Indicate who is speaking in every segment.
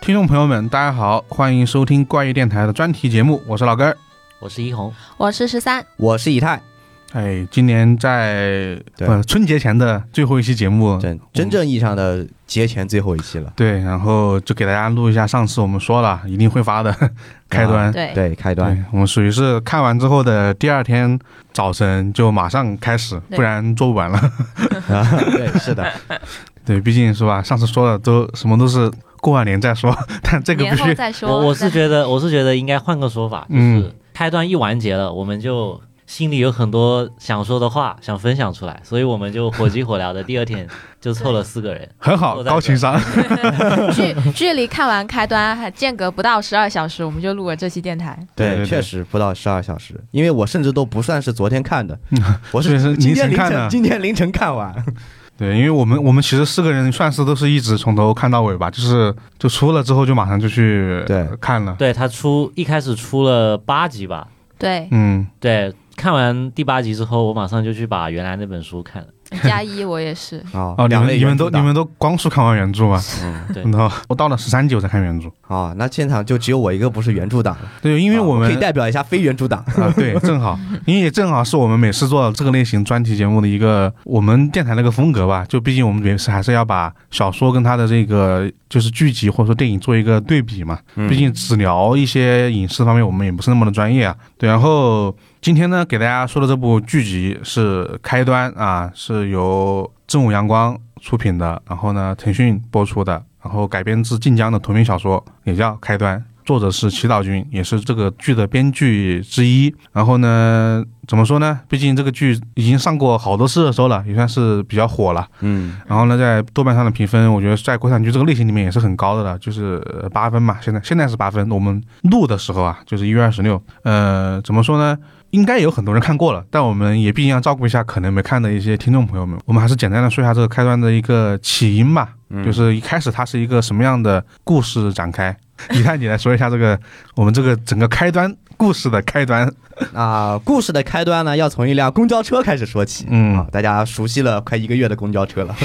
Speaker 1: 听众朋友们，大家好，欢迎收听怪异电台的专题节目，我是老根儿。
Speaker 2: 我是一红，
Speaker 3: 我是十三，
Speaker 4: 我是以太，
Speaker 1: 哎，今年在
Speaker 4: 对
Speaker 1: 不呃春节前的最后一期节目，
Speaker 4: 真真正意义上的节前最后一期了。
Speaker 1: 对，然后就给大家录一下上次我们说了一定会发的 开端。
Speaker 3: 对，
Speaker 4: 嗯对，开端
Speaker 1: 对，我们属于是看完之后的第二天早晨就马上开始，
Speaker 3: 对
Speaker 1: 不然做不完了。
Speaker 4: 啊，对，是的，
Speaker 1: 对，毕竟是吧，上次说的都什么都是过完年再说， 但这个必
Speaker 3: 年后
Speaker 1: 须
Speaker 3: 再说。
Speaker 2: 我我是觉得我是觉得应该换个说法，就
Speaker 1: 嗯
Speaker 2: 是开端一完结了，我们就心里有很多想说的话想分享出来，所以我们就火急火燎的第二天就凑了四个 人，
Speaker 1: 很好，
Speaker 2: 坐在
Speaker 1: 高情商。
Speaker 3: 距 距离看完开端还间隔不到十二小时，我们就录了这期电台。
Speaker 1: 对对对
Speaker 4: 确实不到十二小时，因为我甚至都不算是昨天看 的，我
Speaker 1: 所以是
Speaker 4: 今
Speaker 1: 凌
Speaker 4: 天
Speaker 1: 晨
Speaker 4: 凌
Speaker 1: 看的
Speaker 4: 晨今天凌晨看完。
Speaker 1: 对，因为我们我们其实四个人算是都是一直从头看到尾吧，就是就出了之后就马上就去
Speaker 4: 对
Speaker 1: 看了，
Speaker 2: 对他出一开始出了八集吧，
Speaker 3: 对，
Speaker 1: 嗯，
Speaker 2: 对，看完第八集之后，我马上就去把原来那本书看了，
Speaker 3: 加一我也 是，
Speaker 1: 哦，
Speaker 4: 啊
Speaker 1: 你
Speaker 4: 两
Speaker 1: 们
Speaker 4: 类
Speaker 1: 你们
Speaker 4: 原著
Speaker 1: 都你
Speaker 4: 党
Speaker 1: 们都光速看完原著吗？
Speaker 4: 嗯
Speaker 2: 对
Speaker 1: 然后我到了十三集我才看原著，
Speaker 4: 啊，那现场就只有我一个不是原著党了，
Speaker 1: 对， 因为
Speaker 4: 啊
Speaker 1: 我
Speaker 4: 可
Speaker 1: 们
Speaker 4: 以代表一下非原著 党。
Speaker 1: 啊，对，正好，因为也正好是我们每次做这个类型专题节目的一个我们电台的一个风格吧。就毕竟我们也是还是要把小说跟它的这个就是剧集或者说电影做一个对比嘛。毕竟只聊一些影视方面，我们也不是那么的专业啊。对，然后今天呢，给大家说的这部剧集是《开端》啊，是由正午阳光出品的，然后呢，腾讯播出的，然后改编自晋江的同名小说，也叫《开端》。作者是祈祷君，也是这个剧的编剧之一。然后呢，怎么说呢？毕竟这个剧已经上过好多次热搜了，也算是比较火了。
Speaker 4: 嗯，
Speaker 1: 然后呢，在豆瓣上的评分，我觉得在国产剧这个类型里面也是很高的了，就是呃八分嘛。现在现在是八分，我们录的时候啊，就是一月二十六。呃，怎么说呢？应该有很多人看过了，但我们也毕竟要照顾一下可能没看的一些听众朋友们。我们还是简单的说一下这个开端的一个起因吧，就是一开始它是一个什么样的故事展开。李 探，你来说一下这个我们这个整个开端故事的开端。
Speaker 4: 啊，故事的开端呢，要从一辆公交车开始说起。
Speaker 1: 嗯
Speaker 4: 啊，大家熟悉了快一个月的公交车了，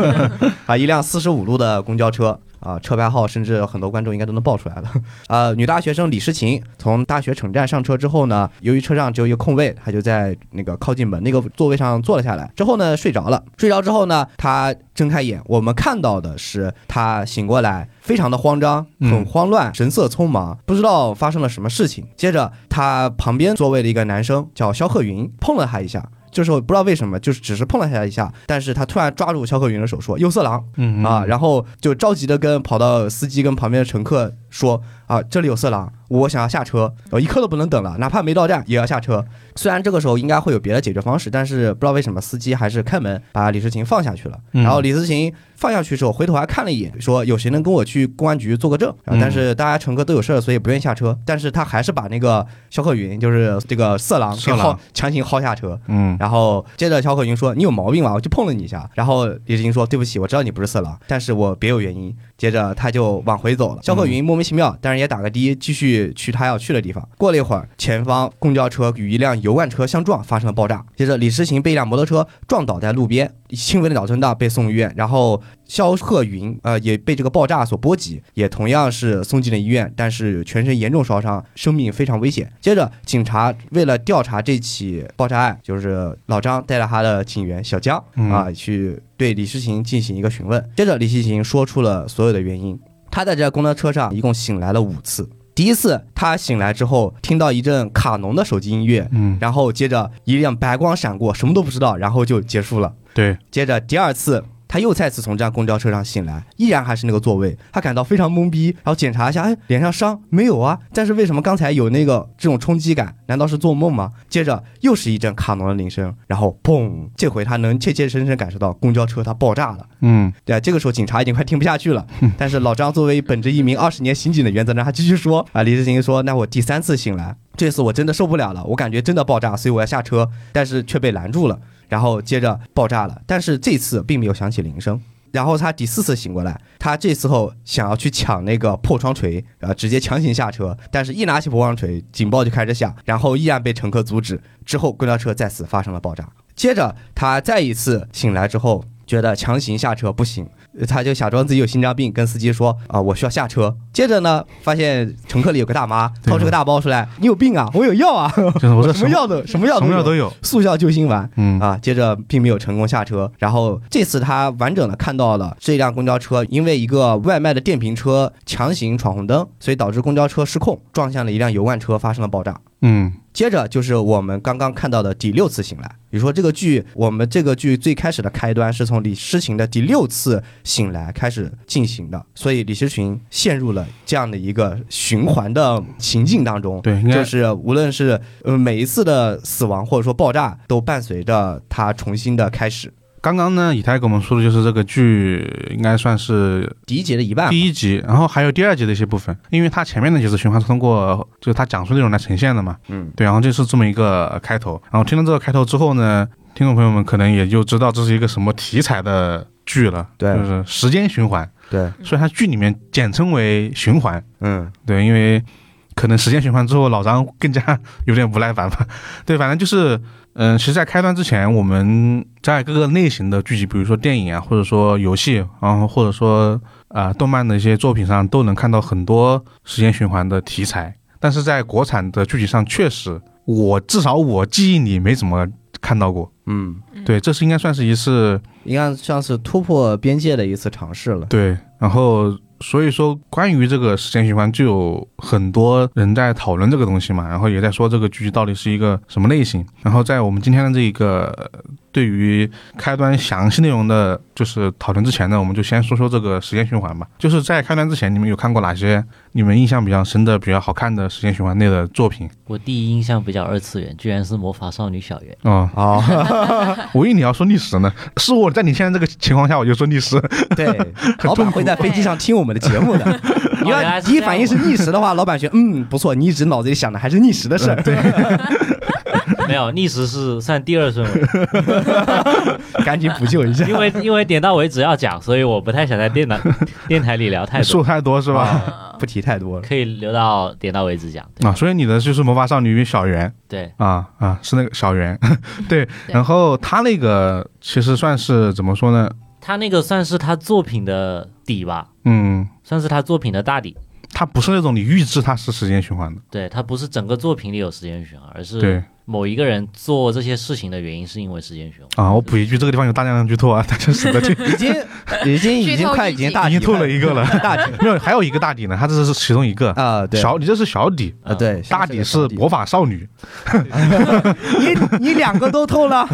Speaker 4: 啊，一辆四十五路的公交车啊，车牌号甚至很多观众应该都能报出来了。啊，女大学生李诗琴从大学城站上车之后呢，由于车上只有一个空位，她就在那个靠近门那个座位上坐了下来。之后呢，睡着了。睡着之后呢，她睁开眼，我们看到的是她醒过来，非常的慌张，
Speaker 1: 嗯
Speaker 4: 很慌乱，神色匆忙，不知道发生了什么事情。接着，她旁边座位的一个男生叫肖鹤云碰了她一下。就是我不知道为什么，就是只是碰了她一下，但是他突然抓住肖鹤云的手说：“右色狼。”
Speaker 1: 嗯
Speaker 4: 啊，，然后就着急的跟跑到司机跟旁边的乘客说啊，这里有色狼，我想要下车，哦我一刻都不能等了，哪怕没到站也要下车。虽然这个时候应该会有别的解决方式，但是不知道为什么司机还是开门把李诗琴放下去了。
Speaker 1: 嗯
Speaker 4: 然后李诗琴放下去之后，回头还看了一眼，说有谁能跟我去公安局做个证？啊
Speaker 1: 嗯
Speaker 4: 但是大家乘客都有事儿，所以不愿意下车。但是他还是把那个肖鹤云，就是这个色狼
Speaker 1: 色
Speaker 4: 给
Speaker 1: 狼
Speaker 4: 薅强行薅下车。
Speaker 1: 嗯
Speaker 4: 然后接着肖鹤云说：“你有毛病吧？我就碰了你一下。”然后李志英说：“对不起，我知道你不是色狼，但是我别有原因。”接着他就往回走了。肖鹤云莫名其妙，但是也打个的，继续去他要去的地方。过了一会儿，前方公交车与一辆油罐车相撞，发生了爆炸。接着李诗琴被一辆摩托车撞倒在路边，轻微的脑震荡呃被送医院。然后肖鹤云呃也被这个爆炸所波及，也同样是送进了医院，但是全身严重烧伤，生命非常危险。接着，警察为了调查这起爆炸案，就是老张带着他的警员小江
Speaker 1: 嗯
Speaker 4: 啊、去对李诗琴进行一个询问。接着，李诗琴说出了所有的原因。他在这公交车上一共醒来了五次。第一次，他醒来之后听到一阵卡农的手机音乐，
Speaker 1: 嗯，
Speaker 4: 然后接着一辆白光闪过，什么都不知道，然后就结束了。
Speaker 1: 对，
Speaker 4: 接着第二次，他又再次从这辆公交车上醒来，依然还是那个座位，他感到非常懵逼，然后检查一下，哎，脸上伤没有啊？但是为什么刚才有那个这种冲击感？难道是做梦吗？接着又是一阵卡农的铃声，然后砰，这回他能切切身身感受到公交车它爆炸了。
Speaker 1: 嗯
Speaker 4: 对啊，这个时候警察已经快听不下去了，但是老张作为本着一名二十年刑警的原则呢，他继续说啊，李志行说，那我第三次呃醒来，这次我真的受不了了，我感觉真的爆炸，所以我要下车，但是却被拦住了，然后接着爆炸了，但是这次并没有响起铃声。然后他第四次醒过来，他这时候想要去抢那个破窗锤，呃，直接强行下车，但是一拿起破窗锤，警报就开始响，然后依然被乘客阻止。之后公交车再次发生了爆炸。接着他再一次醒来之后，觉得强行下车不行，呃他就假装自己有心脏病，跟司机说啊、我需要下车。接着呢，发现乘客里有个大妈
Speaker 1: 对
Speaker 4: 掏出个大包出来，你有病啊，我有药啊，
Speaker 1: 就是我这
Speaker 4: 什么药都什么药
Speaker 1: 什
Speaker 4: 都
Speaker 1: 么
Speaker 4: 有
Speaker 1: 药，都有，
Speaker 4: 速效救心丸。
Speaker 1: 嗯，
Speaker 4: 啊，接着并没有成功下车。然后这次他完整的看到了这辆公交车因为一个外卖的电瓶车强行闯红灯，所以导致公交车失控，撞向了一辆油罐车，发生了爆炸。
Speaker 1: 嗯，
Speaker 4: 接着就是我们刚刚看到的第六次醒来。比如说这个剧，我们这个剧最开始的开端是从李诗情的第六次醒来开始进行的，所以李诗情陷入了这样的一个循环的情境当中。
Speaker 1: 对，应该
Speaker 4: 就是无论是呃每一次的死亡或者说爆炸，都伴随着他重新的开始。
Speaker 1: 刚刚呢，以太给我们说的就是这个剧应该算是
Speaker 4: 第一节的一半，
Speaker 1: 第一集，然后还有第二集的一些部分，因为它前面呢就是循环是通过就是它讲述内容来呈现的嘛，
Speaker 4: 嗯，
Speaker 1: 对，然后这是这么一个开头，然后听到这个开头之后呢，听众朋友们可能也就知道这是一个什么题材的剧了，
Speaker 4: 对
Speaker 1: 就是时间循环，
Speaker 4: 对，
Speaker 1: 所以它剧里面简称为循环，
Speaker 4: 嗯，
Speaker 1: 对，因为可能时间循环之后，老张更加 有点不耐烦吧。对，反正就是，嗯、其实，在开端之前，我们在各个类型的剧集，比如说电影啊，或者说游戏，然后或者说啊、呃动漫的一些作品上，都能看到很多时间循环的题材。但是在国产的剧集上，确实，我至少我记忆里没怎么看到过。
Speaker 4: 嗯，
Speaker 1: 对，这是应该算是一次
Speaker 4: 应该像是突破边界的一次尝试了。
Speaker 1: 对，然后所以说关于这个时间循环，就有很多人在讨论这个东西嘛，然后也在说这个剧到底是一个什么类型。然后在我们今天的这一个呃对于开端详细内容的，就是讨论之前呢，我们就先说说这个时间循环吧。就是在开端之前，你们有看过哪些你们印象比较深的、比较好看的时间循环内的作品？
Speaker 2: 我第一印象比较二次元，居然是魔法少女小圆。
Speaker 1: 哦，
Speaker 4: 哦，
Speaker 1: 我以为你要说历史呢， 是我在你现在这个情况下，我就说历史。
Speaker 4: 对，老板会在飞机上听我们的节目 的。
Speaker 2: 哦原
Speaker 4: 你要
Speaker 2: 来是
Speaker 4: 第
Speaker 2: 这
Speaker 4: 一
Speaker 2: 样
Speaker 4: 反应是逆时
Speaker 1: 啊
Speaker 4: 的话，老板觉得嗯不错，你一直脑子里想的还是逆时的
Speaker 1: 嗯
Speaker 4: 事儿。对，
Speaker 2: 没有，逆时是算第二顺位，
Speaker 4: 赶紧补救一下。
Speaker 2: 因为因为点到为止要讲，所以我不太想在 电台电台里聊太多，
Speaker 1: 数太多是吧？
Speaker 4: 啊？不提太多了。
Speaker 2: 可以留到点到为止讲。
Speaker 1: 啊，所以你的就是魔法少女与小圆。
Speaker 2: 对，
Speaker 1: 啊啊，是那个小圆， 对，然后他那个其实算是怎么说呢？
Speaker 2: 他那个算是他作品的底吧，
Speaker 1: 嗯，
Speaker 2: 算是他作品的大底。
Speaker 1: 它不是那种你预知它是时间循环的，
Speaker 2: 对他不是整个作品里有时间循环，而是
Speaker 1: 对
Speaker 2: 某一个人做这些事情的原因是因为时间循环。
Speaker 1: 啊。我补一句，这个地方有大量的剧透啊，大家省得去，
Speaker 4: 已 经已经已
Speaker 3: 剧
Speaker 4: 经
Speaker 3: 透
Speaker 4: 快
Speaker 3: 预
Speaker 4: 已经
Speaker 3: 警
Speaker 4: 大
Speaker 1: 已
Speaker 4: 底
Speaker 1: 经透了一个了
Speaker 4: 大底
Speaker 1: 没有，还有一个大底呢，它这是其中一个。
Speaker 4: 啊，对，
Speaker 1: 小，你这是小底，
Speaker 4: 啊对，
Speaker 1: 大底是 魔法少女。
Speaker 4: 你你两个都透 了，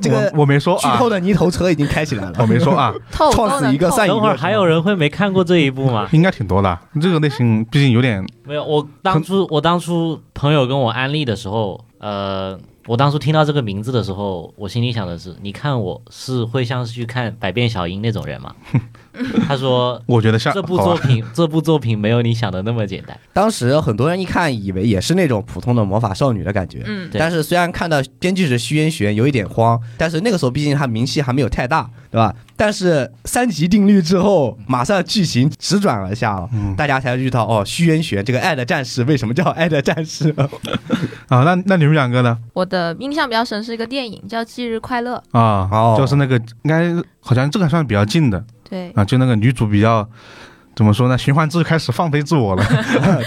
Speaker 4: 这个
Speaker 1: 我我没说
Speaker 4: 剧
Speaker 1: 啊
Speaker 4: 透，的泥头车已经开起来了。
Speaker 1: 我没说 啊，
Speaker 3: 透
Speaker 4: 撞死一个算一个
Speaker 2: 等会儿还有人会没看过这一 部吗？
Speaker 1: 应该挺多的。这个类型毕竟有点，
Speaker 2: 没有，我当初我当初朋友跟我安利的时候，呃，我当初听到这个名字的时候，我心里想的是，你看我是会像是去看《百变小樱》那种 人吗？他说
Speaker 1: 我觉得像
Speaker 2: 这部
Speaker 1: 好吧
Speaker 2: 作品，这部作品没有你想的那么简单。
Speaker 4: 当时很多人一看以为也是那种普通的魔法少女的感觉，
Speaker 3: 嗯，
Speaker 2: 对
Speaker 4: 但是虽然看到编剧是虚渊玄，有一点慌，但是那个时候毕竟他名气还没有太大，对吧？但是三级定律之后，马上剧情直转而下了，大家才遇到哦，虚渊玄这个爱的战士为什么叫爱的战士？
Speaker 1: 啊。那那你们两个呢？
Speaker 3: 我的印象比较深是一个电影叫《忌日快乐》，
Speaker 1: 啊，
Speaker 4: 哦
Speaker 1: 就是那个应该好像这个还算比较近的
Speaker 3: 对
Speaker 4: 嗯
Speaker 1: 啊，就那个女主比较怎么说呢？循环之开始放飞自 我了。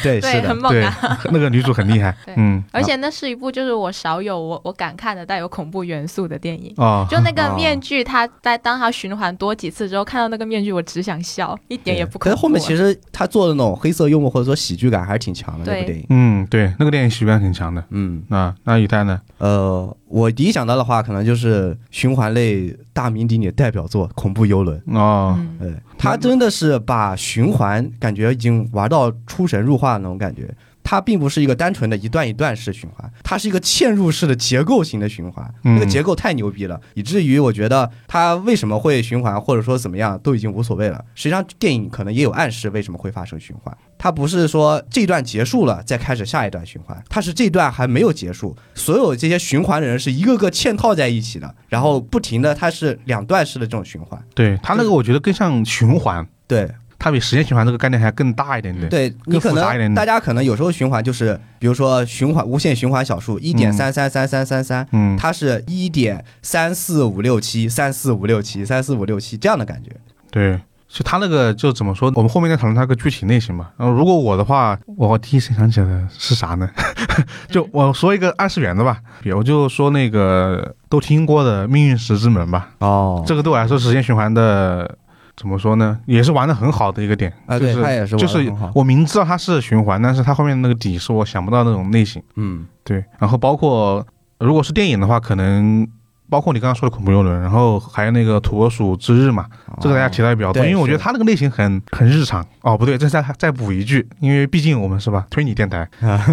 Speaker 4: 对，是
Speaker 3: 对，
Speaker 4: 的
Speaker 3: 很，猛
Speaker 1: 对
Speaker 3: 啊！，
Speaker 1: 那个女主很厉害
Speaker 3: 对，
Speaker 1: 嗯，
Speaker 3: 而且那是一部就是我少有我我敢看的带有恐怖元素的电影。
Speaker 1: 啊，
Speaker 3: 就那个
Speaker 4: 哦
Speaker 3: 面具，它在当它循环多几次之后，看到那个面具，我只想笑，一点也不恐
Speaker 4: 可是
Speaker 3: 怖啊。
Speaker 4: 后面其实他做的那种黑色幽默或者说喜剧感还是挺强的那
Speaker 3: 对
Speaker 4: 部电影。
Speaker 1: 嗯，对，那个电影喜感很强的
Speaker 4: 嗯，
Speaker 1: 啊。那以太呢？
Speaker 4: 呃，我第一想到的话，可能就是循环类大名鼎鼎的代表作《恐怖游轮》。
Speaker 1: 哦，
Speaker 3: 嗯，
Speaker 4: 对，他真的是把循环感觉已经玩到出神入化的那种感觉。它并不是一个单纯的一段一段式循环，它是一个嵌入式的结构型的循环。
Speaker 1: 嗯
Speaker 4: 那个结构太牛逼了，以至于我觉得它为什么会循环，或者说怎么样，都已经无所谓了。实际上，电影可能也有暗示为什么会发生循环。它不是说这一段结束了再开始下一段循环，它是这段还没有结束，所有这些循环的人是一个个嵌套在一起的，然后不停的，它是两段式的这种循环。
Speaker 1: 对他那个我觉得更像循环，
Speaker 4: 对，
Speaker 1: 它比时间循环这个概念还更大一点点。
Speaker 4: 对你可
Speaker 1: 复杂一点
Speaker 4: 能大家可能有时候循环就是，比如说循环无限循环小数一点三三三三三三，
Speaker 1: 嗯，
Speaker 4: 它是一点三四五六七三四五六七三四五六七这样的感觉。
Speaker 1: 对，就它那个就怎么说？我们后面再讨论它个具体类型吧。然后如果我的话，我第一时间想起来的是啥呢？ 就我说一个二次元的吧，比如就说那个都听过的《命运石之门》吧，
Speaker 4: 哦，
Speaker 1: 这个对我来说时间循环的。怎么说呢？也是玩的很好的一个点
Speaker 4: 啊，
Speaker 1: 就
Speaker 4: 对，
Speaker 1: 是
Speaker 4: 它也是玩
Speaker 1: 就
Speaker 4: 得
Speaker 1: 是
Speaker 4: 很好
Speaker 1: 我明知道它是循环，但是它后面那个底是我想不到那种类型。
Speaker 4: 嗯
Speaker 1: 对，然后包括如果是电影的话，可能包括你刚刚说的恐怖游轮，然后还有那个土拨鼠之日嘛，这个大家提到也比较多，
Speaker 4: 哦对
Speaker 1: 因为我觉得
Speaker 4: 是
Speaker 1: 它那个类型很很日常。哦，不对，这再再补一句，因为毕竟我们是吧推理电 台，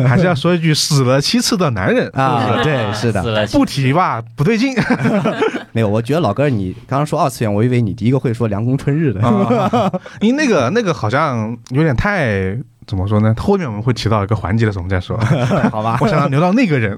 Speaker 1: 还是要说一句死了七次的男人是不
Speaker 4: 啊，
Speaker 1: 是
Speaker 4: 对，是的
Speaker 2: 死，了，
Speaker 1: 不提吧不对劲。
Speaker 4: 没有，我觉得老哥你刚刚说二次元，我以为你第一个会说凉宫春日的。
Speaker 1: 啊，因为那个那个好像有点太怎么说呢？后面我们会提到一个环节的时候我们再 说。
Speaker 4: 好吧？
Speaker 1: 我想要留到那个人，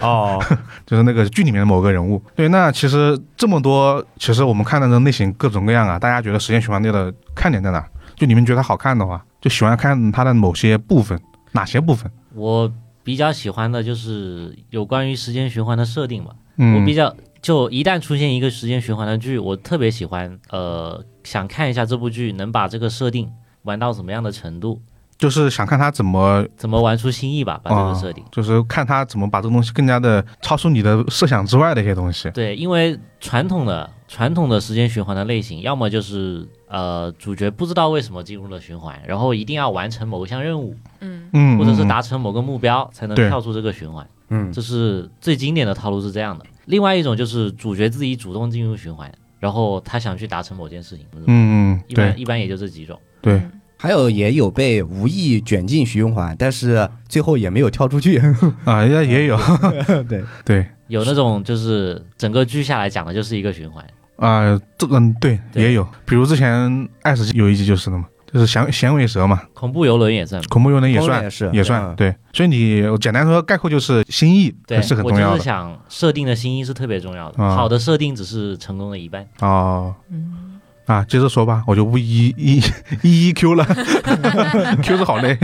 Speaker 4: 哦，
Speaker 1: 就是那个剧里面的某个人物。对，那其实这么多，其实我们看到的类型各种各样啊，大家觉得时间循环类的看点在哪？就你们觉得它好看的话，就喜欢看它的某些部分，哪些部分？
Speaker 2: 我比较喜欢的就是有关于时间循环的设定吧。我
Speaker 1: 嗯
Speaker 2: 比较就一旦出现一个时间循环的剧，我特别喜欢，呃，想看一下这部剧能把这个设定玩到什么样的程度，
Speaker 1: 就是想看他怎么，
Speaker 2: 怎么玩出新意吧，把这个
Speaker 4: 哦
Speaker 2: 设定。
Speaker 1: 就是看他怎么把这个东西更加的超出你的设想之外的一些东西。
Speaker 2: 对，因为传统的传统的时间循环的类型，要么就是呃主角不知道为什么进入了循环，然后一定要完成某一项任务，
Speaker 3: 嗯，
Speaker 1: 嗯，
Speaker 2: 或者是
Speaker 1: 嗯
Speaker 2: 达成某个目标才能
Speaker 1: 对
Speaker 2: 跳出这个循环。
Speaker 4: 嗯，
Speaker 2: 这是最经典的套路是这样的。另外一种就是主角自己主动进入循环，然后他想去达成某件事情。
Speaker 1: 嗯嗯，
Speaker 2: 一
Speaker 1: 对
Speaker 2: 般一般也就这几种。
Speaker 1: 对，
Speaker 4: 还有也有被无意卷进循环，但是最后也没有跳出去。
Speaker 1: 啊，也也 有
Speaker 4: 对，
Speaker 1: 对。
Speaker 2: 有那种就是整个剧下来讲的就是一个循环，
Speaker 1: 啊、这个嗯对
Speaker 2: 对
Speaker 1: 也有，比如之前爱死有一集就是的嘛，就是响响尾蛇嘛，
Speaker 2: 恐怖游轮也算。
Speaker 1: 恐怖游轮也算
Speaker 4: 也是啊嗯
Speaker 1: 也算、。对，所以你我简单说概括就是心意
Speaker 2: 对
Speaker 1: 还是，很
Speaker 2: 我
Speaker 1: 重要
Speaker 2: 就是
Speaker 1: 的
Speaker 2: 想设定的新意是特别重要的，
Speaker 1: 啊
Speaker 2: 好的设定只是成功的一半。
Speaker 1: 哦。
Speaker 3: 嗯
Speaker 1: 啊，接着说吧，我就不一一一一 Q 了，Q 的好 累。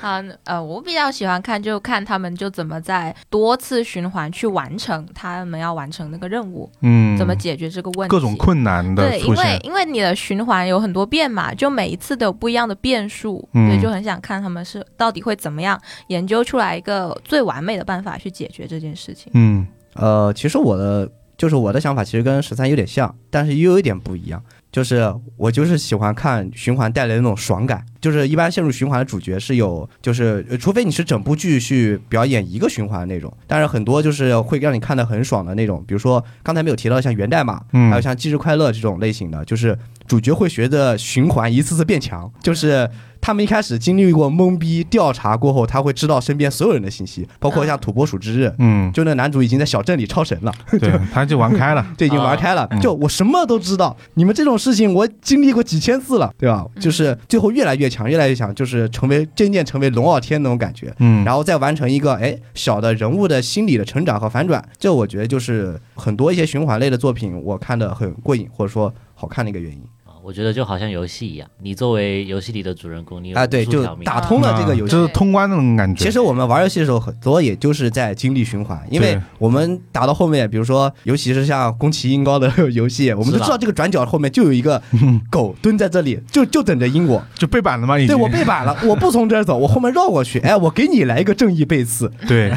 Speaker 3: 啊，呃，我比较喜欢看，就看他们就怎么在多次循环去完成他们要完成那个任务，
Speaker 1: 嗯，
Speaker 3: 怎么解决这个问题，
Speaker 1: 各种困难的
Speaker 3: 对，因
Speaker 1: 出
Speaker 3: 为
Speaker 1: 现？
Speaker 3: 因为你的循环有很多变嘛，就每一次都有不一样的变数，
Speaker 1: 嗯
Speaker 3: 对，就很想看他们是到底会怎么样研究出来一个最完美的办法去解决这件事情。
Speaker 1: 嗯
Speaker 4: 呃，其实我的就是我的想法，其实跟十三有点像，但是又有一点不一样。就是我就是喜欢看循环带来的那种爽感，就是一般陷入循环的主角是有，就是呃除非你是整部剧去表演一个循环的那种，但是很多就是会让你看得很爽的那种，比如说刚才没有提到像源代码，
Speaker 1: 嗯
Speaker 4: 还有像忌日快乐这种类型的，就是主角会学着循环一次次变强，就是他们一开始经历过懵逼调查过后，他会知道身边所有人的信息，包括像土拨鼠之日，
Speaker 1: 嗯，
Speaker 4: 就那男主已经在小镇里超神了，
Speaker 1: 对， 他就玩开了。
Speaker 4: 这已经玩开了。
Speaker 2: 啊嗯
Speaker 4: 就我什么都知道，你们这种事情我经历过几千次了，对吧？就是
Speaker 2: 嗯
Speaker 4: 最后越来越强，越来越强，就是成为渐渐成为龙傲天那种感觉。
Speaker 1: 嗯，
Speaker 4: 然后再完成一个哎小的人物的心理的成长和反转，这我觉得就是很多一些循环类的作品，我看的很过瘾，或者说好看的一个原因
Speaker 2: 啊我觉得就好像游戏一样，你作为游戏里的主人公，你有
Speaker 4: 啊。对，
Speaker 2: 无数啊
Speaker 4: 就
Speaker 2: 条命
Speaker 4: 打通了这个游戏
Speaker 1: 啊就。是通关那种感觉。
Speaker 4: 其实我们玩游戏的时候，很多也就是在经历循环，因为
Speaker 1: 对
Speaker 4: 我们打到后面，比如说，尤其是像宫崎英高的游戏，我们
Speaker 2: 是
Speaker 4: 就
Speaker 2: 吧
Speaker 4: 知道这个转角后面就有一个狗蹲在 这里，就就等着因果。
Speaker 1: 就背板了嘛，已
Speaker 4: 对
Speaker 1: 经。
Speaker 4: 我背板了，我不从这儿走，我后面绕过去，哎，我给你来一个正义背刺。
Speaker 1: 对，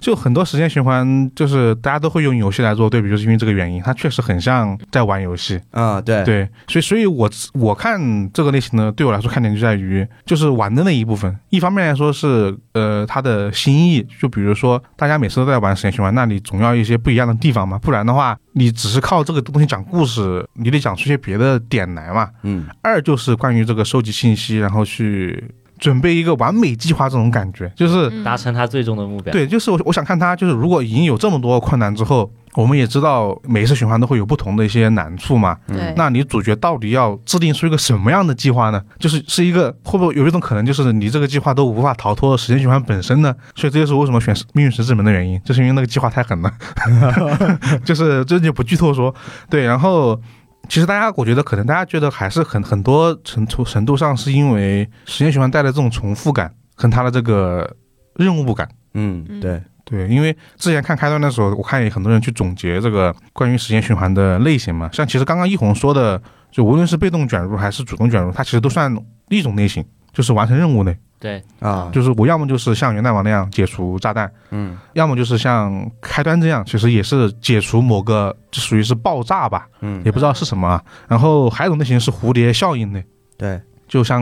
Speaker 1: 就很多时间循环，就是大家都会用游戏来做对比，就是因为这个原因，它确实很像在玩游戏。
Speaker 4: 啊、对，
Speaker 1: 对，所以所以我我看这个类型呢，对我来说看点就在于，就是玩的那一部分。一方面来说是呃它的新意，就比如说大家每次都在玩时间循环，那你总要一些不一样的地方嘛，不然的话你只是靠这个东西讲故事，你得讲出些别的点来嘛。
Speaker 4: 嗯，
Speaker 1: 二就是关于这个收集信息，然后去准备一个完美计划这种感觉，就是。
Speaker 3: 嗯
Speaker 2: 达成他最终的目标。
Speaker 1: 嗯对，就是我我想看他，就是如果已经有这么多困难之后，我们也知道每一次循环都会有不同的一些难处嘛。
Speaker 3: 对，
Speaker 1: 那你主角到底要制定出一个什么样的计划呢？就是是一个会不会有一种可能，就是你这个计划都无法逃脱时间循环本身呢？所以这就是为什么选命运石之门的原因， 就是因为那个计划太狠了，就是这就不剧透说。对，然后其实大家，我觉得可能大家觉得还是很很多程度程度上是因为时间循环带来这种重复感和它的这个任务感。
Speaker 4: 嗯，对，
Speaker 1: 对，因为之前看开端的时候，我看也很多人去总结这个关于时间循环的类型嘛。像其实刚刚一红说的，就无论是被动卷入还是主动卷入，它其实都算一种类型，就是完成任务类。
Speaker 2: 对，
Speaker 4: 啊，
Speaker 1: 就是我要么就是像源代网那样解除炸弹，
Speaker 4: 嗯，
Speaker 1: 要么就是像开端这样，其实也是解除某个就属于是爆炸吧，
Speaker 4: 嗯
Speaker 1: 也不知道是什么、啊。然后还有一种类型是蝴蝶效应类，
Speaker 4: 对，
Speaker 1: 就像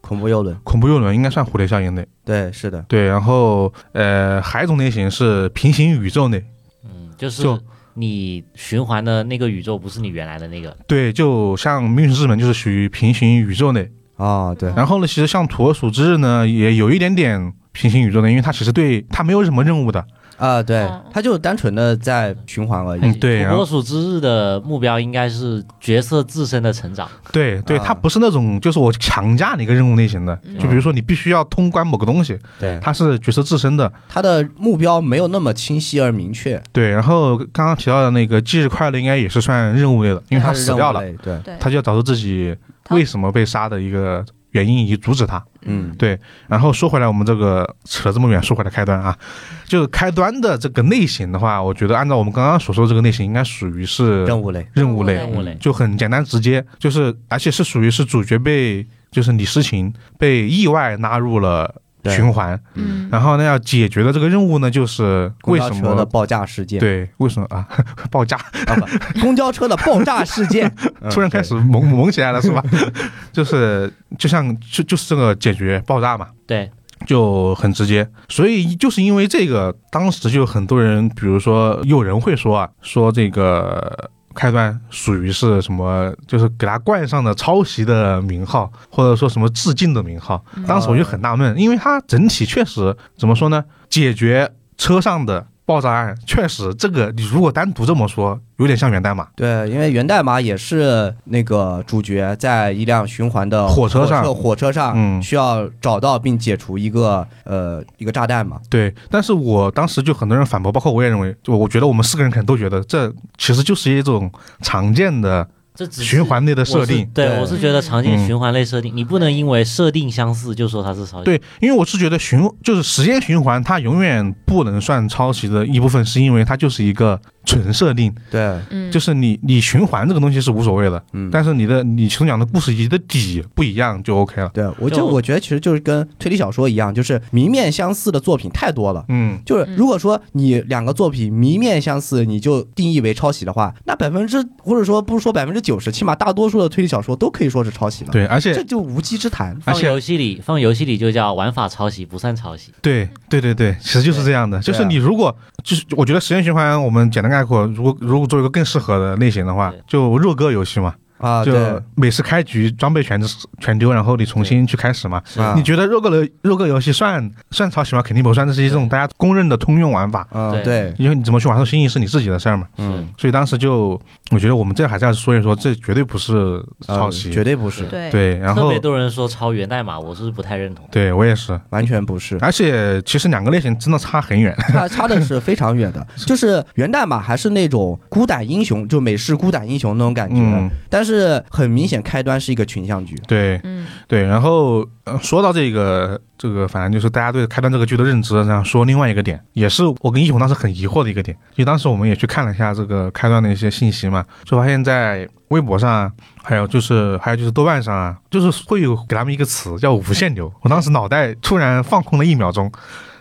Speaker 4: 恐怖游轮，
Speaker 1: 恐怖游轮应该算蝴蝶效应类，
Speaker 4: 对，是的，
Speaker 1: 对。然后呃，还有一种类型是平行宇宙类，
Speaker 2: 嗯，就是
Speaker 1: 就
Speaker 2: 你循环的那个宇宙不是你原来的那个，
Speaker 1: 对，就像命运之门就是属于平行宇宙类。
Speaker 4: 啊，对，
Speaker 1: 然后呢，其实像土耳鼠之日呢，也有一点点平行宇宙类，因为它其实对它没有什么任务的，
Speaker 4: 啊，对
Speaker 3: 嗯，
Speaker 4: 它就单纯的在循环而已
Speaker 1: 嗯，对然
Speaker 2: 土
Speaker 1: 后
Speaker 2: 拨鼠之日的目标应该是角色自身的成长，
Speaker 1: 对对，
Speaker 4: 啊
Speaker 1: 它不是那种就是我强加你一个任务类型的，就比如说你必须要通关某个东西，
Speaker 4: 对，
Speaker 1: 它是角色自身的。
Speaker 4: 它的目标没有那么清晰而明确，
Speaker 1: 对，然后刚刚提到的那个忌日快乐应该也是算任务类的，因为他
Speaker 4: 它是
Speaker 1: 死掉了，
Speaker 4: 任务类，对，
Speaker 3: 对，
Speaker 1: 他就要找出自己
Speaker 3: 他
Speaker 1: 为什么被杀的一个原因以及阻止他。
Speaker 4: 嗯，
Speaker 1: 对，然后说回来，我们这个扯这么远，说回来开端啊，就开端的这个类型的话，我觉得按照我们刚刚所说的这个类型，应该属于是
Speaker 4: 任务类，
Speaker 1: 任务类，
Speaker 3: 任
Speaker 2: 务类
Speaker 1: 嗯就很简单直接，就是而且是属于是主角被就是李诗情被意外拉入了
Speaker 4: 对
Speaker 1: 循环，
Speaker 3: 嗯，
Speaker 1: 然后呢要解决的这个任务呢，就是
Speaker 4: 公
Speaker 1: 为
Speaker 4: 交
Speaker 1: 什
Speaker 4: 车的
Speaker 1: 么。
Speaker 4: 爆炸事件，
Speaker 1: 对，为什么 啊？报价，
Speaker 4: 啊，不，公交车的爆炸事件 嗯
Speaker 1: 突然开始萌萌起来了，是吧？ 就是就像就就是这个解决爆炸嘛，
Speaker 2: 对，
Speaker 1: 就很直接，所以就是因为这个，当时就有很多人，比如说有人会说啊，说这个开端属于是什么，就是给他冠上的抄袭的名号，或者说什么致敬的名号。当时我就很纳闷，因为它整体确实怎么说呢，解决车上的爆炸案，确实这个你如果单独这么说，有点像源代码。
Speaker 4: 对，因为源代码也是那个主角在一辆循环的
Speaker 1: 火车上
Speaker 4: 火车上、
Speaker 1: 嗯
Speaker 4: 需要找到并解除一个呃一个炸弹嘛。
Speaker 1: 对，但是我当时就很多人反驳，包括我也认为，就我觉得我们四个人可能都觉得，这其实就是一种常见的
Speaker 2: 这只是
Speaker 1: 循环内的设
Speaker 2: 我是
Speaker 1: 定。
Speaker 2: 对，
Speaker 4: 对
Speaker 2: 我是觉得常见
Speaker 1: 嗯
Speaker 2: 循环类设定，你不能因为设定相似就说它是抄袭。
Speaker 1: 对，因为我是觉得循就是时间循环，它永远不能算抄袭的一部分，是因为它就是一个纯设定，
Speaker 4: 对，
Speaker 3: 嗯，
Speaker 1: 就是你你循环这个东西是无所谓的，
Speaker 4: 嗯，
Speaker 1: 但是你的你其中讲的故事以及的底不一样就 OK 了。
Speaker 4: 对我就
Speaker 2: 就
Speaker 4: 我觉得其实就是跟推理小说一样，就是明面相似的作品太多了。
Speaker 1: 嗯，
Speaker 4: 就是如果说你两个作品明面相似，你就定义为抄袭的话，那百分之或者说不是说百分之九十，起码大多数的推理小说都可以说是抄袭了。，
Speaker 1: 对，而
Speaker 4: 这
Speaker 1: 且
Speaker 4: 就无稽之谈。
Speaker 1: 而
Speaker 2: 放
Speaker 1: 且
Speaker 2: 游戏里，放游戏里就叫玩法抄袭，不算抄袭。
Speaker 1: 对对对对，其实就是这样的，就
Speaker 4: 对
Speaker 1: 是
Speaker 4: 啊
Speaker 1: 你如果就是我觉得时间循环，我们简单概括，如果如果做一个更适合的类型的话
Speaker 2: 对，
Speaker 1: 就热歌游戏嘛，
Speaker 4: 啊，
Speaker 1: 就
Speaker 4: 对，
Speaker 1: 每次开局装备全全丢，然后你重新去开始嘛。
Speaker 4: 啊
Speaker 1: 你觉得肉鸽的肉鸽游戏算算抄袭吗？肯定不算，这是一种大家公认的通用玩法。
Speaker 4: 嗯，
Speaker 2: 对
Speaker 4: 对，
Speaker 1: 因为你怎么去玩出新意是你自己的事儿嘛。
Speaker 4: 嗯，
Speaker 1: 所以当时就，我觉得我们这还是要说一说，这绝对不是抄袭，
Speaker 4: 呃绝对不是，
Speaker 3: 对，
Speaker 1: 对。然
Speaker 2: 特
Speaker 1: 后
Speaker 2: 别，多人说抄源代码，我是不太认同。
Speaker 1: 对我也是，
Speaker 4: 完全 不是。
Speaker 1: 而且其实两个类型真的差很远。
Speaker 4: 差差的是非常 远的，就是源代码还是那种孤胆英雄，就美式孤胆英雄那种感觉，
Speaker 1: 嗯，
Speaker 4: 但是很明显开端是一个群像剧，
Speaker 1: 对
Speaker 3: 嗯
Speaker 1: 对。然后、呃说到这个这个，反正就是大家对开端这个剧的认知，然后说另外一个点，也是我跟一红当时很疑惑的一个点，因为当时我们也去看了一下这个开端的一些信息嘛，就发现在微博上啊还有就是还有就是豆瓣上啊，就是会有给他们一个词叫“无限流”。我当时脑袋突然放空了一秒钟，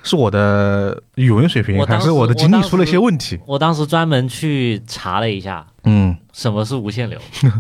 Speaker 1: 是我的语文水平
Speaker 2: 我当
Speaker 1: 还
Speaker 2: 时
Speaker 1: 是我的经历出了一些问题？
Speaker 2: 我当时专门去查了一下
Speaker 1: 嗯，
Speaker 2: 什么是无限流，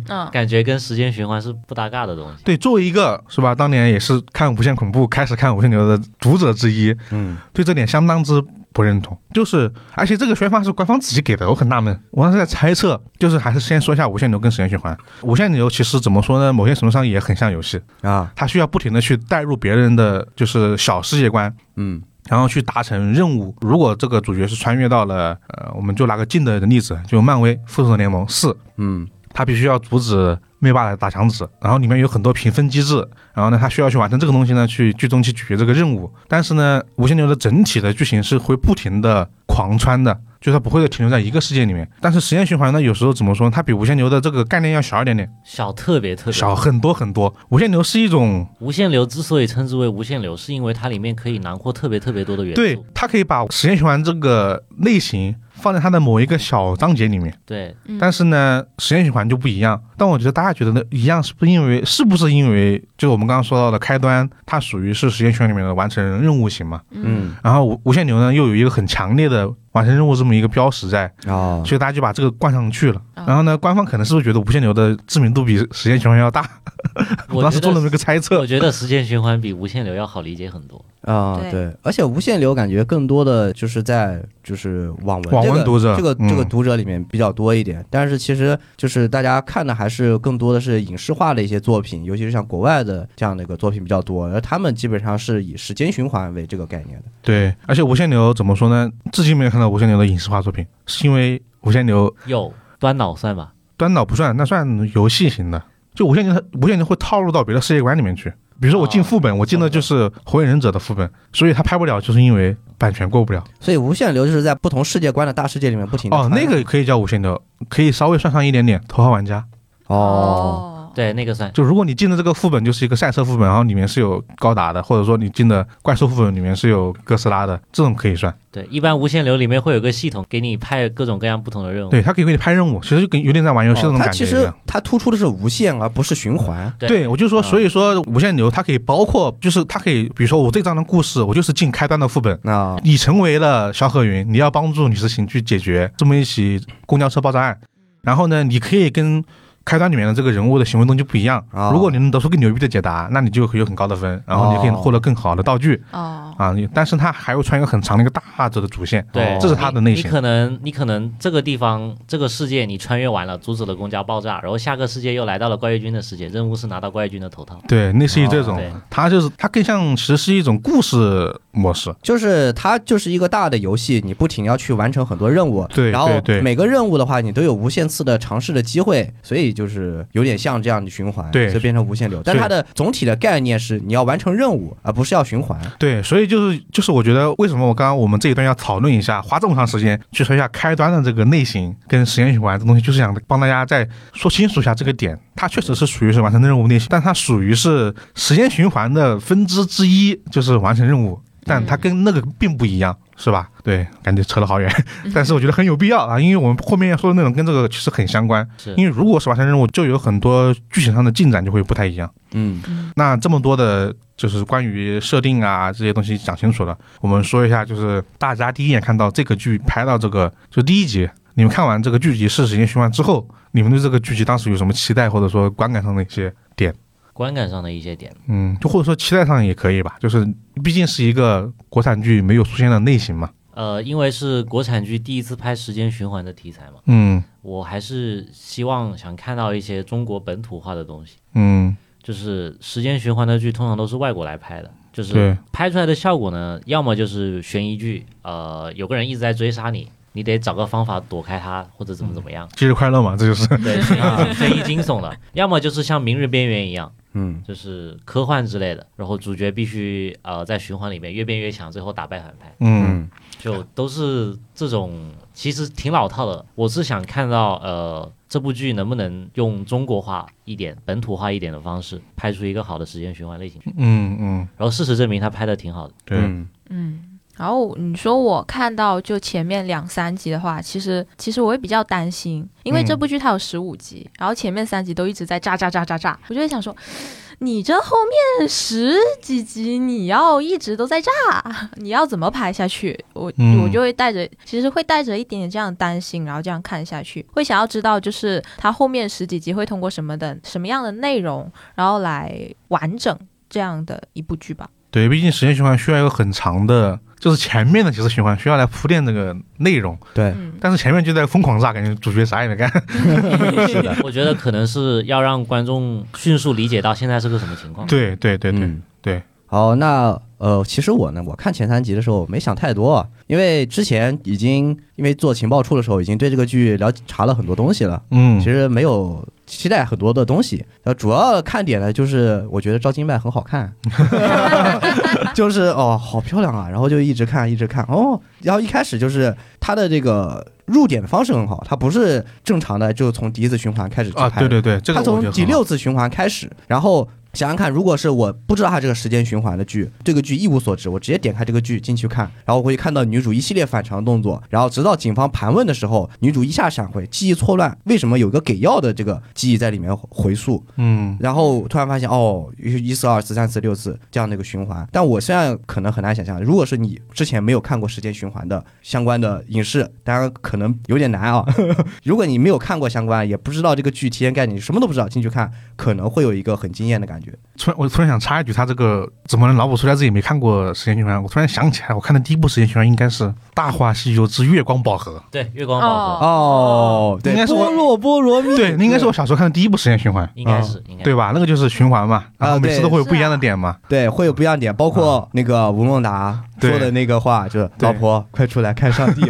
Speaker 1: 啊
Speaker 3: 嗯
Speaker 2: 感觉跟时间循环是不搭嘎的东西。
Speaker 1: 对，作为一个是吧，当年也是看《无限恐怖》开始看《无限流》的读者之一，
Speaker 4: 嗯，
Speaker 1: 对这点相当之不认同。就是而且这个宣发是官方自己给的，我很纳闷。我当时在猜测，就是还是先说一下无限流跟时间循环。无限流其实怎么说呢？某些程度上也很像游戏。
Speaker 4: 啊，
Speaker 1: 他需要不停的去带入别人的就是小世界观，
Speaker 4: 嗯
Speaker 1: 然后去达成任务。如果这个主角是穿越到了，呃，我们就拿个近的例子，就漫威《复仇者联盟四》，
Speaker 4: 嗯
Speaker 1: 他必须要阻止灭霸的打墙纸，然后里面有很多评分机制，然后呢，他需要去完成这个东西呢，去剧中去解决这个任务。但是呢，无限流的整体的剧情是会不停的狂穿的，就是它不会停留在一个世界里面。但是时间循环呢，有时候怎么说呢，它比无限流的这个概念要小一点点，
Speaker 2: 小特别特别
Speaker 1: 小很多很多。无限流是一种
Speaker 2: 无限流之所以称之为无限流，是因为它里面可以囊括特别特别多的元素。
Speaker 1: 对，它可以把时间循环这个类型放在它的某一个小章节里面。
Speaker 2: 对
Speaker 1: 但是呢，实验循环就不一样。但我觉得大家觉得呢一样，是不是因为是不是因为就我们刚刚说到的开端，它属于是实验循环里面的完成任务型嘛？
Speaker 4: 嗯
Speaker 1: 然后无无限流呢又有一个很强烈的完成任务这么一个标识在，
Speaker 4: 啊，
Speaker 1: 所以大家就把这个冠上去了。
Speaker 2: 嗯
Speaker 3: 哦
Speaker 1: 然后呢，官方可能是不是觉得无限流的知名度比实验循环要大？ 我
Speaker 2: 我
Speaker 1: 当
Speaker 2: 觉
Speaker 1: 时
Speaker 2: 得
Speaker 1: 做了这么个猜测
Speaker 2: 我。觉得时间循环比无限流要好理解很多。
Speaker 4: 啊，
Speaker 3: 对
Speaker 4: 对，而且无限流感觉更多的就是在就是网文
Speaker 1: 网
Speaker 4: 这
Speaker 1: 文
Speaker 4: 个
Speaker 1: 读者
Speaker 4: 这个
Speaker 1: 嗯
Speaker 4: 这个读者里面比较多一点，但是其实就是大家看的还是更多的是影视化的一些作品，尤其是像国外的这样的一个作品比较多，而他们基本上是以时间循环为这个概念的。
Speaker 1: 对，而且无限流怎么说呢？至今没有看到无限流的影视化作品，是因为无限流
Speaker 2: 有端脑算吧，
Speaker 1: 端脑不算，那算游戏型的。就无限流，无限流会套入到别的世界观里面去。比如说我进副
Speaker 4: 哦
Speaker 1: 本，我进的就是《火影忍者》的副本，所以他拍不了，就是因为版权过不了。
Speaker 4: 所以无限流就是在不同世界观的大世界里面不停地
Speaker 1: 哦，
Speaker 4: 穿
Speaker 1: 那个可以叫无限流，可以稍微算上一点点头号玩家。
Speaker 4: 哦，
Speaker 2: 对那个算。
Speaker 1: 就如果你进的这个副本就是一个赛车副本，然后里面是有高达的，或者说你进的怪兽副本里面是有哥斯拉的，这种可以算。
Speaker 2: 对，一般无限流里面会有个系统给你派各种各样不同的任务。
Speaker 1: 对，他可以给你拍任务，其实就跟有点在玩游戏那
Speaker 4: 哦
Speaker 1: 种
Speaker 4: 它
Speaker 1: 感
Speaker 4: 其
Speaker 1: 觉一
Speaker 4: 实
Speaker 1: 样。
Speaker 4: 它突出的是无限而啊不是循环。
Speaker 2: 对
Speaker 1: 对，我就
Speaker 4: 嗯
Speaker 1: 说，所以说无限流它可以包括，就是它可以，比如说我这章的故事，我就是进开端的副本，
Speaker 4: 那
Speaker 1: 啊你成为了萧何云，你要帮助女执行去解决这么一起公交车爆炸案。然后呢，你可以跟开端里面的这个人物的行为动机不一样。
Speaker 4: 哦
Speaker 1: 如果你能得出更牛逼的解答，那你就会有很高的分，然后你可以
Speaker 4: 哦
Speaker 1: 获得更好的道具、
Speaker 3: 哦，
Speaker 1: 啊。你但是它还会穿一个很长的一个大的主线，
Speaker 2: 对，
Speaker 1: 这是它的内
Speaker 2: 你
Speaker 1: 心。
Speaker 2: 可能你可能这个地方这个世界你穿越完了，阻止了公交爆炸，然后下个世界又来到了怪异军的世界，任务是拿到怪异军的头套。
Speaker 1: 对，类似于这种，
Speaker 2: 哦对
Speaker 1: 它就是它更像其实是一种故事模式。
Speaker 4: 就是它就是一个大的游戏，你不停要去完成很多任务，
Speaker 1: 对
Speaker 4: 然后
Speaker 1: 对对
Speaker 4: 每个任务的话，你都有无限次的尝试的机会，所以就是有点像这样的循环，
Speaker 1: 对
Speaker 4: 所以变成无限流。但它的总体的概念是你要完成任务，而不是要循环。
Speaker 1: 对，所以就是就是，我觉得为什么我刚刚我们这一段要讨论一下，花这么长时间去说一下开端的这个类型跟实验循环这东西，就是想帮大家再说清楚一下这个点。它确实是属于是完成任务类型，但它属于是时间循环的分支之一，就是完成任务，但它跟那个并不一样。是吧？对，感觉扯得好远，但是我觉得很有必要啊，因为我们后面要说的内容跟这个其实很相关。
Speaker 2: 是
Speaker 1: 因为如果是完成任务，就有很多剧情上的进展就会不太一样。
Speaker 4: 嗯，
Speaker 1: 那这么多的，就是关于设定啊这些东西讲清楚了，我们说一下，就是大家第一眼看到这个剧拍到这个，就第一集，你们看完这个剧集是时间循环之后，你们对这个剧集当时有什么期待，或者说观感上的一些，
Speaker 2: 观感上的一些点，
Speaker 1: 嗯，就或者说期待上也可以吧，就是毕竟是一个国产剧没有出现的类型嘛，
Speaker 2: 呃，因为是国产剧第一次拍时间循环的题材嘛，
Speaker 1: 嗯
Speaker 2: 我还是希望想看到一些中国本土化的东西。
Speaker 1: 嗯，
Speaker 2: 就是时间循环的剧通常都是外国来拍的，就是
Speaker 1: 对
Speaker 2: 拍出来的效果呢，要么就是悬疑剧，呃，有个人一直在追杀你，你得找个方法躲开他，或者怎么怎么样，
Speaker 1: 节日快乐嘛，这就是，
Speaker 2: 对，悬疑悬疑惊悚的；要么就是像《明日边缘》一样，
Speaker 4: 嗯，
Speaker 2: 就是科幻之类的，然后主角必须呃在循环里面越变越强，最后打败反派，
Speaker 1: 嗯
Speaker 2: 就都是这种，其实挺老套的。我是想看到呃。这部剧能不能用中国化一点、本土化一点的方式拍出一个好的时间循环类型？
Speaker 1: 嗯嗯，
Speaker 2: 然后事实证明他拍的挺好 的，
Speaker 1: 对，
Speaker 4: 嗯
Speaker 3: 然后你说我看到就前面两三集的话，其实其实我会比较担心，因为这部剧它有十五集，然后前面三集都一直在炸炸炸炸炸，我就会想说，你这后面十几集你要一直都在炸，你要怎么拍下去？我、
Speaker 1: 嗯
Speaker 3: 我就会带着，其实会带着一点点这样的担心，然后这样看下去，会想要知道就是它后面十几集会通过什么的什么样的内容，然后来完整这样的一部剧吧。
Speaker 1: 对，毕竟时间循环需要一个很长的，就是前面的其实循环需要来铺垫这个内容。
Speaker 4: 对，
Speaker 1: 但是前面就在疯狂炸，感觉主角啥也没 干。
Speaker 4: 是的，
Speaker 2: 我觉得可能是要让观众迅速理解到现在是个什么情况。
Speaker 1: 对对对对，
Speaker 4: 嗯
Speaker 1: 对。
Speaker 4: 好，那呃，其实我呢，我看前三集的时候没想太多，因为之前已经因为做情报处的时候，已经对这个剧了查了很多东西了。
Speaker 1: 嗯
Speaker 4: 其，实没有期待很多的东西，呃，主要看点呢就是我觉得赵今麦很 好看， 就是哦，好漂亮啊，然后就一直看一直看哦，然后一开始就是她的这个入点的方式很好，她不是正常的就从第一次循环开始去拍，
Speaker 1: 啊，对对对，这个
Speaker 4: 他
Speaker 1: 我觉
Speaker 4: 从
Speaker 1: 得
Speaker 4: 第
Speaker 1: 很好
Speaker 4: 六次循环开始，然后想想看，如果是我不知道他这个时间循环的剧，这个剧一无所知，我直接点开这个剧进去看，然后我会看到女主一系列反常动作，然后直到警方盘问的时候，女主一下闪回，记忆错乱，为什么有个给药的这个记忆在里面回溯？
Speaker 1: 嗯
Speaker 4: 然后突然发现哦，一四、二四、三四、六四这样的一个循环。但我虽然可能很难想象，如果是你之前没有看过时间循环的相关的影视，当然可能有点难啊。 如果你没有看过相关，也不知道这个剧体验概念，你什么都不知道，进去看可能会有一个很惊艳的感觉。
Speaker 1: 突然我突然想插一句，他这个怎么能脑补出来自己没看过《时间循环》？我突然想起来，我看的第一部《时间循环》应该是《大话西游之月光宝盒
Speaker 2: 对，月光宝盒、
Speaker 4: 哦，对，
Speaker 1: 应该是我
Speaker 4: 菠萝菠萝蜜，》，
Speaker 1: 对，那应该是我小时候看的第一部《时间循环》，啊
Speaker 2: 应该是应该
Speaker 1: 对吧？那个就是循环嘛，然后
Speaker 4: 啊
Speaker 1: 每次
Speaker 4: 对
Speaker 1: 都会有不一
Speaker 3: 是啊
Speaker 1: 样的点嘛。
Speaker 4: 对会有不一样的点，包括那个吴孟达说的那个话，就是
Speaker 1: 啊对
Speaker 4: 老婆快出来看上帝，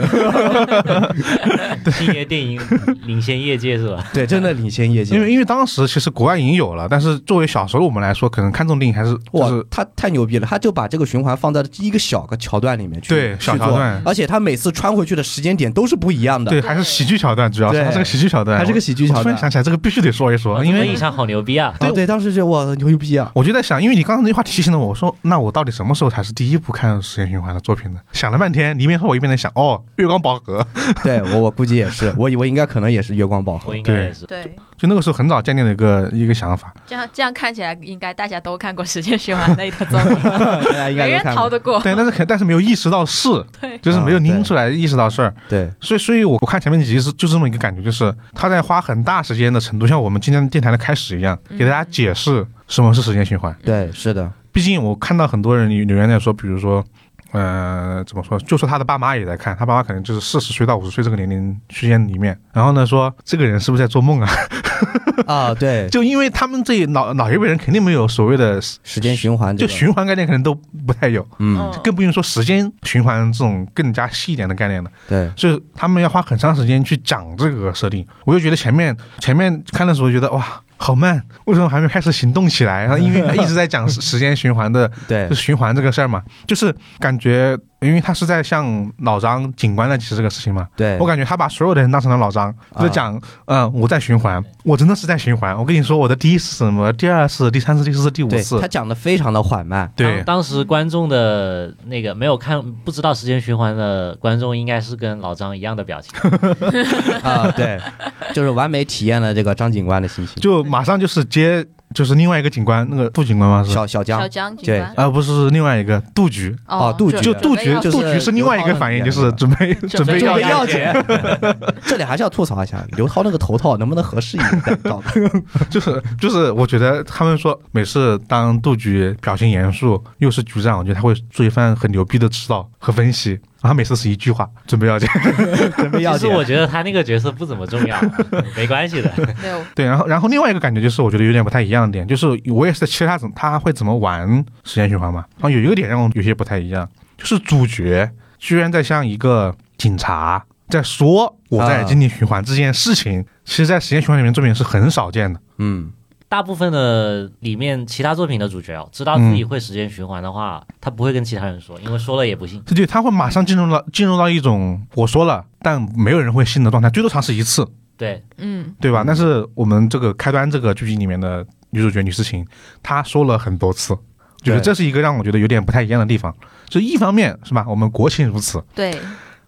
Speaker 2: 是星爷电影领先业界是吧？
Speaker 4: 对，真的领先业界
Speaker 1: 因。为因为当时其实国外已经有了，但是作为小时候的我们来说，可能看这种电影还是就
Speaker 4: 哇
Speaker 1: 是，
Speaker 4: 他太牛逼了！他就把这个循环放在一个小个桥段里面去，
Speaker 1: 对
Speaker 4: 去
Speaker 1: 小桥
Speaker 4: 做
Speaker 1: 段
Speaker 4: 而且他每次穿回去的时间点都是不一样的，
Speaker 1: 对，还是喜剧桥段，主要是
Speaker 4: 对
Speaker 1: 它是个喜剧桥段，
Speaker 4: 它是个喜剧桥段啊
Speaker 1: 我突然想起来，这个必须得说一说，因
Speaker 2: 这个
Speaker 1: 为
Speaker 2: 印象好牛逼啊！
Speaker 4: 啊，对，当时就哇牛 逼啊！
Speaker 1: 我就在想，因为你刚刚那句话提醒了我，我说那我到底什么时候才是第一部看时间循环的作品呢？想了半天，你一边说我一边在想，哦，《月光宝盒》，
Speaker 4: 对我我估计也是，我以为应该可能也是月光宝 盒
Speaker 2: 我应该
Speaker 1: 对
Speaker 2: 也是。
Speaker 3: 对，
Speaker 1: 就那个时候很早建立了一个一个想法，
Speaker 3: 这样这样看起来应该大家都看过《时间循 环》类的作品，
Speaker 4: 大家应
Speaker 3: 没
Speaker 4: 该
Speaker 3: 人
Speaker 4: 都看
Speaker 3: 逃
Speaker 4: 过。
Speaker 3: 得过。
Speaker 1: 对，但是可但是没有意识到是，
Speaker 3: 对，
Speaker 1: 就是没有
Speaker 4: 啊
Speaker 1: 拎
Speaker 4: 对
Speaker 1: 出来意识到事儿，
Speaker 4: 对，
Speaker 1: 所以，所以我我看前面几集是就这么一个感觉，就是他在花很大时间的程度，像我们今天电台的开始一样，给大家解释什么是时间循环。
Speaker 4: 对，是的，
Speaker 1: 毕竟我看到很多人留言在说，比如说，呃，怎么说？就说他的爸妈也在看，他爸妈可能就是四十岁到五十岁这个年龄区间里面。然后呢，说这个人是不是在做梦啊？
Speaker 4: 啊，对，
Speaker 1: 就因为他们这老老一辈人肯定没有所谓的，
Speaker 4: 时间循环这
Speaker 1: 就
Speaker 4: 个，
Speaker 1: 循环概念可能都不太有，
Speaker 3: 哦
Speaker 4: 嗯，
Speaker 1: 更不用说时间循环这种更加细一点的概念了。
Speaker 4: 对，
Speaker 1: 所以他们要花很长时间去讲这个设定。我就觉得前面前面看的时候觉得哇。好慢，为什么还没开始行动起来？然后因为一直在讲时时 间循环的
Speaker 4: 对
Speaker 1: 就，循环这个事儿嘛，就是感觉，因为他是在向老张警官在解释这个事情嘛。
Speaker 4: 对，
Speaker 1: 我感觉他把所有的人当成了老张，
Speaker 4: 啊
Speaker 1: 就讲，嗯、我在循环，我真的是在循环。我跟你说，我的第一次是什么，第二次、第三次、第四次、第五
Speaker 4: 对
Speaker 1: 次
Speaker 4: 他，讲的非常的 缓慢，
Speaker 1: 对
Speaker 2: 当，当时观众的那个没有看不知道时间循环的观众，应该是跟老张一样的表情。
Speaker 4: 啊，对，就是完美体验了这个张警官的心情。
Speaker 1: 就马上就是接，就是另外一个警官，那个杜警官吗？是
Speaker 4: 小小江
Speaker 3: 小，江警
Speaker 4: 对
Speaker 3: 官
Speaker 1: 啊，不是，是另外一个杜局，
Speaker 4: 哦杜
Speaker 3: 准
Speaker 4: 局
Speaker 1: 就
Speaker 3: 准
Speaker 1: 杜
Speaker 3: 备
Speaker 1: 局，
Speaker 3: 要
Speaker 4: 就是
Speaker 1: 杜局是另外一个反应，就是准备 准备
Speaker 3: 备
Speaker 1: 要
Speaker 3: 要
Speaker 1: 要
Speaker 4: 要姐， 这里还是要吐槽一下刘涛那个头套能不能合适一点再搞？
Speaker 1: 就是就是，我觉得他们说每次当杜局表情严肃，又是局长，我觉得他会做一番很牛逼的指导和分析。然后他每次是一句话，准备要见。
Speaker 4: 准备要
Speaker 2: 其实
Speaker 4: 姐，
Speaker 2: 我觉得他那个角色不怎么重要，啊没关系的。
Speaker 3: 没有
Speaker 1: 对，然后然后另外一个感觉就是，我觉得有点不太一样的点，就是我也是在期待他怎么他会怎么玩时间循环嘛。然后有一个点让我有些不太一样，就是主角居然在像一个警察在说我在
Speaker 4: 啊
Speaker 1: 经历循环这件事情，其实，在时间循环里面作品是很少见的。
Speaker 4: 嗯，
Speaker 2: 大部分的里面其他作品的主角哦，知道自己会时间循环的话，他不会跟其他人说，因为说了也不信。
Speaker 1: 对对，他会马上进入到进入到一种我说了，但没有人会信的状态，最多尝试一次，
Speaker 2: 对，
Speaker 3: 嗯
Speaker 1: 对吧？但是我们这个开端这个剧集里面的女主角吕思晴，她说了很多次，觉得
Speaker 4: 对
Speaker 1: 这是一个让我觉得有点不太一样的地方。就一方面是吧，我们国情如此，
Speaker 3: 对，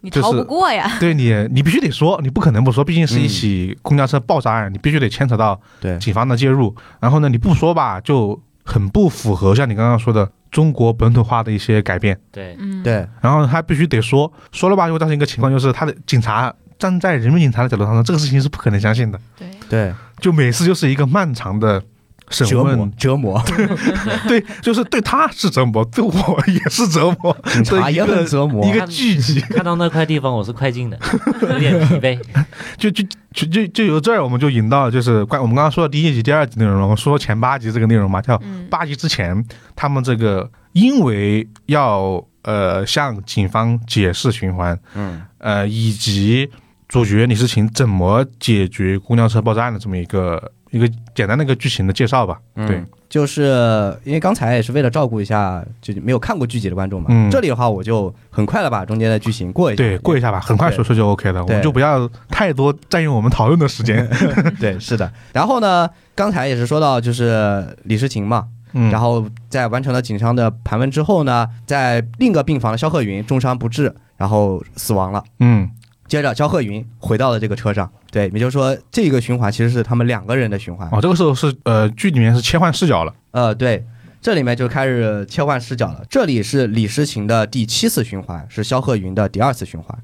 Speaker 3: 你
Speaker 1: 就是
Speaker 3: 逃不过呀。
Speaker 1: 对你你必须得说，你不可能不说，毕竟是一起公交车爆炸案，你必须得牵扯到
Speaker 4: 对，
Speaker 1: 警方的介入。然后呢，你不说吧，就很不符合像你刚刚说的中国本土化的一些改变。
Speaker 2: 对，
Speaker 3: 嗯，
Speaker 4: 对，
Speaker 1: 然后他必须得说，说了吧，就会造成一个情况，就是他的警察站在人民警察的角度上说，这个事情是不可能相信的。
Speaker 3: 对，
Speaker 4: 对，
Speaker 1: 就每次就是一个漫长的审
Speaker 4: 折磨
Speaker 1: 问，
Speaker 4: 折磨，
Speaker 1: 对，就是对他是折磨，对我也是折 磨，
Speaker 4: 警察也很折磨
Speaker 1: 一。个聚集，
Speaker 2: 看到那块地方我是快进的，有点疲 惫。
Speaker 1: 就就就就就由这儿，我们就引到就是关我们刚刚说的第一集、第二集内容了，我说前八集这个内容嘛，叫
Speaker 3: 嗯
Speaker 1: 八集之前他们这个因为要呃向警方解释循环，
Speaker 4: 嗯，
Speaker 1: 呃，以及主角李世勤怎么解决公交车爆炸案的这么一个一个简单的一个剧情的介绍吧。对，
Speaker 4: 就是因为刚才也是为了照顾一下就没有看过剧集的观众嘛，
Speaker 1: 嗯
Speaker 4: 这里的话我就很快的把中间的剧情过一下，
Speaker 1: 对，过一下吧，很快说说就 OK 了，我
Speaker 4: 对
Speaker 1: 们就不要太多占用我们讨论的时间。
Speaker 4: 对，是的。然后呢，刚才也是说到就是李诗情嘛，
Speaker 1: 嗯，
Speaker 4: 然
Speaker 1: 后
Speaker 4: 后在完成了警方的盘问之后呢，在另一个病房的肖鹤云重伤不治，然后死亡了。
Speaker 1: 嗯
Speaker 4: 接着，肖鹤云回到了这个车上，对，也就是说，这个循环其实是他们两个人的循环。
Speaker 1: 哦，这个时候是呃剧里面是切换视角了。
Speaker 4: 呃，对，这里面就开始切换视角了。这里是李诗情的第七次循环，是肖鹤云的第二次循环。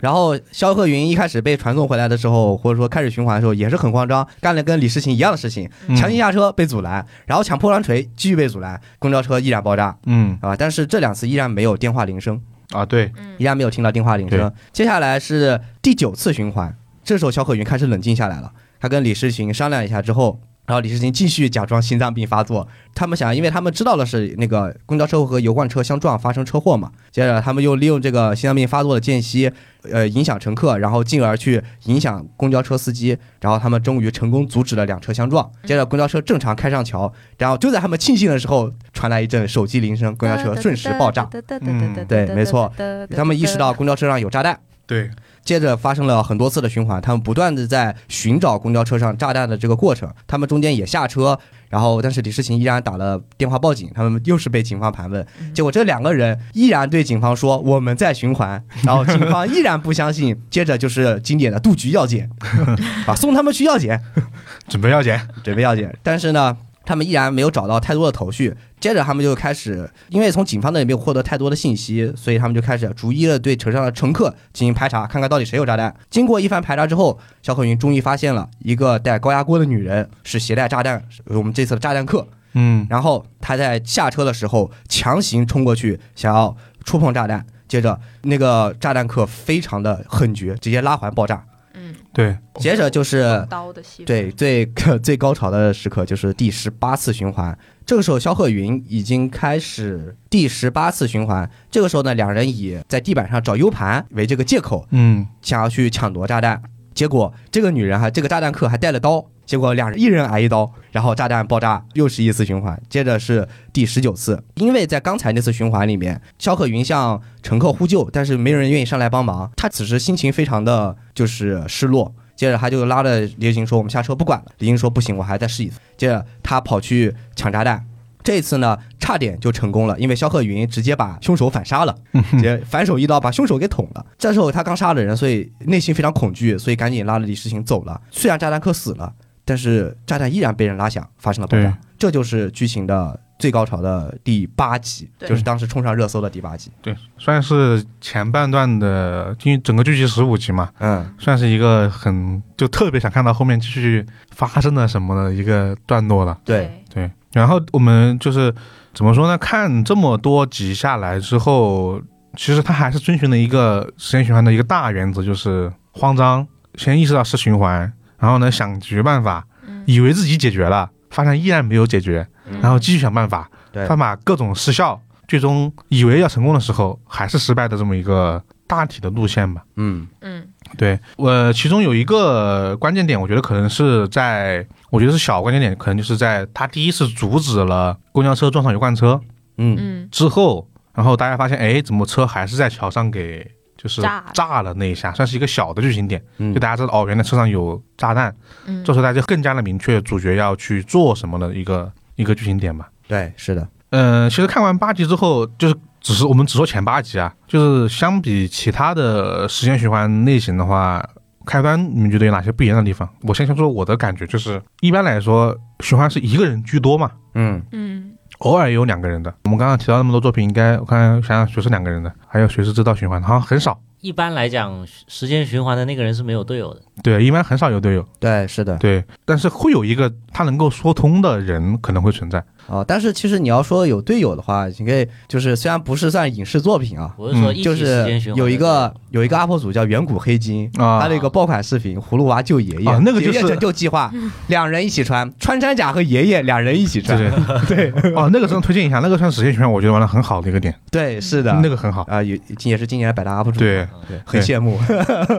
Speaker 4: 然后肖鹤云一开始被传送回来的时候，或者说开始循环的时候，也是很慌张，干了跟李诗情一样的事情，
Speaker 1: 嗯
Speaker 4: 强行下车被阻拦，然后抢破窗锤继续被阻拦，公交车依然爆炸
Speaker 1: 嗯
Speaker 4: 啊！但是这两次依然没有电话铃声，
Speaker 1: 啊，对，
Speaker 3: 嗯
Speaker 4: 依然没有听到电话铃
Speaker 1: 对
Speaker 4: 声。接下来是第九次循环，这时候肖鹤云开始冷静下来了，他跟李世群商量一下之后。然后李世群继续假装心脏病发作，他们想，因为他们知道了是那个公交车和油罐车相撞发生车祸嘛，接着他们又利用这个心脏病发作的间隙，呃，影响乘客，然后进而去影响公交车司机，然后他们终于成功阻止了两车相撞，接着公交车正常开上桥，然后就在他们庆幸的时候，传来一阵手机铃声，公交车瞬时爆炸，。
Speaker 1: 嗯
Speaker 4: 对没错，他们意识到公交车上有炸弹，
Speaker 1: 对，
Speaker 4: 接着发生了很多次的循环，他们不断的在寻找公交车上炸弹的这个过程，他们中间也下车，然后但是李世琴依然打了电话报警，他们又是被警方盘问，结果这两个人依然对警方说我们在循环，然后警方依然不相信，接着就是经典的杜局要检， 啊送他们去要检，
Speaker 1: 准备要剪。
Speaker 4: 准备要检，但是呢，他们依然没有找到太多的头绪。接着他们就开始，因为从警方那里没有获得太多的信息，所以他们就开始逐一的对车上的乘客进行排查，看看到底谁有炸弹。经过一番排查之后，小可云终于发现了一个带高压锅的女人是携带炸弹，是我们这次的炸弹客。
Speaker 1: 嗯
Speaker 4: 然后他在下车的时候强行冲过去，想要触碰炸弹。接着那个炸弹客非常的狠绝，直接拉环爆炸。
Speaker 3: 嗯，
Speaker 1: 对，
Speaker 4: 接着就是
Speaker 3: 刀的戏，
Speaker 4: 对，最最高潮的时刻就是第十八次循环。这个时候，肖鹤云已经开始第十八次循环。这个时候呢，两人以在地板上找 U 盘为这个借口，
Speaker 1: 嗯
Speaker 4: 想要去抢夺炸弹。结果这个女人还这个炸弹客还带了刀，结果两人一人挨一刀，然后炸弹爆炸，又是一次循环。接着是第十九次，因为在刚才那次循环里面，肖鹤云向乘客呼救，但是没有人愿意上来帮忙，他此时心情非常的就是失落。接着他就拉着李英说：“我们下车不管了。”李英说：“不行，我还再试一次。”接着他跑去抢炸弹，这次呢差点就成功了，因为肖鹤云直接把凶手反杀了。直接反手一刀把凶手给捅了。这时候他刚杀了人，所以内心非常恐惧，所以赶紧拉着李世情走了。虽然炸弹客死了，但是炸弹依然被人拉响，发生了爆
Speaker 1: 对
Speaker 4: 炸。这就是剧情的最高潮的第八集，
Speaker 3: 对
Speaker 4: 就是当时冲上热搜的第八集。
Speaker 1: 对，算是前半段的，因为整个剧集十五集嘛，
Speaker 4: 嗯，
Speaker 1: 算是一个很就特别想看到后面继续发生了什么的一个段落了。
Speaker 4: 对，
Speaker 1: 对，然后我们就是怎么说呢？看这么多集下来之后，其实它还是遵循了一个时间循环的一个大原则，就是慌张，先意识到是循环，然后呢想解决办法，以为自己解决了，发现依然没有解决，然后继续想办法，
Speaker 4: 对
Speaker 1: 办法各种失效，最终以为要成功的时候还是失败的这么一个大体的路线吧。
Speaker 4: 嗯，
Speaker 3: 嗯
Speaker 1: 对，我、其中有一个关键点，我觉得可能是在，我觉得是小关键点，可能就是在他第一次阻止了公交车撞上油罐车
Speaker 4: 嗯，
Speaker 3: 嗯
Speaker 1: 之后，然后大家发现，哎，怎么车还是在桥上给就是
Speaker 3: 炸了
Speaker 1: 炸了那一下，算是一个小的剧情点，
Speaker 4: 嗯
Speaker 1: 就大家知道哦，原来车上有炸弹，
Speaker 3: 嗯
Speaker 1: 这时候大家就更加的明确主角要去做什么的一个一个剧情点吧。
Speaker 4: 对，是的，
Speaker 1: 嗯，其实看完八集之后，就是只是我们只说前八集啊，就是相比其他的时间循环类型的话，开端你们觉得有哪些不一样的地方？我先先说我的感觉，就是一般来说循环是一个人居多嘛，
Speaker 4: 嗯，
Speaker 3: 嗯
Speaker 1: 偶尔也有两个人的。我们刚刚提到那么多作品，应该我看想想谁是两个人的，还有谁是知道循环的，好像很少。
Speaker 2: 一般来讲，时间循环的那个人是没有队友的。
Speaker 1: 对，一般很少有队友。
Speaker 4: 对，是的，
Speaker 1: 对，但是会有一个他能够说通的人可能会存在。
Speaker 4: 啊、但是其实你要说有队友的话，你可以就是虽然不是算影视作品啊，
Speaker 2: 我是说
Speaker 1: 嗯
Speaker 2: 一
Speaker 4: 就
Speaker 2: 起时间
Speaker 4: 是
Speaker 2: 循环
Speaker 4: 有一
Speaker 2: 的这啊
Speaker 4: 个有一个 UP 主叫远古黑金，
Speaker 1: 啊
Speaker 4: 他的一个爆款视频《葫芦娃救爷爷》
Speaker 1: 啊那个就
Speaker 4: 爷
Speaker 1: 是
Speaker 4: 爷拯救计划，两人一起穿穿山甲和爷爷两人一起穿，
Speaker 1: 对对对，哦，那个真的推荐一下，那个算是职业圈，我觉得玩的很好的一个点，
Speaker 4: 对是的，
Speaker 1: 那个很好。
Speaker 4: 啊也也是今年的百大 UP 主，
Speaker 1: 对，
Speaker 4: 对，很 羡慕，。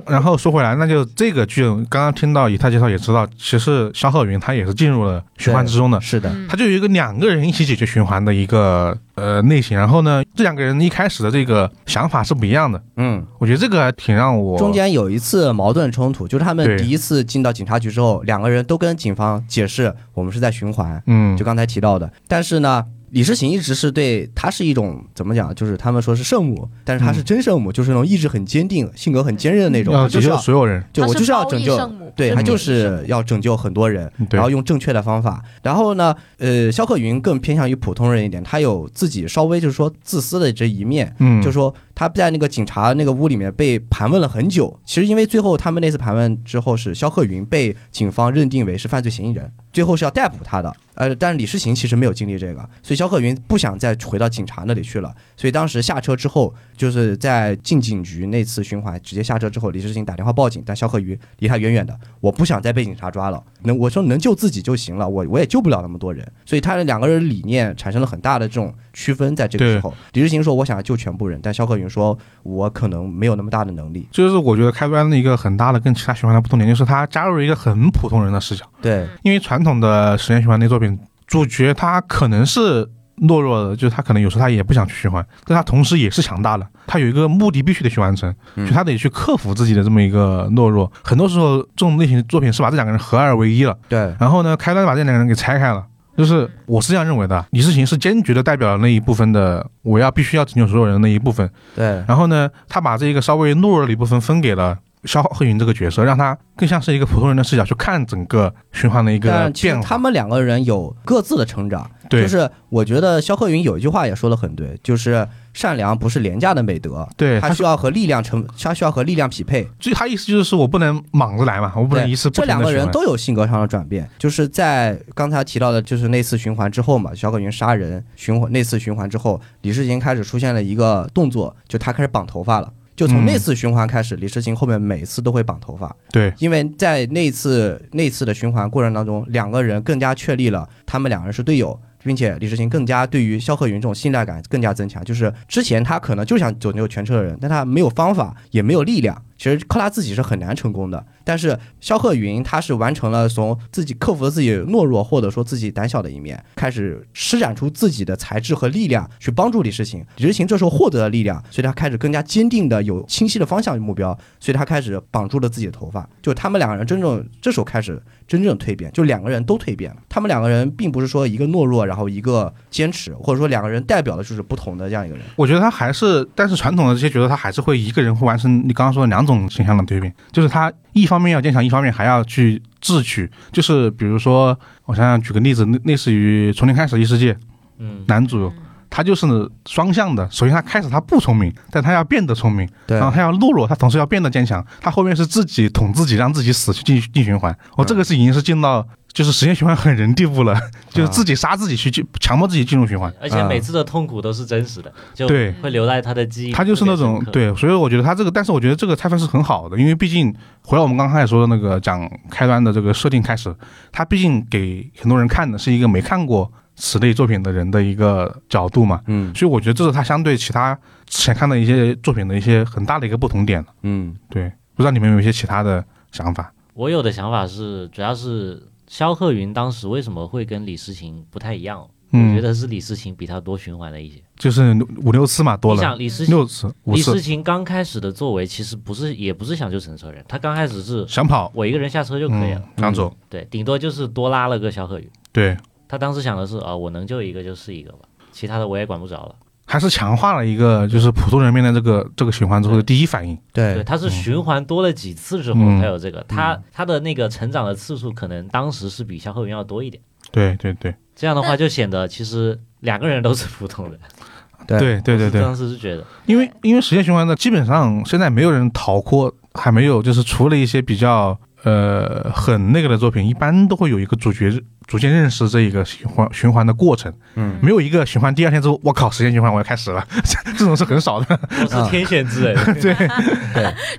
Speaker 1: 然后说回来，那就这个剧，刚刚听到以太介绍也知道，其实肖鹤云他也是进入了循环之中的
Speaker 4: 是的，
Speaker 3: 嗯
Speaker 1: 他就有一个两个人一起解决循环的一个呃类型，然后呢，这两个人一开始的这个想法是不一样的，
Speaker 4: 嗯，
Speaker 1: 我觉得这个还挺让我
Speaker 4: 中间有一次矛盾冲突，就是他们
Speaker 1: 对
Speaker 4: 第一次进到警察局之后，两个人都跟警方解释我们是在循环，
Speaker 1: 嗯
Speaker 4: 就刚才提到的。但是呢，李世行一直是对他是一种怎么讲，就是他们说是圣母，但
Speaker 3: 嗯
Speaker 4: 是他是真圣母，就是那种意志很坚定、性格很坚韧的那种，
Speaker 1: 要
Speaker 4: 就
Speaker 1: 解
Speaker 4: 是
Speaker 1: 救
Speaker 4: 要
Speaker 1: 所有人，
Speaker 4: 就我就是要拯救
Speaker 3: 他是褒义圣母
Speaker 4: 对他
Speaker 3: 是
Speaker 4: 就
Speaker 3: 褒义圣
Speaker 4: 是
Speaker 3: 母
Speaker 4: 要拯救很多人，
Speaker 1: 对
Speaker 4: 然后用正确的方法。然后呢，呃，肖克云更偏向于普通人一点，他有自己稍微就是说自私的这一面。
Speaker 1: 嗯，
Speaker 4: 就说他在那个警察那个屋里面被盘问了很久，其实因为最后他们那次盘问之后是肖克云被警方认定为是犯罪嫌疑人，最后是要逮捕他的。呃，但是李世行其实没有经历这个，所以肖克云不想再回到警察那里去了。所以当时下车之后，就是在进警局那次循环，直接下车之后，李世行打电话报警，但肖克云离他远远的，我不想再被警察抓了，能我说能救自己就行了，我我也救不了那么多人，所以他的两个人的理念产生了很大的这种区分，在这个
Speaker 1: 对
Speaker 4: 时候，李世行说我想要救全部人，但肖克云说我可能没有那么大的能力，
Speaker 1: 就是我觉得开端的一个很大的跟其他循环的不同点，就是它加入了一个很普通人的视角。
Speaker 4: 对
Speaker 1: 因为传统的时间循环类作品，主角他可能是懦弱的，就是他可能有时候他也不想去循环，但他同时也是强大的，他有一个目的必须得去完成，
Speaker 4: 嗯
Speaker 1: 就他得去克服自己的这么一个懦弱。很多时候这种类型的作品是把这两个人合二为一了，
Speaker 4: 对
Speaker 1: 然后呢，开端把这两个人给拆开了。就是我是这样认为的，李世行是坚决的代表了那一部分的，我要必须要拯救所有人的那一部分，
Speaker 4: 对
Speaker 1: 然后呢，他把这个稍微懦弱的一部分分给了肖鹤云这个角色，让他更像是一个普通人的视角去看整个循环的一个
Speaker 4: 但其实
Speaker 1: 变
Speaker 4: 他
Speaker 1: 化。
Speaker 4: 们两个人有各自的成长，
Speaker 1: 对
Speaker 4: 就是我觉得肖克云有一句话也说的很对，就是善良不是廉价的美德，
Speaker 1: 对，
Speaker 4: 它
Speaker 1: 他
Speaker 4: 需要和力量成，它需要和力量匹配。
Speaker 1: 就他意思就是我不能莽着来嘛，我不能
Speaker 4: 对
Speaker 1: 一次不
Speaker 4: 这
Speaker 1: 停
Speaker 4: 两
Speaker 1: 的
Speaker 4: 个
Speaker 1: 循
Speaker 4: 人
Speaker 1: 环。
Speaker 4: 都有性格上的转变，就是在刚才提到的，就是那次循环之后嘛，小葛云杀人循环那次循环之后，李世行开始出现了一个动作，就他开始绑头发了。就从
Speaker 1: 嗯
Speaker 4: 那次循环开始，李世行后面每次都会绑头发，
Speaker 1: 对，
Speaker 4: 因为在那次那次的循环过程当中，两个人更加确立了他们两人是队友，并且李世行更加对于肖鹤云这种信赖感更加增强。就是之前他可能就想拯救全车的人，但他没有方法，也没有力量，其实靠他自己是很难成功的。但是肖鹤云他是完成了从自己克服了自己懦弱或者说自己胆小的一面，开始施展出自己的才智和力量去帮助李世行。李世行这时候获得了力量，所以他开始更加坚定的有清晰的方向与目标，所以他开始绑住了自己的头发。就他们两个人真正这时候开始真正蜕变，就两个人都蜕变了。他们两个人并不是说一个懦弱，然后一个坚持，或者说两个人代表的就是不同的这样一个人。
Speaker 1: 我觉得他还是，但是传统的这些角色，他还是会一个人会完成你刚刚说的两种形象的对比，就是他一方面要坚强，一方面还要去智取。就是比如说，我想想举个例子，类类似于《从零开始异世界》，
Speaker 2: 嗯，
Speaker 1: 男主，他就是双向的。首先，他开始他不聪明，但他要变得聪明，
Speaker 4: 对
Speaker 1: 然后他要懦弱，他同时要变得坚强。他后面是自己捅自己，让自己死去进进循环。我、
Speaker 4: 嗯
Speaker 1: 这个是已经是进到就是时间循环很人地步了， 就是自己杀自己去进，强迫自己进入循环。
Speaker 2: 而且每次的痛苦都是真实的，就
Speaker 1: 嗯对
Speaker 2: 会留在他的记忆。
Speaker 1: 他就是那种，对，所以我觉得他这个，但是我觉得这个拆分是很好的，因为毕竟回到我们刚开始说的那个讲开端的这个设定开始，他毕竟给很多人看的是一个没看过此类作品的人的一个角度嘛，
Speaker 4: 嗯
Speaker 1: 所以我觉得这是他相对其他之前看的一些作品的一些很大的一个不同点了。
Speaker 4: 嗯
Speaker 1: 对，不知道你们有没有一些其他的想法？
Speaker 2: 我有的想法是，主要是肖鹤云当时为什么会跟李世情不太一样？
Speaker 1: 嗯
Speaker 2: 我觉得是李世情比他多循环了一些。
Speaker 1: 就是五六次嘛，多
Speaker 2: 你
Speaker 1: 了
Speaker 2: 想李世
Speaker 1: 六次、五
Speaker 2: 李世
Speaker 1: 次，
Speaker 2: 情刚开始的作为，其实不是也不是想救乘车人，他刚开始是
Speaker 1: 想跑
Speaker 2: 我一个人下车就可以了，
Speaker 1: 嗯，想走，
Speaker 2: 对，顶多就是多拉了个肖鹤云。
Speaker 1: 对，
Speaker 2: 他当时想的是啊、我能救一个就是一个吧，其他的我也管不着了。
Speaker 1: 还是强化了一个就是普通人面对这个这个循环之后的第一反应。
Speaker 2: 对，
Speaker 4: 对
Speaker 2: 他是循环多了几次之后
Speaker 1: 嗯
Speaker 2: 才有这个，他他的那个成长的次数可能当时是比肖鹤云要多一点。
Speaker 1: 对对对
Speaker 2: 这样的话
Speaker 3: 那
Speaker 2: 就显得其实两个人都是普通人。
Speaker 4: 对
Speaker 1: 对对对
Speaker 2: 我是
Speaker 1: 对，
Speaker 2: 当时是觉 得，
Speaker 1: 因为因为时间循环的基本上现在没有人逃过，还没有就是除了一些比较呃很那个的作品，一般都会有一个主角逐渐认识这一个循环循环的过程，
Speaker 4: 嗯，
Speaker 1: 没有一个循环第二天之后，我靠，时间循环我要开始了， 这这种是很少的。
Speaker 2: 我是天选之人，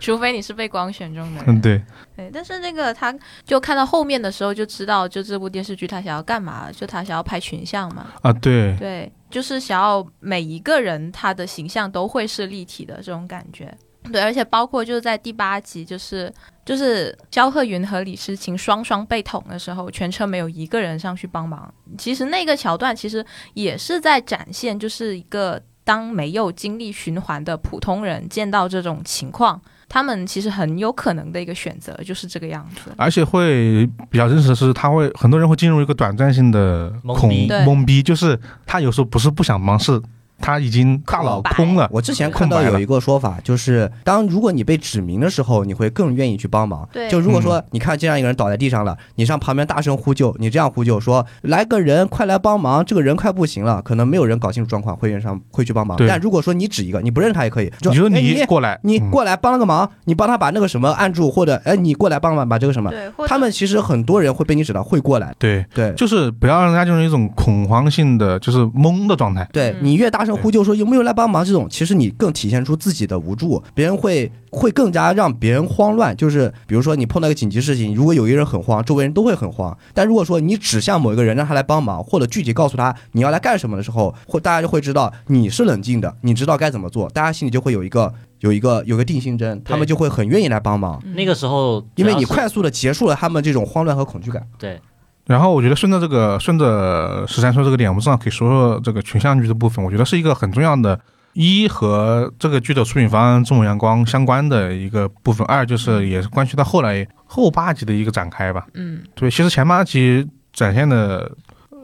Speaker 3: 除非你是被光选中的人。
Speaker 1: 嗯，对，
Speaker 3: 对，但是那个他就看到后面的时候就知道，就这部电视剧他想要干嘛，就他想要拍群像嘛，
Speaker 1: 啊，对，
Speaker 3: 对，就是想要每一个人他的形象都会是立体的这种感觉。对，而且包括就是在第八集，就是就是肖鹤云和李诗情双双被捅的时候，全车没有一个人上去帮忙。其实那个桥段其实也是在展现，就是一个当没有经历循环的普通人见到这种情况，他们其实很有可能的一个选择就是这个样子。
Speaker 1: 而且会比较真实的是，他会很多人会进入一个短暂性的
Speaker 2: 懵
Speaker 1: 恐
Speaker 2: 逼
Speaker 3: 对
Speaker 1: 懵逼，就是他有时候不是不想忙，是他已经大脑
Speaker 3: 空白
Speaker 1: 空了。
Speaker 4: 我之前看到有一个说法，就是当如果你被指名的时候，你会更愿意去帮忙。
Speaker 3: 对
Speaker 4: 就如果
Speaker 1: 嗯
Speaker 4: 说你看这样一个人倒在地上了，你上旁边大声呼救，你这样呼救说来个人快来帮忙，这个人快不行了，可能没有人搞清楚状况，会愿上会去帮忙。
Speaker 1: 对
Speaker 4: 但如果说你指一个，你不认识他也可以，
Speaker 1: 你说
Speaker 4: 哎
Speaker 1: 你过来，
Speaker 4: 你
Speaker 1: 嗯
Speaker 4: 过来帮了个忙，你帮他把那个什么按住，或者哎你过来帮忙把这个什么。
Speaker 3: 对，或者
Speaker 4: 他们其实很多人会被你指到会过来，
Speaker 1: 对，
Speaker 4: 对
Speaker 1: 就是不要让大家进入一种恐慌性的就是懵的状态。
Speaker 4: 对
Speaker 3: 嗯
Speaker 4: 你越大声呼救说有没有人来帮忙这种，其实你更体现出自己的无助，别人会会更加让别人慌乱。就是比如说你碰到一个紧急事情，如果有一个人很慌，周围人都会很慌。但如果说你指向某一个人让他来帮忙，或者具体告诉他你要来干什么的时候，或大家就会知道你是冷静的，你知道该怎么做，大家心里就会有一个有一个有一个定心针，他们就会很愿意来帮忙，
Speaker 2: 那个时候主
Speaker 4: 因为
Speaker 2: 要
Speaker 4: 你
Speaker 2: 是
Speaker 4: 快速的结束了他们这种慌乱和恐惧感。
Speaker 2: 对
Speaker 1: 然后我觉得顺着这个顺着十三说这个点，我们正好可以说说这个群像剧的部分。我觉得是一个很重要的，一和这个剧的出品方中午阳光相关的一个部分，二就是也是关系到后来后八集的一个展开吧。
Speaker 3: 嗯
Speaker 1: 对，其实前八集展现的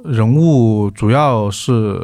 Speaker 1: 人物主要是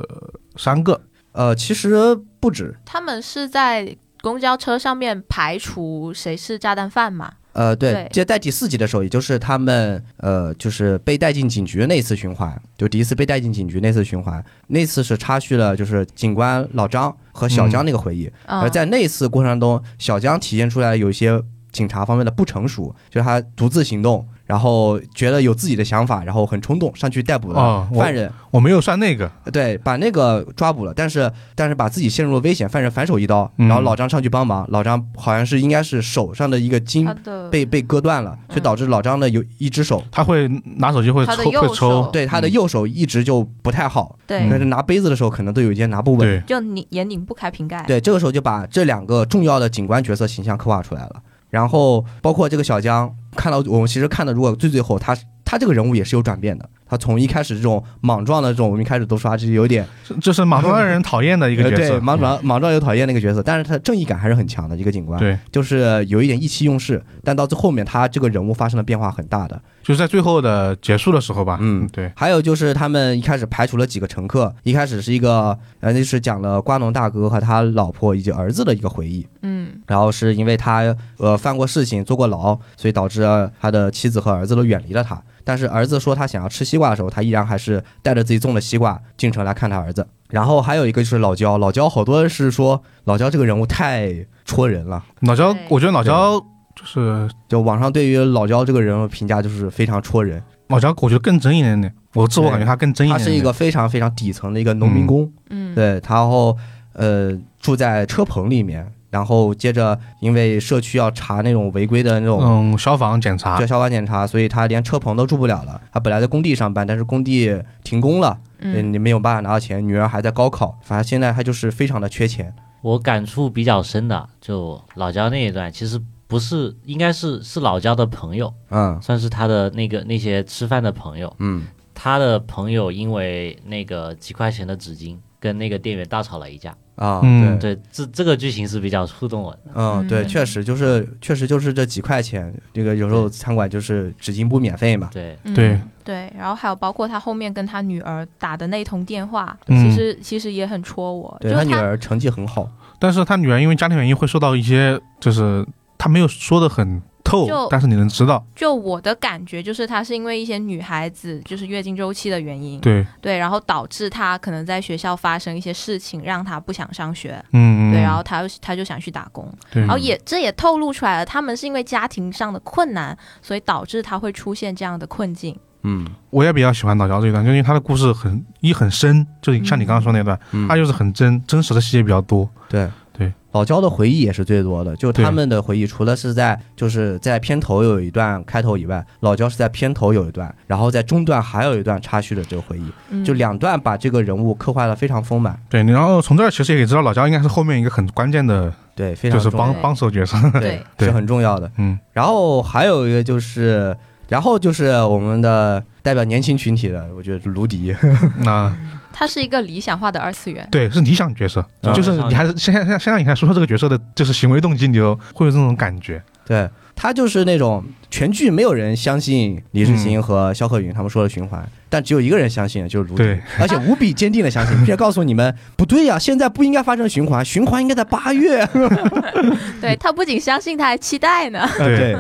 Speaker 1: 三个，
Speaker 4: 呃，其实不止，
Speaker 3: 他们是在公交车上面排除谁是炸弹犯嘛？
Speaker 4: 呃，对
Speaker 3: 对，
Speaker 4: 这在第四集的时候，也就是他们呃，就是被带进警局的那一次循环，就第一次被带进警局那次循环，那次是插叙了就是警官老张和小江那个回忆，
Speaker 1: 嗯
Speaker 3: 啊、
Speaker 4: 呃而在那一次过程中，小江体现出来有一些警察方面的不成熟，就是他独自行动，然后觉得有自己的想法，然后很冲动上去逮捕
Speaker 1: 哦
Speaker 4: 了
Speaker 1: 我
Speaker 4: 犯人，
Speaker 1: 我没有算那个，
Speaker 4: 对，把那个抓捕了，但是但是把自己陷入了危险，犯人反手一刀，
Speaker 1: 嗯
Speaker 4: 然后老张上去帮忙，老张好像是应该是手上的一个筋
Speaker 3: 他的
Speaker 4: 被被割断了，所以
Speaker 3: 嗯
Speaker 4: 导致老张的有一只手，
Speaker 1: 他会拿手机会
Speaker 3: 他的
Speaker 1: 抽
Speaker 3: 右
Speaker 1: 会抽
Speaker 3: 手，
Speaker 4: 对他的右手一直就不太好，
Speaker 3: 对、
Speaker 1: 嗯
Speaker 4: 但是拿杯子的时候可能都有一些拿不稳。
Speaker 1: 对，
Speaker 3: 就拧也拧不开瓶盖。
Speaker 4: 对，这个时候就把这两个重要的警官角色形象刻画出来了。然后包括这个小江，看到我们其实看到，如果最最后他他这个人物也是有转变的。他从一开始这种莽撞的这种，我们一开始都说他是有点
Speaker 1: 这是马东让人讨厌的一个
Speaker 4: 呃
Speaker 1: 角色，嗯
Speaker 4: 对莽撞莽撞又讨厌那个角色，但是他正义感还是很强的一个警官，
Speaker 1: 对，
Speaker 4: 就是有一点意气用事。但到最后面，他这个人物发生了变化很大的，
Speaker 1: 就是在最后的结束的时候吧，
Speaker 4: 嗯
Speaker 1: 对，
Speaker 4: 还有就是他们一开始排除了几个乘客，一开始是一个，呃，那是讲了瓜农大哥和他老婆以及儿子的一个回忆，
Speaker 3: 嗯，
Speaker 4: 然后是因为他呃犯过事情坐过牢，所以导致他的妻子和儿子都远离了他。但是儿子说他想要吃西瓜的时候，他依然还是带着自己种的西瓜进城来看他儿子。然后还有一个就是老焦，老焦好多是说老焦这个人物太戳人了，
Speaker 1: 老焦
Speaker 3: 对，
Speaker 1: 我觉得老焦就是
Speaker 4: 就网上对于老焦这个人物评价就是非常戳人，
Speaker 1: 老焦，我觉得更争议一点，我自我感觉他更争议
Speaker 4: 他
Speaker 1: 点。
Speaker 4: 是一个非常非常底层的一个农民工。
Speaker 3: 嗯，
Speaker 4: 对，然后呃住在车棚里面，然后接着因为社区要查那种违规的那种
Speaker 1: 嗯消防检查
Speaker 4: 叫，消防检查，所以他连车棚都住不了了。他本来在工地上班，但是工地停工了，
Speaker 3: 嗯，
Speaker 4: 你没有办法拿到钱，女儿还在高考，反正现在他就是非常的缺钱。
Speaker 2: 我感触比较深的，就老焦那一段，其实不是，应该是是老焦的朋友，
Speaker 4: 嗯
Speaker 2: 算是他的那个那些吃饭的朋友，
Speaker 4: 嗯，
Speaker 2: 他的朋友因为那个几块钱的纸巾跟那个店员大吵了一架。
Speaker 4: 啊，
Speaker 1: 嗯
Speaker 4: 对，
Speaker 2: 对，这这个剧情是比较触动我的。
Speaker 4: 嗯对，
Speaker 3: 嗯
Speaker 4: 确实就是确实就是这几块钱，这个有时候餐馆就是纸巾不免费嘛。
Speaker 2: 对，
Speaker 3: 嗯
Speaker 1: 对
Speaker 3: 对，然后还有包括他后面跟他女儿打的那通电话，
Speaker 1: 嗯
Speaker 3: 其实其实也很戳我，就
Speaker 4: 对
Speaker 3: 是
Speaker 4: 他
Speaker 3: 他
Speaker 4: 女儿成绩很好，
Speaker 1: 但是他女儿因为家庭原因会受到一些就是他没有说的很透
Speaker 3: 就，
Speaker 1: 但是你能知道，
Speaker 3: 就我的感觉，就是她是因为一些女孩子就是月经周期的原因，
Speaker 1: 对，
Speaker 3: 对，然后导致她可能在学校发生一些事情，让她不想上学，
Speaker 1: 嗯，嗯
Speaker 3: 对，然后她她就想去打工，
Speaker 4: 嗯
Speaker 1: 对
Speaker 3: 然后也这也透露出来了，他们是因为家庭上的困难，所以导致她会出现这样的困境。
Speaker 4: 嗯
Speaker 1: 我也比较喜欢老姚这一段，就因为他的故事很一很深，就是像你刚刚说那段，
Speaker 4: 嗯
Speaker 1: 二、就是很真，真实的细节比较多，
Speaker 4: 对
Speaker 1: 对，
Speaker 4: 老焦的回忆也是最多的，就
Speaker 1: 对
Speaker 4: 他们的回忆，除了是在就是在片头有一段开头以外，老焦是在片头有一段，然后在中段还有一段插叙的这个回忆，
Speaker 3: 嗯，
Speaker 4: 就两段把这个人物刻画的非常丰满，
Speaker 1: 对，然后从这儿其实也可以知道老焦应该是后面一个很关键的，
Speaker 4: 对，非
Speaker 1: 就
Speaker 4: 常
Speaker 1: 是
Speaker 4: 重要
Speaker 1: 帮
Speaker 3: 对
Speaker 1: 帮手角色，
Speaker 3: 对
Speaker 4: 是很重要的。
Speaker 1: 嗯，
Speaker 4: 然后还有一个就是，然后就是我们的代表年轻群体的，我觉得是卢迪，
Speaker 1: 那
Speaker 3: 她是一个理想化的二次元。
Speaker 1: 对是理想角色，
Speaker 4: 啊
Speaker 1: 就是你还是现在现在现在你看说说这个角色的就是行为动机，你就会有这种感觉，
Speaker 4: 对他就是那种全剧没有人相信李世琴和肖鹤云他们说的循环，但只有一个人相信，就是卢迪
Speaker 1: 对，
Speaker 4: 而且无比坚定 的相信，并且告诉你们不对呀、现在不应该发生循环，循环应该在八 月。嗯
Speaker 3: 对她不仅相信，她还期待呢。
Speaker 4: 啊
Speaker 1: 对，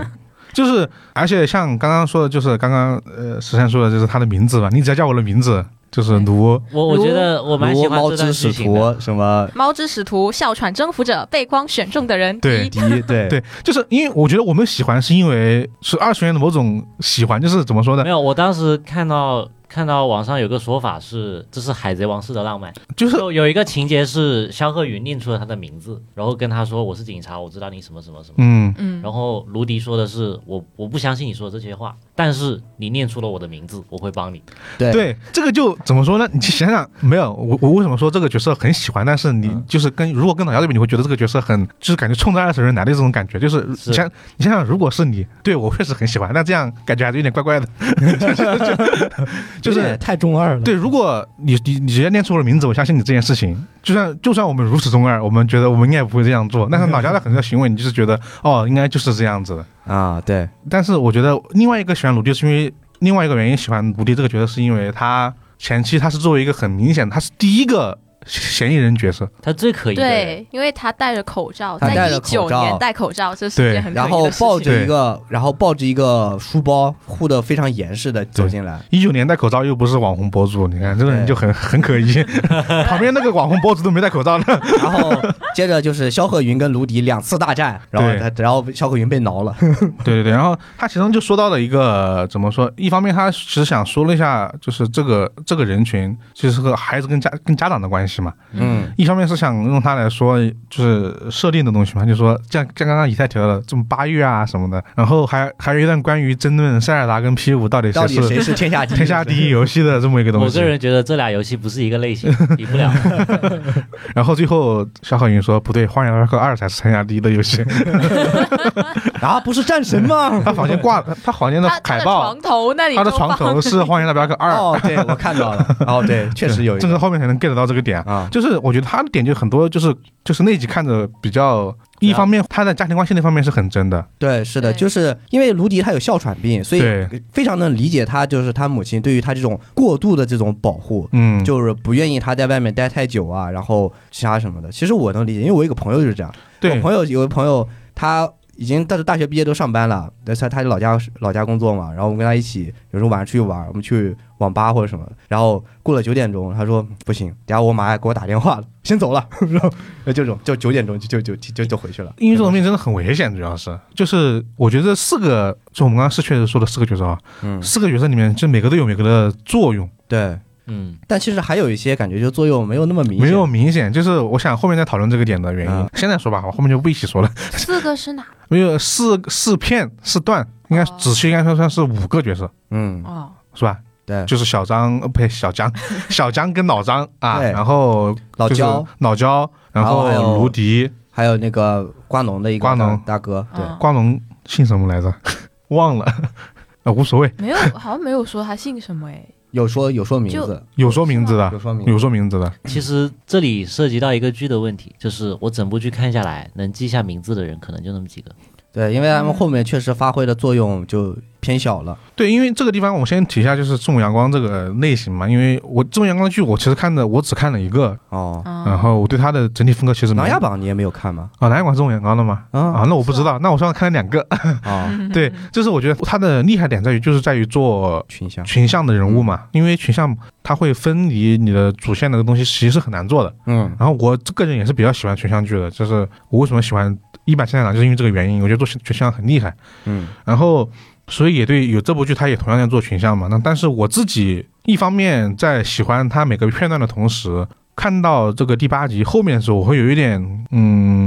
Speaker 1: 就是而且像刚刚说的，就是刚刚呃十三说的，就是他的名字吧，你只要叫我的名字，就是卢，
Speaker 2: 我我觉得我蛮喜
Speaker 4: 如
Speaker 2: 欢
Speaker 4: 猫
Speaker 2: 这
Speaker 4: 之啊
Speaker 2: 段
Speaker 4: 使
Speaker 2: 剧情的。
Speaker 4: 徒什么
Speaker 3: 猫之使徒哮喘征服者，被光选中的人。
Speaker 1: 对
Speaker 3: 第一
Speaker 4: 迪，对
Speaker 1: 对，就是因为我觉得我们喜欢是因为是二次元的某种喜欢，就是怎么说呢
Speaker 2: 没？有，我当时看到看到网上有个说法是，这是《海贼王式的浪 漫》，
Speaker 1: 就是
Speaker 2: 就有一个情节是肖鹤云念出了他的名字，然后跟他说我是警察，我知道你什么什么什么。
Speaker 1: 嗯，
Speaker 3: 嗯，
Speaker 2: 然后卢迪说的是我我不相信你说的这些话，但是你念出了我的名字，我会帮你。
Speaker 4: 对
Speaker 1: 对，这个就怎么说呢？你去想想，没有我我为什么说这个角色很喜欢？但是你就是跟如果跟老姚这边，你会觉得这个角色很就是感觉冲着二次元来的这种感觉，就是
Speaker 2: 是
Speaker 1: 你想你想想，如果是你，对我确实很喜欢，那这样感觉还是有点怪怪的， 就
Speaker 4: 有
Speaker 1: 是就
Speaker 4: 点
Speaker 1: 是。
Speaker 4: 太中二了。
Speaker 1: 对，如果你你你直接念出我的名字，我相信你这件事情。就算就算我们如此中二，我们觉得我们应该也不会这样做。但是老家的很多行为，你就是觉得哦，应该就是这样子的。
Speaker 4: 啊，对
Speaker 1: 但是我觉得另外一个喜欢鲁迪，是因为另外一个原因喜欢鲁迪这个角色，是因为他前期他是作为一个很明显的，他是第一个嫌疑人角色，
Speaker 2: 他最可疑的人，
Speaker 3: 对，因为他戴着口罩，
Speaker 4: 他戴
Speaker 3: 在
Speaker 4: 着
Speaker 3: 一
Speaker 4: 口
Speaker 3: 九
Speaker 4: 罩
Speaker 3: 年戴口罩，这是一件很可疑的
Speaker 4: 然后
Speaker 3: 事情
Speaker 4: 抱着一个，然后抱着一个书包，护的非常严实的走进来。
Speaker 1: 一九年戴口罩又不是网红博主，你看这个人
Speaker 4: 对
Speaker 1: 就很很可 疑。旁边那个网红博主都没戴口罩呢。
Speaker 4: 然后接着就是萧鹤云跟卢迪两次大战，然后他然后萧鹤云被挠了，
Speaker 1: 对对对，然后他其中就说到了一个怎么说？一方面他其实想说了一下，就是这个这个人群其实是和孩子跟家跟家长的关系嘛。
Speaker 4: 嗯，
Speaker 1: 一方面是想用它来说，就是设定的东西嘛，就说像像刚刚以太提到的，这么八月啊什么的，然后还还有一段关于争论塞尔达跟 P 五到底
Speaker 4: 到
Speaker 1: 谁
Speaker 4: 底
Speaker 1: 是
Speaker 4: 谁是天下第一？
Speaker 1: 天下第一游戏的这么一个东
Speaker 2: 我
Speaker 1: 西
Speaker 2: 个。人觉得这俩游戏不是一个类 型，比不了。
Speaker 1: 然后最后肖浩云说不对，《荒野大镖客二》才是天下第一的游 戏，
Speaker 4: 啊，不是战神 吗？
Speaker 1: 他房间挂了他房间的
Speaker 3: 他他
Speaker 1: 海
Speaker 3: 的
Speaker 1: 报
Speaker 3: 床，头那里
Speaker 1: 他的
Speaker 3: 就
Speaker 1: 床
Speaker 3: 放
Speaker 1: 头是《荒野大镖客二》，
Speaker 4: 哦，对，我看到 了。哦，对，确实有一
Speaker 1: 这
Speaker 4: 个
Speaker 1: 个后面才能 get 到这个点。
Speaker 4: 啊，
Speaker 1: 就是我觉得他的点就很多，就是就是那集看着比较，
Speaker 4: 啊
Speaker 1: 一方面他在家庭关系那方面是很真的，
Speaker 4: 对，是的，
Speaker 3: 对
Speaker 4: 就是因为卢迪他有哮喘病，所以
Speaker 1: 对
Speaker 4: 非常能理解他，就是他母亲对于他这种过度的这种保护。
Speaker 1: 嗯，
Speaker 4: 就是不愿意他在外面待太久啊，然后其他什么的。其实我能理解，因为我有一个朋友就是这样。我
Speaker 1: 对
Speaker 4: 朋友有个朋友，他已经但是大学毕业都上班了，但是他他老家老家工作嘛，然后我们跟他一起，有时候晚上出去玩，我们去网吧或者什么，然后过了九点钟，他说不行，等下我妈给我打电话了，先走了， 然后呃就这种就九点钟就就就就就就回去了，
Speaker 1: 因为这种病真的很危险，主要是就是我觉得四个，就我们刚刚是确实说的四个角色啊，
Speaker 4: 嗯，
Speaker 1: 四个角色里面，这每个都有每个的作用，
Speaker 4: 对。
Speaker 2: 嗯，
Speaker 4: 但其实还有一些感觉就作用没有那么明显，
Speaker 1: 没有明显，就是我想后面再讨论这个点的原因。
Speaker 4: 嗯
Speaker 1: 现在说吧，我后面就不一起说了。
Speaker 3: 四个是哪？
Speaker 1: 没有四四片四段，应该
Speaker 3: 哦
Speaker 1: 仔细应该说算是五个角色，
Speaker 4: 嗯，
Speaker 3: 哦，
Speaker 1: 是吧？
Speaker 4: 对，
Speaker 1: 就是小张， 呃不对，小 江，小江跟老张啊，
Speaker 4: 对
Speaker 1: 然后
Speaker 4: 老
Speaker 1: 就是
Speaker 4: 焦，
Speaker 1: 老焦，然
Speaker 4: 然后还有
Speaker 1: 后卢迪，
Speaker 4: 还有那个瓜农的一个
Speaker 1: 瓜农
Speaker 4: 大哥，对，
Speaker 3: 嗯
Speaker 1: 瓜农姓什么来着？ 忘了，啊，无所谓，
Speaker 3: 没有，好像没有说他姓什么哎。
Speaker 4: 有说有说名
Speaker 3: 就
Speaker 4: 字，
Speaker 1: 有说名字的
Speaker 4: 有，说名字，
Speaker 1: 有说名字的，
Speaker 2: 其实这里涉及到一个剧的问题，就是我整部剧看下来，能记下名字的人可能就那么几个。
Speaker 3: 嗯
Speaker 4: 对，因为他们后面确实发挥的作用就偏小了。
Speaker 1: 对，因为这个地方我先提一下，就是《赤木阳光》这个类型嘛，因为我《赤木阳光》的剧我其实看的我只看了一个，
Speaker 4: 哦，
Speaker 1: 然
Speaker 3: 啊，
Speaker 1: 后我对他的整体风格其实没
Speaker 4: 琅琊榜你也没有看吗？
Speaker 1: 啊，南亚馆《赤木阳光》的嘛。啊
Speaker 4: 啊，
Speaker 1: 那我不知道，那我上次看了两个，
Speaker 4: 啊，
Speaker 1: 对，就是我觉得他的厉害点在于，就是在于做
Speaker 4: 群像，
Speaker 1: 群像的人物嘛，因为群像它会分离你的主线那个东西，其实是很难做的。
Speaker 4: 嗯
Speaker 1: 然后我这个人也是比较喜欢群像剧的，就是我为什么喜欢一版现场，就是因为这个原因，我觉得做群群像很厉害。
Speaker 4: 嗯
Speaker 1: 然后所以也对有这部剧，它也同样在做群像嘛。那但是我自己一方面在喜欢它每个片段的同时，看到这个第八集后面的时候，我会有一点嗯。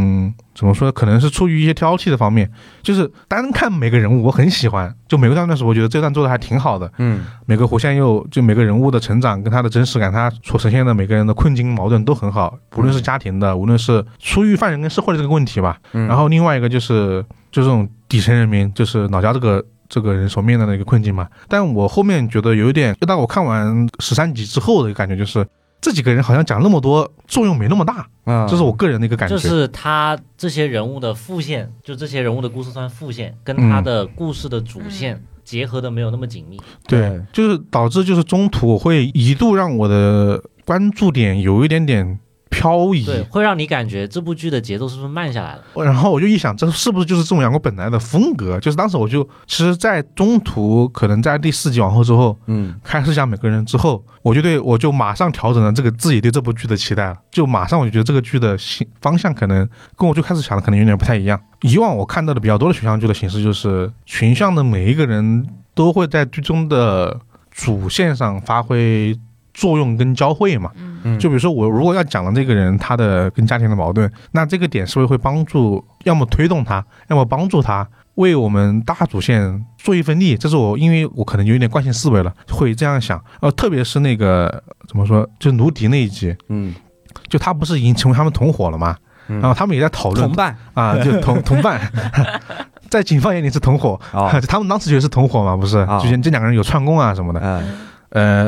Speaker 1: 怎么说呢？可能是出于一些挑剔的方面，就是单看每个人物，我很喜欢，就每个段的时候，我觉得这段做的还挺好的。
Speaker 4: 嗯
Speaker 1: 每个弧线又就每个人物的成长跟他的真实感，他所呈现的每个人的困境矛盾都很好，无论是家庭的，无论是出于犯人跟社会的这个问题吧。
Speaker 4: 嗯，
Speaker 1: 然后另外一个就是就这种底层人民，就是老家这个这个人所面临的一个困境嘛。但我后面觉得有一点，就当我看完十三集之后的感觉就是。这几个人好像讲那么多，作用没那么大，
Speaker 4: 啊，
Speaker 1: 这是我个人的一个感觉。
Speaker 2: 就是他这些人物的副线，就这些人物的故事算副线，跟他的故事的主
Speaker 1: 嗯
Speaker 2: 线结合的没有那么紧密。
Speaker 1: 对，就是导致就是中途我会一度让我的关注点有一点点漂移，
Speaker 2: 对，会让你感觉这部剧的节奏是不是慢下来了？
Speaker 1: 然后我就一想，这是不是就是这种阳光本来的风格？就是当时我就，其实，在中途可能在第四集往后之后，
Speaker 4: 嗯
Speaker 1: 开始讲每个人之后，我就对我就马上调整了这个自己对这部剧的期待了，就马上我就觉得这个剧的形方向可能跟我最开始想的可能有点不太一样。以往我看到的比较多的群像剧的形式就是群像的每一个人都会在剧中的主线上发挥作用跟交汇嘛。
Speaker 4: 嗯，
Speaker 1: 就比如说我如果要讲了这个人他的跟家庭的矛盾，那这个点是不是会帮助，要么推动他，要么帮助他为我们大主线做一份力？这是我因为我可能有点惯性思维了，会这样想。呃，特别是那个怎么说，就卢迪那一集，
Speaker 4: 嗯
Speaker 1: 就他不是已经成为他们同伙了吗？
Speaker 4: 嗯
Speaker 1: 然后他们也在讨论
Speaker 4: 同伴
Speaker 1: 啊，就同同伴，在警方眼里是同 伙，
Speaker 4: 啊
Speaker 1: 就他们当时觉得是同伙嘛，不是
Speaker 4: 啊？
Speaker 1: 就觉得这两个人有串供啊什么的。
Speaker 4: 嗯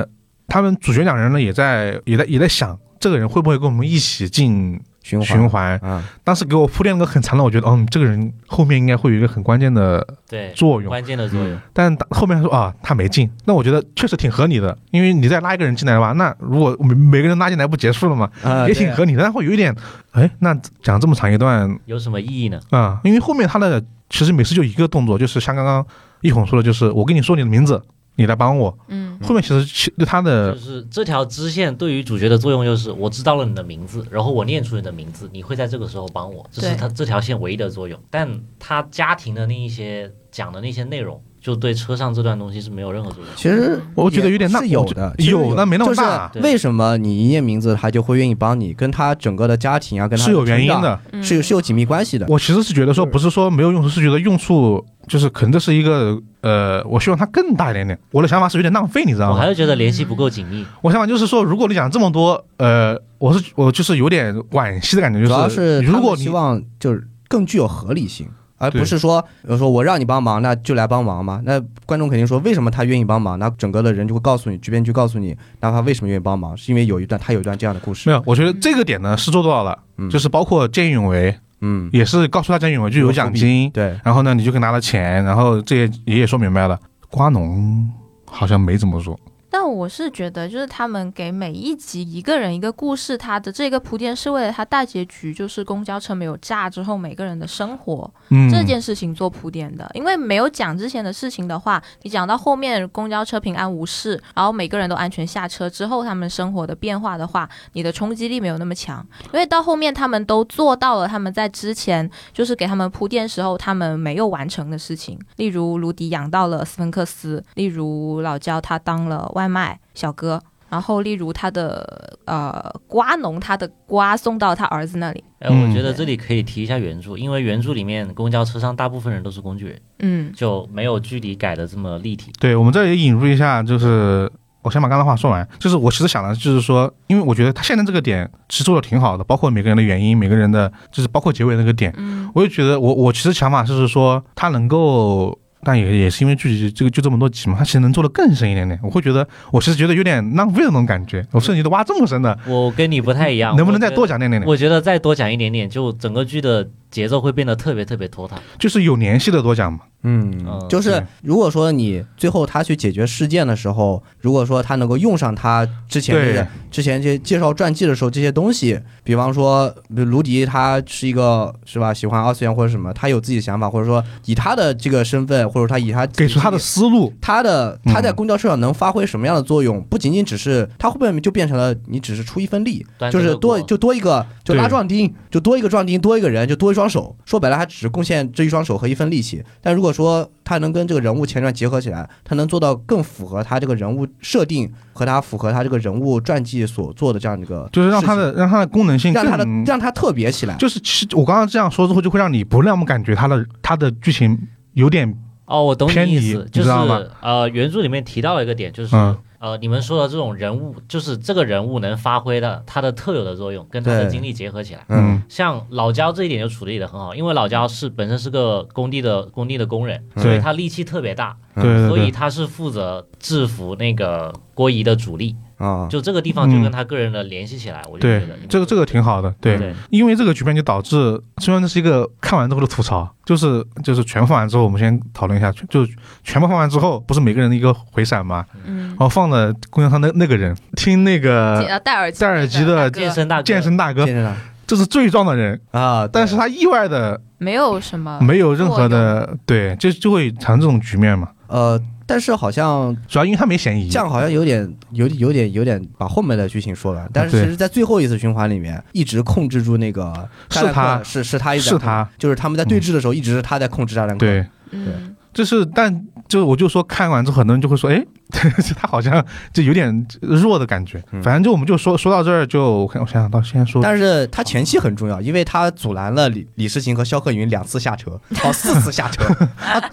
Speaker 1: 呃，他们主角两人呢也在也在也在想，这个人会不会跟我们一起进
Speaker 4: 循环
Speaker 1: 循环？
Speaker 4: 啊
Speaker 1: 当时给我铺垫了个很长的，我觉得，嗯，这个人后面应该会有一个很关键的
Speaker 2: 对，
Speaker 1: 作用。嗯
Speaker 2: 关键的作
Speaker 4: 啊
Speaker 2: 用。
Speaker 1: 但当后面他说啊，他没进，那我觉得确实挺合理的，因为你再拉一个人进来吧，那如果每每个人拉进来不结束了吗？
Speaker 4: 啊
Speaker 1: 也挺合理的，但会有一点，哎，那讲这么长一段
Speaker 2: 有什么意义呢？
Speaker 1: 啊、因为后面他的其实每次就一个动作，就是像刚刚一红说的，就是我跟你说你的名字，你来帮我。
Speaker 3: 嗯
Speaker 1: 后面其实其对他的
Speaker 2: 就是这条支线对于主角的作用就是，我知道了你的名字，然后我念出你的名字，你会在这个时候帮我，这是
Speaker 3: 对
Speaker 2: 他这条线唯一的作用。但他家庭的那一些讲的那些内容，就对车上这段东西是没有任何作用的。
Speaker 4: 其实
Speaker 1: 我觉得有点那
Speaker 4: 是有的，
Speaker 1: 有
Speaker 4: 其实
Speaker 1: 那没那么大
Speaker 2: 对
Speaker 4: 就是为什么你一念名字，他就会愿意帮你，跟他整个的家庭啊，跟他
Speaker 1: 是有原因
Speaker 4: 成长，
Speaker 1: 的。
Speaker 3: 嗯
Speaker 4: 是有是有紧密关系的。
Speaker 1: 我其实是觉得说，不是说没有用处，是觉得用处就是可能这是一个呃，我希望它更大一点点。我的想法是有点浪费，你知道
Speaker 2: 我还
Speaker 1: 吗？
Speaker 2: 是觉得联系不够紧密，
Speaker 1: 我想法就是说，如果你讲这么多，呃，我是我就是有点惋惜的感觉，就
Speaker 4: 主要
Speaker 1: 是
Speaker 4: 是
Speaker 1: 如
Speaker 4: 他
Speaker 1: 果
Speaker 4: 们
Speaker 1: 你
Speaker 4: 希望就是更具有合理性，而
Speaker 1: 对
Speaker 4: 不是说我说我让你帮忙，那就来帮忙嘛。那观众肯定说为什么他愿意帮忙，那整个的人就会告诉你，主编就告诉你，那他为什么愿意帮忙，是因为有一段他有一段这样的故事。
Speaker 1: 没有，我觉得这个点呢是做到了，
Speaker 4: 嗯
Speaker 1: 就是包括见义勇为，
Speaker 4: 嗯，
Speaker 1: 也是告诉大家勇为就有奖金，
Speaker 4: 对，
Speaker 1: 然后呢你就可以拿到钱，然后这些也也说明白了。瓜农好像没怎么说，
Speaker 3: 但我是觉得，就是他们给每一集一个人一个故事，他的这个铺垫是为了他大结局，就是公交车没有炸之后每个人的生活、
Speaker 1: 嗯，
Speaker 3: 这件事情做铺垫的。因为没有讲之前的事情的话，你讲到后面公交车平安无事，然后每个人都安全下车之后，他们生活的变化的话，你的冲击力没有那么强。因为到后面他们都做到了他们在之前就是给他们铺垫时候他们没有完成的事情，例如卢迪养到了斯芬克斯，例如老焦他当了外卖小哥，然后例如他的呃瓜农他的瓜送到他儿子那里，
Speaker 2: 哎，
Speaker 1: 嗯
Speaker 2: 我觉得这里可以提一下原著，因为原著里面公交车上大部分人都是工具人，
Speaker 3: 嗯
Speaker 2: 就没有剧里改的这么立体。
Speaker 1: 对，我们这里引入一下，就是我先把刚才话说完，就是我其实想的就是说，因为我觉得他现在这个点其实做的挺好的，包括每个人的原因，每个人的就是包括结尾那个点，
Speaker 3: 嗯
Speaker 1: 我就觉得我我其实想法就是说，他能够。但也也是因为剧集这个就这么多集嘛，他其实能做的更深一点点。我会觉得，我其实觉得有点浪费的那种感觉。我甚至觉得
Speaker 4: 嗯
Speaker 1: 挖这么深的，
Speaker 2: 我跟你不太一样，
Speaker 1: 能不能
Speaker 2: 我觉
Speaker 1: 再
Speaker 2: 得
Speaker 1: 多讲点点点？
Speaker 2: 我觉得再多讲一点点，就整个剧的节奏会变得特别特别拖沓。
Speaker 1: 就是有联系的多讲嘛。
Speaker 4: 嗯
Speaker 2: 嗯，
Speaker 4: 就是
Speaker 1: 对
Speaker 4: 如果说你最后他去解决事件的时候，如果说他能够用上他之前这些
Speaker 1: 对
Speaker 4: 之前这些介绍传记的时候这些东西，比方说比如卢迪他是一个是吧喜欢二次元或者什么，他有自己的想法，或者说以他的这个身份，或者他以他
Speaker 1: 给出他的思路，
Speaker 4: 他的
Speaker 1: 嗯
Speaker 4: 他在公交车上能发挥什么样的作用，不仅仅只是他会不会就变成了你只是出一份力，
Speaker 2: 端着
Speaker 4: 就是
Speaker 2: 个
Speaker 4: 多
Speaker 2: 锅
Speaker 4: 就多一个就拉
Speaker 1: 对
Speaker 4: 壮丁，就多一个壮丁，多一个人，就多一双手。说白了，他只是贡献这一双手和一份力气。但如果说他能跟这个人物前传结合起来，他能做到更符合他这个人物设定和他符合他这个人物传记所做的这样一个事情，
Speaker 1: 就是让他的让他的功能性
Speaker 4: 让他的
Speaker 1: 更
Speaker 4: 让他特别起来。
Speaker 1: 就是其实我刚刚这样说之后，就会让你不那么感觉它的它的剧情有点
Speaker 2: 哦，我懂
Speaker 1: 偏
Speaker 2: 你意
Speaker 1: 离
Speaker 2: 思，
Speaker 1: 你
Speaker 2: 就是
Speaker 1: 知道吗
Speaker 2: 呃，原著里面提到了一个点，就是、
Speaker 1: 嗯
Speaker 2: 呃，你们说的这种人物，就是这个人物能发挥的他的特有的作用，跟他的
Speaker 4: 对
Speaker 2: 经历结合起来。
Speaker 4: 嗯，
Speaker 2: 像老焦这一点就处理的很好，因为老焦是本身是个工地的工地的工人，
Speaker 1: 嗯
Speaker 2: 所以
Speaker 1: 对
Speaker 2: 他力气特别大，
Speaker 1: 嗯对对
Speaker 2: 所以
Speaker 1: 对
Speaker 2: 他是负责制服那个郭姨的主力。
Speaker 4: 啊，
Speaker 2: 就这个地方就
Speaker 1: 嗯
Speaker 2: 跟他个人的联系起来，我就觉
Speaker 1: 对
Speaker 2: 得你，们嗯
Speaker 1: 这个这个挺好的，对，
Speaker 2: 对
Speaker 1: 因为这个局面就导致，虽然这是一个看完之后的吐槽，就是就是全部放完之后，我们先讨论一下，就是全部放完之后，不是每个人的一个回闪吗？
Speaker 3: 嗯
Speaker 1: 然，后放了公交车那那个人听那个
Speaker 3: 呃戴耳机
Speaker 1: 戴耳机的
Speaker 3: 大哥
Speaker 2: 健身大哥
Speaker 1: 健身大哥
Speaker 4: 见，着了
Speaker 1: 这是最壮的人，
Speaker 4: 啊，
Speaker 1: 但是他意外的
Speaker 3: 没有什
Speaker 2: 啊
Speaker 3: 么，
Speaker 1: 没有任何的对，就就会产生这种局面嘛，
Speaker 4: 呃，但是好像
Speaker 1: 主要因为他没嫌疑
Speaker 4: 这，样好像有点有有点有点把后面的剧情说完，但是
Speaker 1: 对
Speaker 4: 其实，在最后一次循环里面，一直控制住那个
Speaker 1: 是
Speaker 4: 扎兰克
Speaker 1: 他
Speaker 4: 是是他一直在
Speaker 1: 是他，
Speaker 4: 就是他们在对峙的时候，一直是他在控制扎兰克。
Speaker 1: 对。
Speaker 3: 嗯，
Speaker 1: 就是，但就我就说看完之后，很多人就会说，哎，他好像 就有点弱的感觉。
Speaker 4: 嗯
Speaker 1: 反正就我们就说说到这儿就，我看我想想到现在说，
Speaker 4: 但是他前期很重要，因为他阻拦了李李世琴和肖鹤云两次下车，哦，四次下车，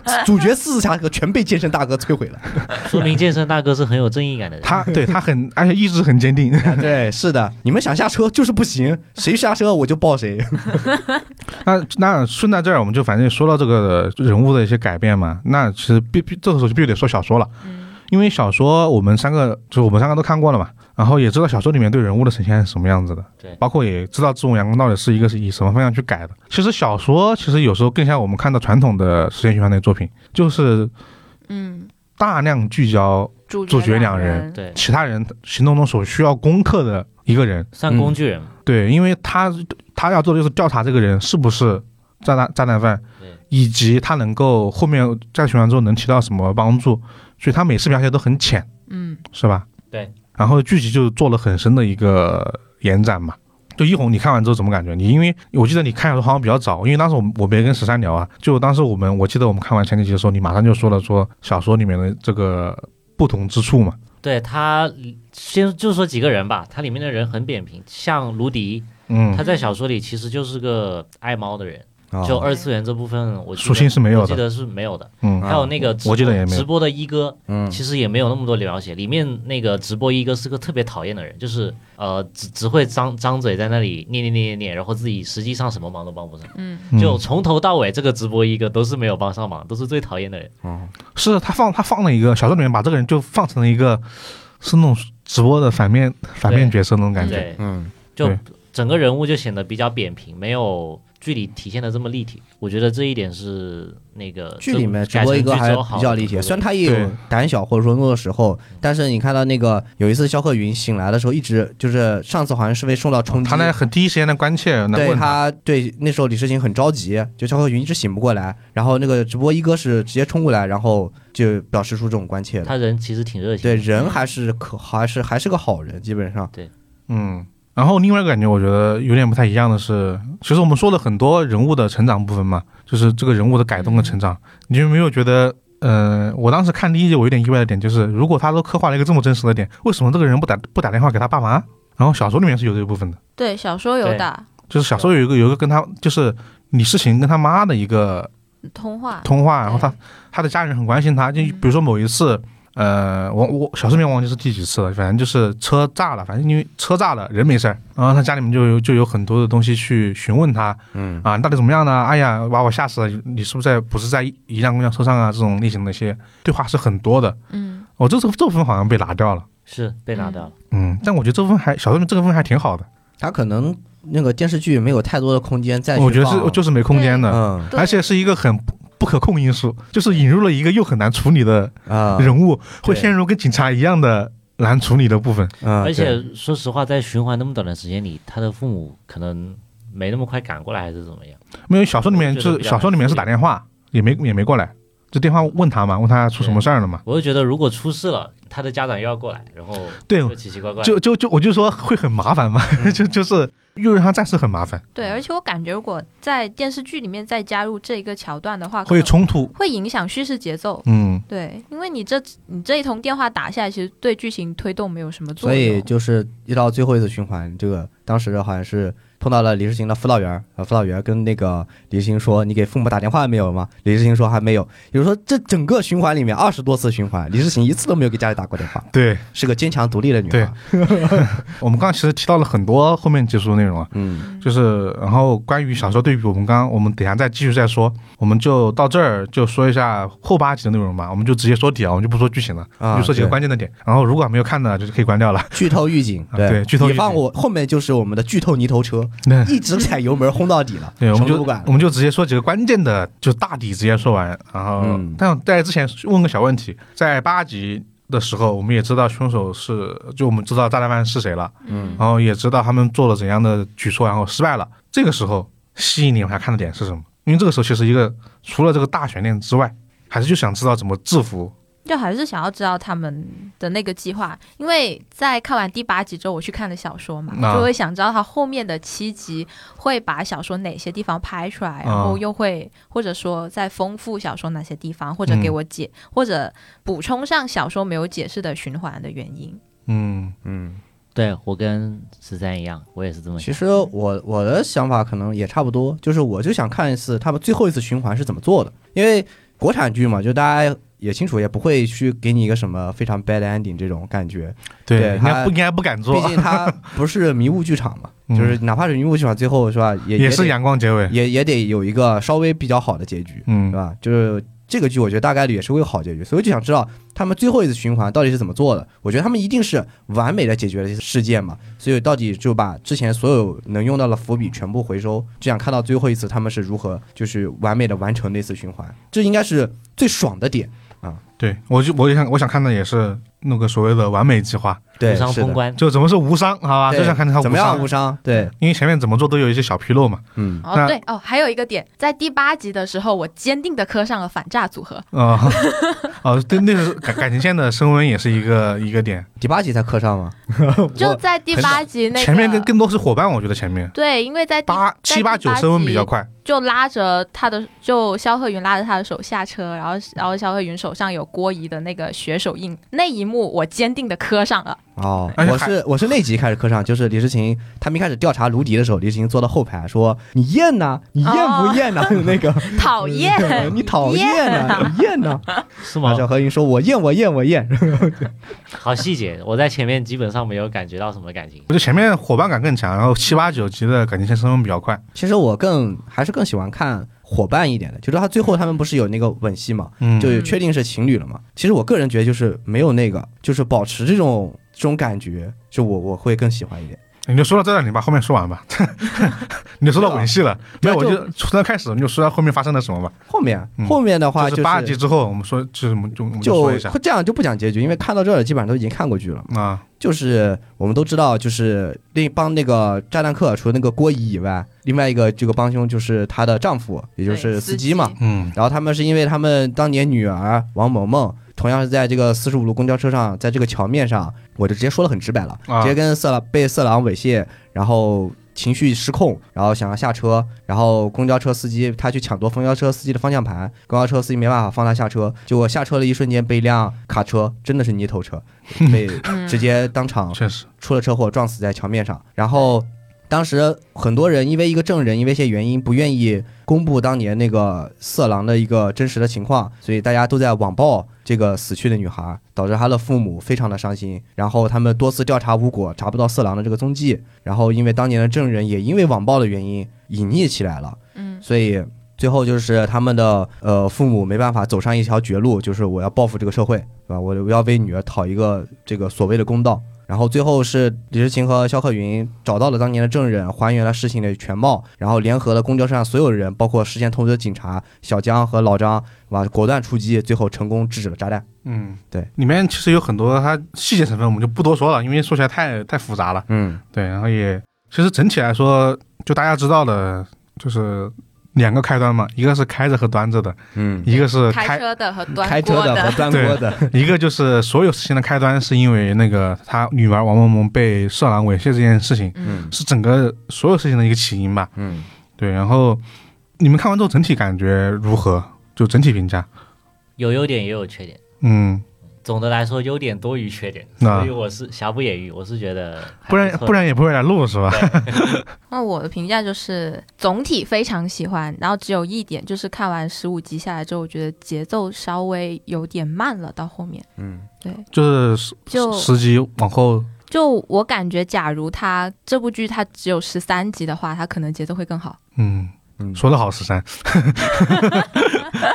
Speaker 4: 他主角四次下车全被健身大哥摧毁了。
Speaker 2: 说明健身大哥是很有正义感的人。
Speaker 1: 他对他很，而且意志很坚定。
Speaker 4: 对，是的，你们想下车就是不行，谁下车我就抱谁。
Speaker 1: 那那顺带这儿，我们就反正说到这个人物的一些改变嘛。那其实必必这个时候就必须得说小说了，因为小说我们三个就我们三个都看过了嘛，然后也知道小说里面对人物的呈现是什么样子的，
Speaker 2: 对
Speaker 1: 包括也知道这种阳光到底是一个是以什么方向去改的。其实小说其实有时候更像我们看到传统的时间循环类作品，就是
Speaker 3: 嗯，
Speaker 1: 大量聚焦
Speaker 3: 主
Speaker 1: 主角两
Speaker 3: 两
Speaker 1: 人
Speaker 2: 对，
Speaker 1: 其他人行动中所需要攻克的一个人。
Speaker 2: 算工具
Speaker 1: 嗯
Speaker 2: 人嘛。
Speaker 1: 对，因为他他要做的就是调查这个人是不是炸弹炸弹犯
Speaker 2: 对，
Speaker 1: 以及他能够后面在循环之后能起到什么帮助，所以他每次描写都很浅，
Speaker 3: 嗯，
Speaker 1: 是吧？
Speaker 2: 对。
Speaker 1: 然后剧集就做了很深的一个延展嘛。就一红，你看完之后怎么感觉？你因为我记得你看的时候好像比较早，因为当时我们我没跟十三聊啊，就当时我们我记得我们看完前几集的时候，你马上就说了说小说里面的这个不同之处嘛。
Speaker 2: 对他，先就说几个人吧，他里面的人很扁平，像卢迪，
Speaker 1: 嗯，
Speaker 2: 他在小说里其实就是个爱猫的人，就
Speaker 4: 哦
Speaker 2: 二次元这部分我记得
Speaker 1: 属性是没有的
Speaker 2: 我记得是没有的。
Speaker 1: 嗯
Speaker 2: 还有那个直播
Speaker 1: 我记得也没有
Speaker 2: 直播的一哥，
Speaker 4: 嗯
Speaker 2: 其实也没有那么多描写。里面那个直播一哥是个特别讨厌的人，就是呃只只会张张嘴在那里念念念念念，然后自己实际上什么忙都帮不上。
Speaker 1: 嗯
Speaker 2: 就从头到尾这个直播一哥都是没有帮上忙，都是最讨厌的人。
Speaker 1: 是他放他放了一个小说里面把这个人就放成了一个是那种直播的反面反面角色那种感觉。
Speaker 2: 对，
Speaker 4: 嗯，
Speaker 2: 就
Speaker 1: 对
Speaker 2: 整个人物就显得比较扁平，没有剧里体现的这么立体。我觉得这一点是那个
Speaker 4: 剧里面直播一
Speaker 2: 一
Speaker 4: 个
Speaker 2: 个
Speaker 4: 还比较理解，虽然他也有
Speaker 1: 对
Speaker 4: 胆小或者说懦弱时候，但是你看到那个有一次肖鹤云醒来的时候，一直就是上次好像是被受到冲击，
Speaker 1: 他呢很第一时间的关切来
Speaker 4: 对
Speaker 1: 问，
Speaker 4: 他对那时候李世琴很着急，就肖鹤云一直醒不过来，然后那个直播一哥是直接冲过来，然后就表示出这种关切的。
Speaker 2: 他人其实挺热情
Speaker 4: 对，
Speaker 2: 的。
Speaker 4: 人还是可还是还是个好人，基本上
Speaker 1: 嗯。然后另外一个感觉，我觉得有点不太一样的是，其实我们说了很多人物的成长部分嘛，就是这个人物的改动和成长，
Speaker 2: 嗯
Speaker 1: 你就没有觉得，呃，我当时看第一集我有点意外的点就是，如果他都刻画了一个这么真实的点，为什么这个人不打不打电话给他爸妈？然后小说里面是有这部分的，
Speaker 3: 对，小说有
Speaker 2: 对
Speaker 3: 打
Speaker 1: 就是小说有一个有一个跟他就是李世情跟他妈的一个
Speaker 3: 通话，
Speaker 1: 通话，然后他
Speaker 3: 对
Speaker 1: 他的家人很关心他，就
Speaker 3: 哎嗯
Speaker 1: 比如说某一次，呃，我我小视频忘记是第几次了，反正就是车炸了，反正因为车炸了人没事儿，然后他家里面就有就有很多的东西去询问他，嗯啊，你到底怎么样呢？哎呀，把我吓死了，你是不是在不是在一一辆公交车上啊？这种类型的一些对话是很多的，
Speaker 3: 嗯，
Speaker 1: 我、这这这部分好像被拿掉了，嗯
Speaker 2: 是被拿掉了。
Speaker 1: 嗯，但我觉得这部分还小视频这个部分还挺好的，
Speaker 4: 他可能那个电视剧没有太多的空间再去
Speaker 1: 我觉得
Speaker 4: 放
Speaker 1: 是就是没空间的，
Speaker 4: 嗯
Speaker 3: 对
Speaker 1: 而且是一个很不不可控因素，就是引入了一个又很难处理的
Speaker 4: 啊
Speaker 1: 人物，会
Speaker 4: 对
Speaker 1: 陷入跟警察一样的难处理的部分。
Speaker 4: 嗯，
Speaker 2: 而
Speaker 4: 对
Speaker 2: 且说实话，在循环那么短的时间里，他的父母可能没那么快赶过来，还是怎么样？
Speaker 1: 没有小说里面
Speaker 2: 我觉得
Speaker 1: 是
Speaker 2: 比较
Speaker 1: 小说里面是打电话，也没也没过来，就电话问他嘛，问他出什么事儿了嘛。
Speaker 2: 我就觉得如果出事了，他的家长又要过来，然后
Speaker 1: 对，
Speaker 2: 就奇奇怪怪。
Speaker 1: 就就就我就说会很麻烦嘛，就就是又让他再次很麻烦，
Speaker 3: 对，而且我感觉如果在电视剧里面再加入这一个桥段的话，可
Speaker 1: 会
Speaker 3: 能
Speaker 1: 冲突。
Speaker 3: 会影响叙事节奏。
Speaker 1: 嗯，
Speaker 3: 对，因为你这你这一通电话打下来，其实对剧情推动没有什么作
Speaker 4: 所
Speaker 3: 用。
Speaker 4: 以就是一到最后一次循环，这个当时好像是碰到了李世行的辅导员儿，呃，辅导员儿跟那个李世行说：“你给父母打电话没有吗？”李世行说：“还没有。”也就是说，这整个循环里面二十多次循环，李世行一次都没有给家里打过电话，
Speaker 1: 对，
Speaker 4: 是个坚强独立的女
Speaker 1: 对
Speaker 4: 孩。
Speaker 1: 我们刚刚其实提到了很多后面结束的内容啊，
Speaker 4: 嗯，
Speaker 1: 就是然后关于小说对比，我们刚刚我们等一下再继续再说，我们就到这儿就说一下后八集的内容吧，我们就直接说底啊，我们就不说剧情了，
Speaker 4: 啊
Speaker 1: 就说几个
Speaker 4: 对
Speaker 1: 关键的点，然后如果还没有看的就是可以关掉了。
Speaker 4: 剧透预警，
Speaker 1: 啊对剧透预
Speaker 4: 你放
Speaker 1: 警
Speaker 4: 我后面就是我们的剧透泥头车，
Speaker 1: 对
Speaker 4: 一直踩油门轰到底了，
Speaker 1: 对，我
Speaker 4: 什
Speaker 1: 们
Speaker 4: 么
Speaker 1: 就
Speaker 4: 都不管
Speaker 1: 我。们就直接说几个关键的，就大底直接说完。然后，
Speaker 4: 嗯
Speaker 1: 但在之前问个小问题，在八集的时候，我们也知道凶手是，就我们知道炸弹犯是谁了，
Speaker 4: 嗯，
Speaker 1: 然后也知道他们做了怎样的举措，然后失败了。这个时候吸引你往下看的点是什么？因为这个时候其实一个除了这个大悬念之外，还是就想知道怎么制服。
Speaker 3: 就还是想要知道他们的那个计划，因为在看完第八集之后，我去看了小说嘛，
Speaker 1: 啊
Speaker 3: 就会想知道他后面的七集会把小说哪些地方拍出
Speaker 1: 啊
Speaker 3: 来，然后又会或者说再丰富小说哪些地方，或者给我解、
Speaker 1: 嗯
Speaker 3: 或者补充上小说没有解释的循环的原因。
Speaker 1: 嗯
Speaker 2: 对我跟十三一样，我也是这么
Speaker 4: 其
Speaker 2: 想。
Speaker 4: 实我我的想法可能也差不多，就是我就想看一次他们最后一次循环是怎么做的，因为国产剧嘛，就大家也清楚，也不会去给你一个什么非常 bad ending 这种感觉，对
Speaker 1: 人家
Speaker 4: 他
Speaker 1: 不应该不敢
Speaker 4: 毕
Speaker 1: 做，
Speaker 4: 竟它不是迷雾剧场 嘛，
Speaker 1: 嗯
Speaker 4: 就是哪怕是迷雾剧场，最后是吧，也
Speaker 1: 也是
Speaker 4: 得
Speaker 1: 阳光结尾。
Speaker 4: 也也得有一个稍微比较好的结局，
Speaker 1: 嗯
Speaker 4: 对吧？就是这个剧，我觉得大概率也是会有好结局，所以我就想知道他们最后一次循环到底是怎么做的。我觉得他们一定是完美的解决了这些事件嘛，所以到底就把之前所有能用到的伏笔全部回收，就想看到最后一次他们是如何就是完美的完成那次循环，这应该是最爽的点。
Speaker 1: 对，我就我也想我想看的也是那个所谓的完美计划。
Speaker 4: 对，
Speaker 2: 无伤
Speaker 4: 是的
Speaker 2: 封关，
Speaker 1: 就怎么是无伤，好吧？
Speaker 4: 对
Speaker 1: 就想啊看他
Speaker 4: 怎
Speaker 1: 无
Speaker 4: 么样
Speaker 1: 伤
Speaker 4: 无，伤？对，
Speaker 1: 因为前面怎么做都有一些小纰漏嘛。
Speaker 4: 嗯，
Speaker 3: 哦
Speaker 1: 那，
Speaker 3: 对哦，还有一个点，在第八集的时候，我坚定的磕上了反诈组合。
Speaker 1: 啊、哦，对，那是感感情线的升温也是一个
Speaker 4: 嗯
Speaker 1: 一个点。
Speaker 4: 第八集才磕上吗？
Speaker 3: 就在第八集那个
Speaker 1: 前面更更多是伙伴，我觉得前面
Speaker 3: 对，因为在第
Speaker 1: 八
Speaker 3: 在
Speaker 1: 七八
Speaker 3: 第
Speaker 1: 九升温
Speaker 3: 集
Speaker 1: 比较快。
Speaker 3: 就拉着他的，就肖鹤云拉着他的手下车，然后然后肖鹤云手上有郭姨的那个血手印，那一幕我坚定的磕上了。
Speaker 4: 哦，
Speaker 1: 而且
Speaker 4: 我
Speaker 1: 还
Speaker 4: 是我是那集开始磕上，就是李世琴他们一开始调查卢迪的时候，李世琴坐到后排说：“你验呐，你验
Speaker 2: 哦
Speaker 4: 不验呐？” 那个，
Speaker 3: 讨厌
Speaker 4: 你讨厌
Speaker 3: 厌
Speaker 4: 呐，
Speaker 3: 啊
Speaker 4: 你 验呐。
Speaker 2: 是
Speaker 4: 马
Speaker 2: 吗？
Speaker 4: 小何云说：“我验，我验，我验。
Speaker 2: 好细节，我在前面基本上没有感觉到什么感情。
Speaker 1: 我觉得前面伙伴感更强，然后七八九级的感情线升温比较快。”
Speaker 4: 其实我更还是更喜欢看伙伴一点的，就是他最后他们不是有那个吻戏嘛，
Speaker 1: 嗯，
Speaker 4: 就确定是情侣了嘛。其实我个人觉得就是没有那个，就是保持这种这种感觉，就我我会更喜欢一点。
Speaker 1: 你就说到这儿，你把后面说完吧。 你就说到吻戏了，没
Speaker 4: 对啊
Speaker 1: 有，我
Speaker 4: 就
Speaker 1: 就从那开始，你就说到后面发生了什么吧。
Speaker 4: 后面
Speaker 1: 嗯
Speaker 4: 后面的话
Speaker 1: 就是八集之后，我们说，就是我们就我们
Speaker 4: 就
Speaker 1: 说一下
Speaker 4: 会这样就不讲结局，因为看到这儿基本上都已经看过剧了。
Speaker 1: 啊，
Speaker 4: 就是我们都知道，就是另一帮那个炸弹客，除了那个郭姨以外，另外一个这个帮凶就是她的丈夫，也就是
Speaker 3: 对
Speaker 4: 司机嘛
Speaker 3: 司。
Speaker 1: 嗯
Speaker 4: 然后他们是因为他们当年女儿王萌萌，同样是在这个四十五路公交车上，在这个桥面上，我就直接说的很直白了，
Speaker 1: 啊
Speaker 4: 直接跟色狼被色狼猥亵，然后情绪失控，然后想要下车，然后公交车司机他去抢夺公交车司机的方向盘，公交车司机没办法放他下车，结果下车的一瞬间被一辆卡车，真的是泥头车，被
Speaker 3: 嗯
Speaker 4: 直接当场
Speaker 1: 确实，
Speaker 4: 出了车祸，撞死在桥面上。然后当时很多人因为一个证人，因为一些原因不愿意公布当年那个色狼的一个真实的情况，所以大家都在网暴这个死去的女孩，导致她的父母非常的伤心。然后他们多次调查无果，查不到色狼的这个踪迹。然后因为当年的证人也因为网暴的原因隐匿起来了。
Speaker 3: 嗯，
Speaker 4: 所以最后就是他们的呃父母没办法走上一条绝路，就是我要报复这个社会，对吧？我我要为女儿讨一个这个所谓的公道。然后最后是李世情和肖克云找到了当年的证人，还原了事情的全貌，然后联合了公交车上所有人，包括事件通知的警察小江和老张，哇，果断出击，最后成功制止了炸弹。
Speaker 1: 嗯，
Speaker 4: 对，
Speaker 1: 里面其实有很多它细节成分，我们就不多说了，因为说起来太太复杂了。
Speaker 4: 嗯，
Speaker 1: 对，然后也其实整体来说，就大家知道的，就是两个开端嘛，一个是开着和端着的，
Speaker 4: 嗯，
Speaker 1: 一个是
Speaker 3: 开
Speaker 1: 开，
Speaker 3: 车的和端
Speaker 4: 开车
Speaker 3: 锅
Speaker 4: 的和端锅的，
Speaker 1: 一个就是所有事情的开端是因为那个他女儿王萌萌被色狼猥亵这件事情，
Speaker 3: 嗯，
Speaker 1: 是整个所有事情的一个起因吧。
Speaker 4: 嗯，
Speaker 1: 对，然后你们看完之后整体感觉如何？就整体评价，
Speaker 2: 有优点也有缺点。
Speaker 1: 嗯，
Speaker 2: 总的来说，优点多于缺点，
Speaker 1: 那
Speaker 4: 啊
Speaker 2: 所以我是瑕不掩瑜，我是觉得还
Speaker 1: 不然
Speaker 2: 错的
Speaker 1: 不然也不会来录是吧？
Speaker 3: 那我的评价就是总体非常喜欢，然后只有一点就是看完十五集下来之后，我觉得节奏稍微有点慢了，到后面，
Speaker 4: 嗯，
Speaker 3: 对，
Speaker 1: 就是十
Speaker 3: 就
Speaker 1: 十集往后，
Speaker 3: 就我感觉，假如它这部剧它只有十三集的话，它可能节奏会更好。
Speaker 1: 嗯，
Speaker 4: 嗯
Speaker 1: 说的好十三，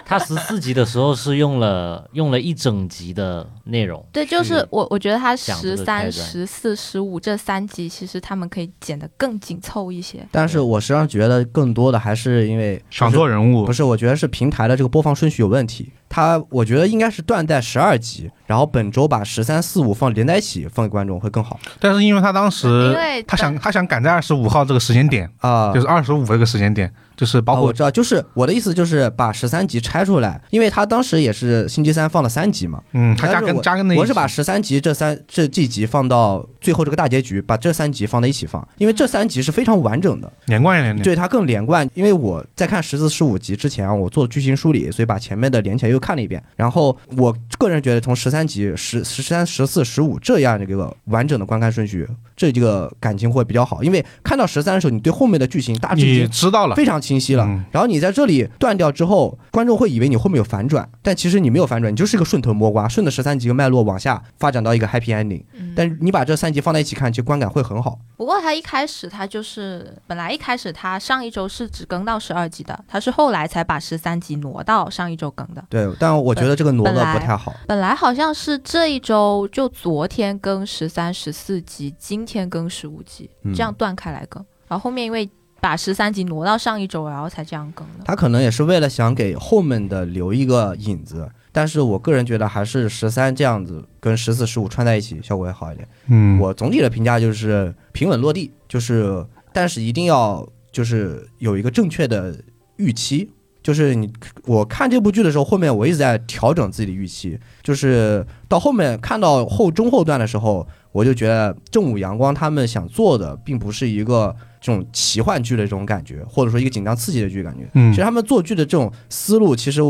Speaker 2: 他十四集的时候是用了用了一整集的内容，
Speaker 3: 对，就是
Speaker 2: 去
Speaker 3: 我我觉得它
Speaker 2: 讲这
Speaker 3: 十
Speaker 2: 个开
Speaker 3: 三、
Speaker 2: 端
Speaker 3: 十四、十五这三集，其实他们可以剪得更紧凑一些。
Speaker 4: 但是我实际上觉得更多的还是因为
Speaker 1: 想做人物
Speaker 4: 不是，我觉得是平台的这个播放顺序有问题。它我觉得应该是断在十二集，然后本周把十三四五放连在一起放给观众会更好
Speaker 1: 但是因为他当时
Speaker 3: 因为
Speaker 1: 他想他想赶在二十五号这个时间点，
Speaker 4: 啊。
Speaker 1: 就是二十五这个时间点，就是包
Speaker 4: 哦
Speaker 1: 括
Speaker 4: 我知道，就是我的意思就是把十三集拆出来，因为他当时也是星期三放了三集嘛。
Speaker 1: 嗯，他加
Speaker 4: 但是
Speaker 1: 跟
Speaker 4: 我
Speaker 1: 加跟那一
Speaker 4: 我是
Speaker 1: 集
Speaker 4: 把十三集这三这这集放到最后这个大结局，把这三集放在一起放，因为这三集是非常完整的。
Speaker 1: 连贯一点点，
Speaker 4: 对它更连贯，因为我在看十四、十五集之前啊，我做剧情梳理，所以把前面的连起来又看了一遍。然后我个人觉得，从十三集、十十三、十四、十五这样的一个完整的观看顺序，这这个感情会比较好。因为看到十三的时候，你对后面的剧情大致已
Speaker 1: 你
Speaker 4: 经
Speaker 1: 知道了，
Speaker 4: 非常清晰了。
Speaker 1: 嗯
Speaker 4: 然后你在这里断掉之后，观众会以为你后面有反转，但其实你没有反转，你就是一个顺藤摸瓜，顺着十三集个脉络往下发展到一个 happy ending。但
Speaker 3: 嗯
Speaker 4: 是你把这三集放在一起看，其实观感会很好。
Speaker 3: 不过它一开始它就是本来一开始它上一周是只更到十二集的，它是后来才把十三集挪到上一周更的。
Speaker 4: 对，但我觉得这个挪
Speaker 3: 本
Speaker 4: 的
Speaker 3: 来
Speaker 4: 不太好。
Speaker 3: 本来好像是这一周就昨天更十三、十四集，今天更十五集，
Speaker 4: 嗯
Speaker 3: 这样断开来更。然后后面因为把十三集挪到上一周，然后才这样更的。
Speaker 4: 他可能也是为了想给后面的留一个影子，但是我个人觉得还是十三这样子跟十四、十五串在一起效果会好一点。
Speaker 1: 嗯，
Speaker 4: 我总体的评价就是平稳落地，就是但是一定要就是有一个正确的预期。就是你，我看这部剧的时候，后面我一直在调整自己的预期，就是到后面看到后中后段的时候，我就觉得正午阳光他们想做的并不是一个这种奇幻剧的这种感觉，或者说一个紧张刺激的剧感觉，
Speaker 1: 嗯
Speaker 4: 其实他们做剧的这种思路，其实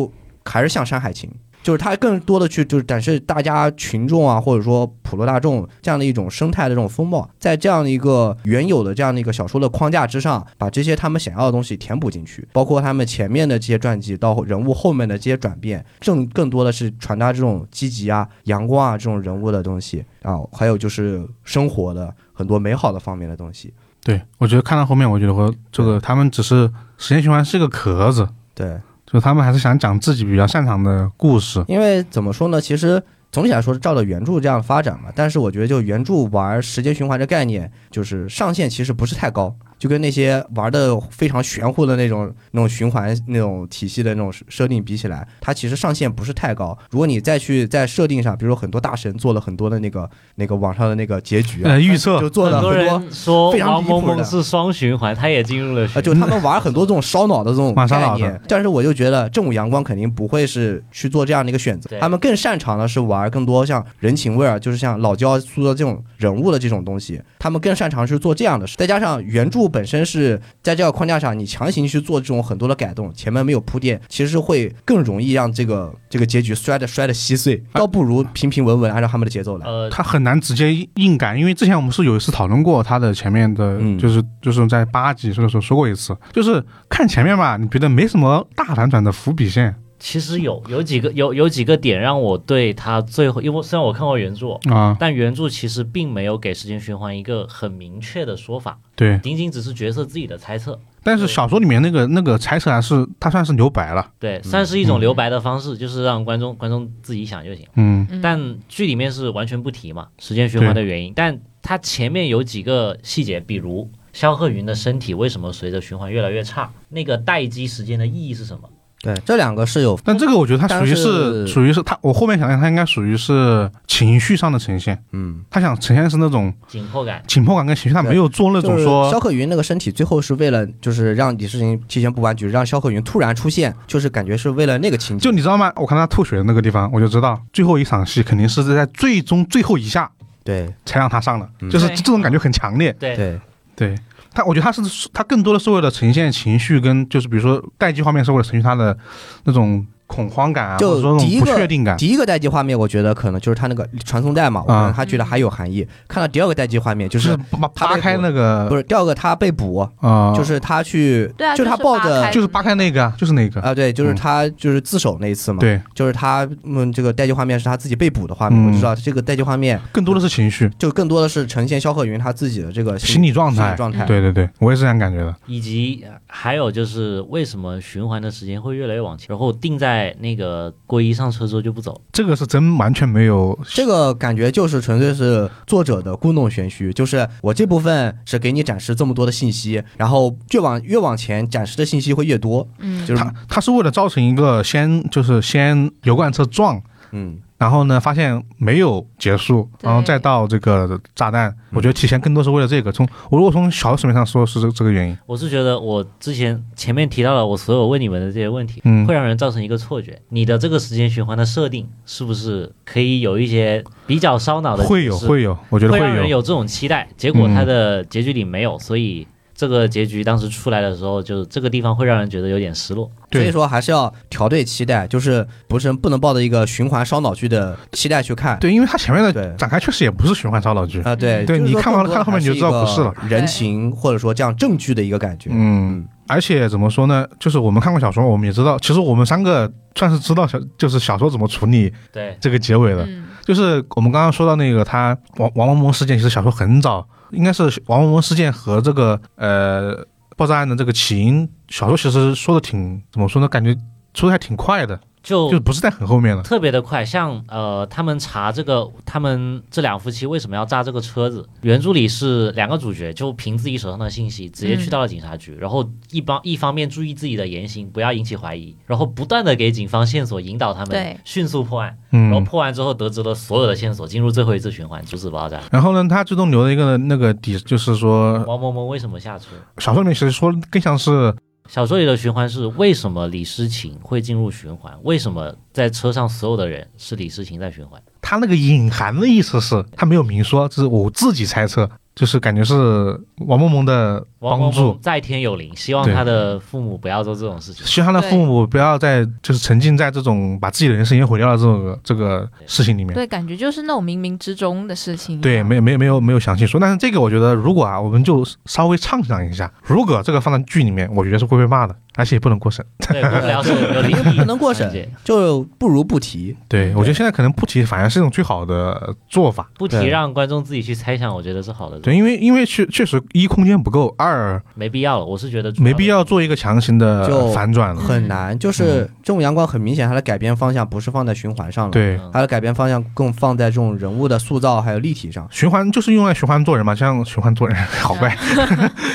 Speaker 4: 还是像《山海情》，就是它更多的去就是展示大家群众啊，或者说普罗大众这样的一种生态的这种风貌，在这样的一个原有的这样的一个小说的框架之上，把这些他们想要的东西填补进去，包括他们前面的这些传记到人物后面的这些转变，更更多的是传达这种积极啊、阳光啊这种人物的东西啊，还有就是生活的很多美好的方面的东西。
Speaker 1: 对我觉得看到后面，我觉得我这个他们只是时间循环是个壳子，
Speaker 4: 对，
Speaker 1: 就他们还是想讲自己比较擅长的故事，
Speaker 4: 因为怎么说呢，其实总体来说是照着原著这样发展嘛。但是我觉得，就原著玩时间循环这概念，就是上限其实不是太高，就跟那些玩的非常玄乎的那种那种循环那种体系的那种设定比起来，它其实上限不是太高。如果你再去在设定上，比如说很多大神做了很多的那个那个网上的那个结局、啊，
Speaker 1: 呃，预测
Speaker 4: 就做了
Speaker 2: 哎很
Speaker 4: 很
Speaker 2: 多
Speaker 4: 多。
Speaker 2: 人说
Speaker 4: 非常
Speaker 2: 王
Speaker 4: 离谱
Speaker 2: 萌萌
Speaker 4: 的
Speaker 2: 是双循环，他也进入了
Speaker 4: 啊，
Speaker 2: 循
Speaker 4: 就他们玩很多这种烧脑的这种
Speaker 1: 蛮烧
Speaker 4: 概
Speaker 1: 脑的
Speaker 4: 念，但是我就觉得正午阳光肯定不会是去做这样的一个选择
Speaker 2: 对，
Speaker 4: 他们更擅长的是玩更多像人情味儿，啊就是像老焦塑造这种人物的这种东西，他们更擅长去做这样的事。再加上原著本身是在这个框架上，你强行去做这种很多的改动，前面没有铺垫，其实会更容易让这个这个结局摔的摔的稀碎，倒不如平平稳稳按照他们的节奏来。
Speaker 2: 呃，
Speaker 1: 他很难直接硬赶，因为之前我们是有一次讨论过他的前面的，
Speaker 4: 嗯
Speaker 1: 就是就是在八集的时候说过一次，就是看前面吧，你觉得没什么大反转的伏笔线，
Speaker 2: 其实有有几个有有几个点让我对他最后，因为虽然我看过原著，
Speaker 1: 啊，
Speaker 2: 但原著其实并没有给时间循环一个很明确的说法，
Speaker 1: 对。
Speaker 2: 仅仅只是角色自己的猜测。
Speaker 1: 但是小说里面那个那个猜测还是它算是留白了，
Speaker 4: 嗯
Speaker 2: 对，算是一种留白的方式，就是让观众观众自己想就行。
Speaker 1: 嗯
Speaker 3: 嗯
Speaker 2: 但剧里面是完全不提嘛时间循环的原因，但它前面有几个细节，比如肖鹤云的身体为什么随着循环越来越差，那个待机时间的意义是什么？
Speaker 4: 对，这两个是有
Speaker 1: 但这个我觉得它属于是
Speaker 4: 但是
Speaker 1: 属于是它，我后面想想，它应该属于是情绪上的呈现，
Speaker 4: 嗯。
Speaker 1: 他想呈现是那种
Speaker 2: 紧迫感。
Speaker 1: 紧迫感跟情绪，他
Speaker 4: 对
Speaker 1: 没有做那种
Speaker 4: 就是
Speaker 1: 说
Speaker 4: 肖鹤云那个身体，最后是为了就是让李世民提前布完局，让肖鹤云突然出现，就是感觉是为了那个情节。
Speaker 1: 就你知道吗？我看他吐血的那个地方，我就知道最后一场戏肯定是在最终最后一下
Speaker 4: 对
Speaker 1: 才让他上的，
Speaker 4: 嗯
Speaker 1: 就是
Speaker 3: 对
Speaker 1: 这种感觉很强烈。
Speaker 2: 对，
Speaker 4: 对，啊
Speaker 1: 对他，我觉得他是他更多的是为了呈现情绪跟就是比如说待机画面是为了呈现他的那种恐慌感啊，
Speaker 4: 就
Speaker 1: 或者说那
Speaker 4: 第
Speaker 1: 种
Speaker 4: 一
Speaker 1: 不
Speaker 4: 个
Speaker 1: 确定感。
Speaker 4: 第一个待机画面，我觉得可能就是他那个传送带嘛，我可能
Speaker 1: 啊
Speaker 4: 他觉得还有含义。看到第二个待机画面，就
Speaker 1: 就是是扒
Speaker 4: 他被
Speaker 1: 扒开那个
Speaker 4: 不是第二个他被捕，
Speaker 1: 啊，
Speaker 4: 就是他去，
Speaker 3: 对啊，
Speaker 4: 就是他抱
Speaker 3: 扒
Speaker 4: 着
Speaker 3: 开
Speaker 1: 就是扒开那个啊，就是那个，
Speaker 4: 啊，对，就是
Speaker 1: 嗯
Speaker 4: 他就是自首那一次嘛，，
Speaker 1: 对，
Speaker 4: 就是他嗯，这个待机画面是他自己被捕的画
Speaker 1: 嗯
Speaker 4: 面，我就知道这个待机画面
Speaker 1: 更多的是情绪、
Speaker 4: 就更多的是呈现肖鹤云他自己的这个
Speaker 1: 心理状
Speaker 4: 心
Speaker 1: 态嗯
Speaker 4: 理。状态，啊
Speaker 1: 对对对，我也是这样感觉的。
Speaker 2: 以及还有就是为什么循环的时间会越来越往前，然后定在那个郭一上车之后就不走，
Speaker 1: 这个是真完全没有
Speaker 4: 这个感觉就是纯粹是作者的故弄玄虚，就是我这部分是给你展示这么多的信息，然后越往越往前展示的信息会越多，
Speaker 3: 嗯
Speaker 4: 就是
Speaker 1: 他他是为了造成一个先就是先油罐车撞，
Speaker 4: 嗯，
Speaker 1: 然后呢发现没有结束，
Speaker 3: 对
Speaker 1: 然后再到这个炸弹。我觉得提前更多是为了这个。从我如果从小层面上说，是这这个原因。
Speaker 2: 我是觉得我之前前面提到了我所有问你们的这些问题，
Speaker 1: 嗯
Speaker 2: 会让人造成一个错觉，你的这个时间循环的设定是不是可以有一些比较烧脑的解释？
Speaker 1: 会有会有，我觉得
Speaker 2: 会让人
Speaker 1: 有。嗯
Speaker 2: 有这种期待，结果它的结局里没有，所以这个结局当时出来的时候，就这个地方会让人觉得有点失落。
Speaker 4: 所以
Speaker 1: 对，
Speaker 4: 说还是要调对期待，就是不是不能抱着一个循环烧脑剧的期待去看，
Speaker 1: 对，因为它前面的
Speaker 4: 对
Speaker 1: 展开确实也不是循环烧脑剧。
Speaker 4: 啊、对，
Speaker 1: 对
Speaker 4: 就是说
Speaker 1: 你看完了
Speaker 4: 更多
Speaker 1: 看到后面你就知道不是了
Speaker 4: 还一个人情或者说这样正剧的一个感觉，
Speaker 1: 嗯，而且怎么说呢？就是我们看过小说，我们也知道，其实我们三个算是知道小，就是小说怎么处理
Speaker 2: 对，
Speaker 1: 这个结尾的。
Speaker 3: 嗯
Speaker 1: 就是我们刚刚说到那个他王王文蒙事件，其实小说很早，应该是王文蒙事件和这个呃爆炸案的这个起因，小说其实说的挺怎么说呢？感觉说的还挺快的，
Speaker 2: 就
Speaker 1: 就不是在很后面了。
Speaker 2: 特别的快，像呃，他们查这个，他们这两夫妻为什么要炸这个车子？原著里是两个主角就凭自己手上的信息，直接去到了警察局，然后一帮一方面注意自己的言行，不要引起怀疑，然后不断的给警方线索引导他们
Speaker 3: 对
Speaker 2: 迅速破案，然后
Speaker 1: 嗯，
Speaker 2: 破案之后得知了所有的线索，进入最后一次循环，阻止爆炸。
Speaker 1: 然后呢，他最终留了一个那个底，就是说
Speaker 2: 王萌萌为什么下车？
Speaker 1: 小说里面其实说得更像是
Speaker 2: 小说里的循环是为什么李诗情会进入循环？为什么在车上所有的人是李诗情在循环？
Speaker 1: 他那个隐含的意思是，他没有明说，这是我自己猜测，就是感觉是王萌萌的
Speaker 2: 王
Speaker 1: 帮
Speaker 2: 萌
Speaker 1: 助
Speaker 2: 萌，在天有灵，希望
Speaker 1: 对
Speaker 2: 他的父母不要做这种事情。
Speaker 1: 希望他的
Speaker 3: 对
Speaker 1: 父母不要再就是沉浸在这种把自己的人生也毁掉了这种这个事情里面。
Speaker 3: 对，感觉就是那种冥冥之中的事情。
Speaker 1: 对，没有没有没有没有详细说，但是这个我觉得，如果啊，我们就稍微畅想一下，如果这个放在剧里面，我觉得是会被骂的，而且也不能过审。
Speaker 2: 对，不聊是有灵异，
Speaker 4: 不能过审，就不如不提。
Speaker 1: 对，我觉得现在可能不提反而是一种最好的做法。
Speaker 2: 不提
Speaker 4: 对
Speaker 2: 让观众自己去猜想，我觉得是好的，
Speaker 1: 对，因为因为确确实一空间不够，二
Speaker 2: 没必要了。我是觉得主
Speaker 1: 没必要做一个强行的
Speaker 4: 就
Speaker 1: 反转了。
Speaker 4: 很难，就是《这种阳光》很明显，它的改编方向不是放在循环上了，，
Speaker 1: 嗯对，
Speaker 2: 嗯
Speaker 4: 它的改编方向更放在这种人物的塑造还有立体上。
Speaker 1: 循环就是用来循环做人嘛，像循环做人， 好怪，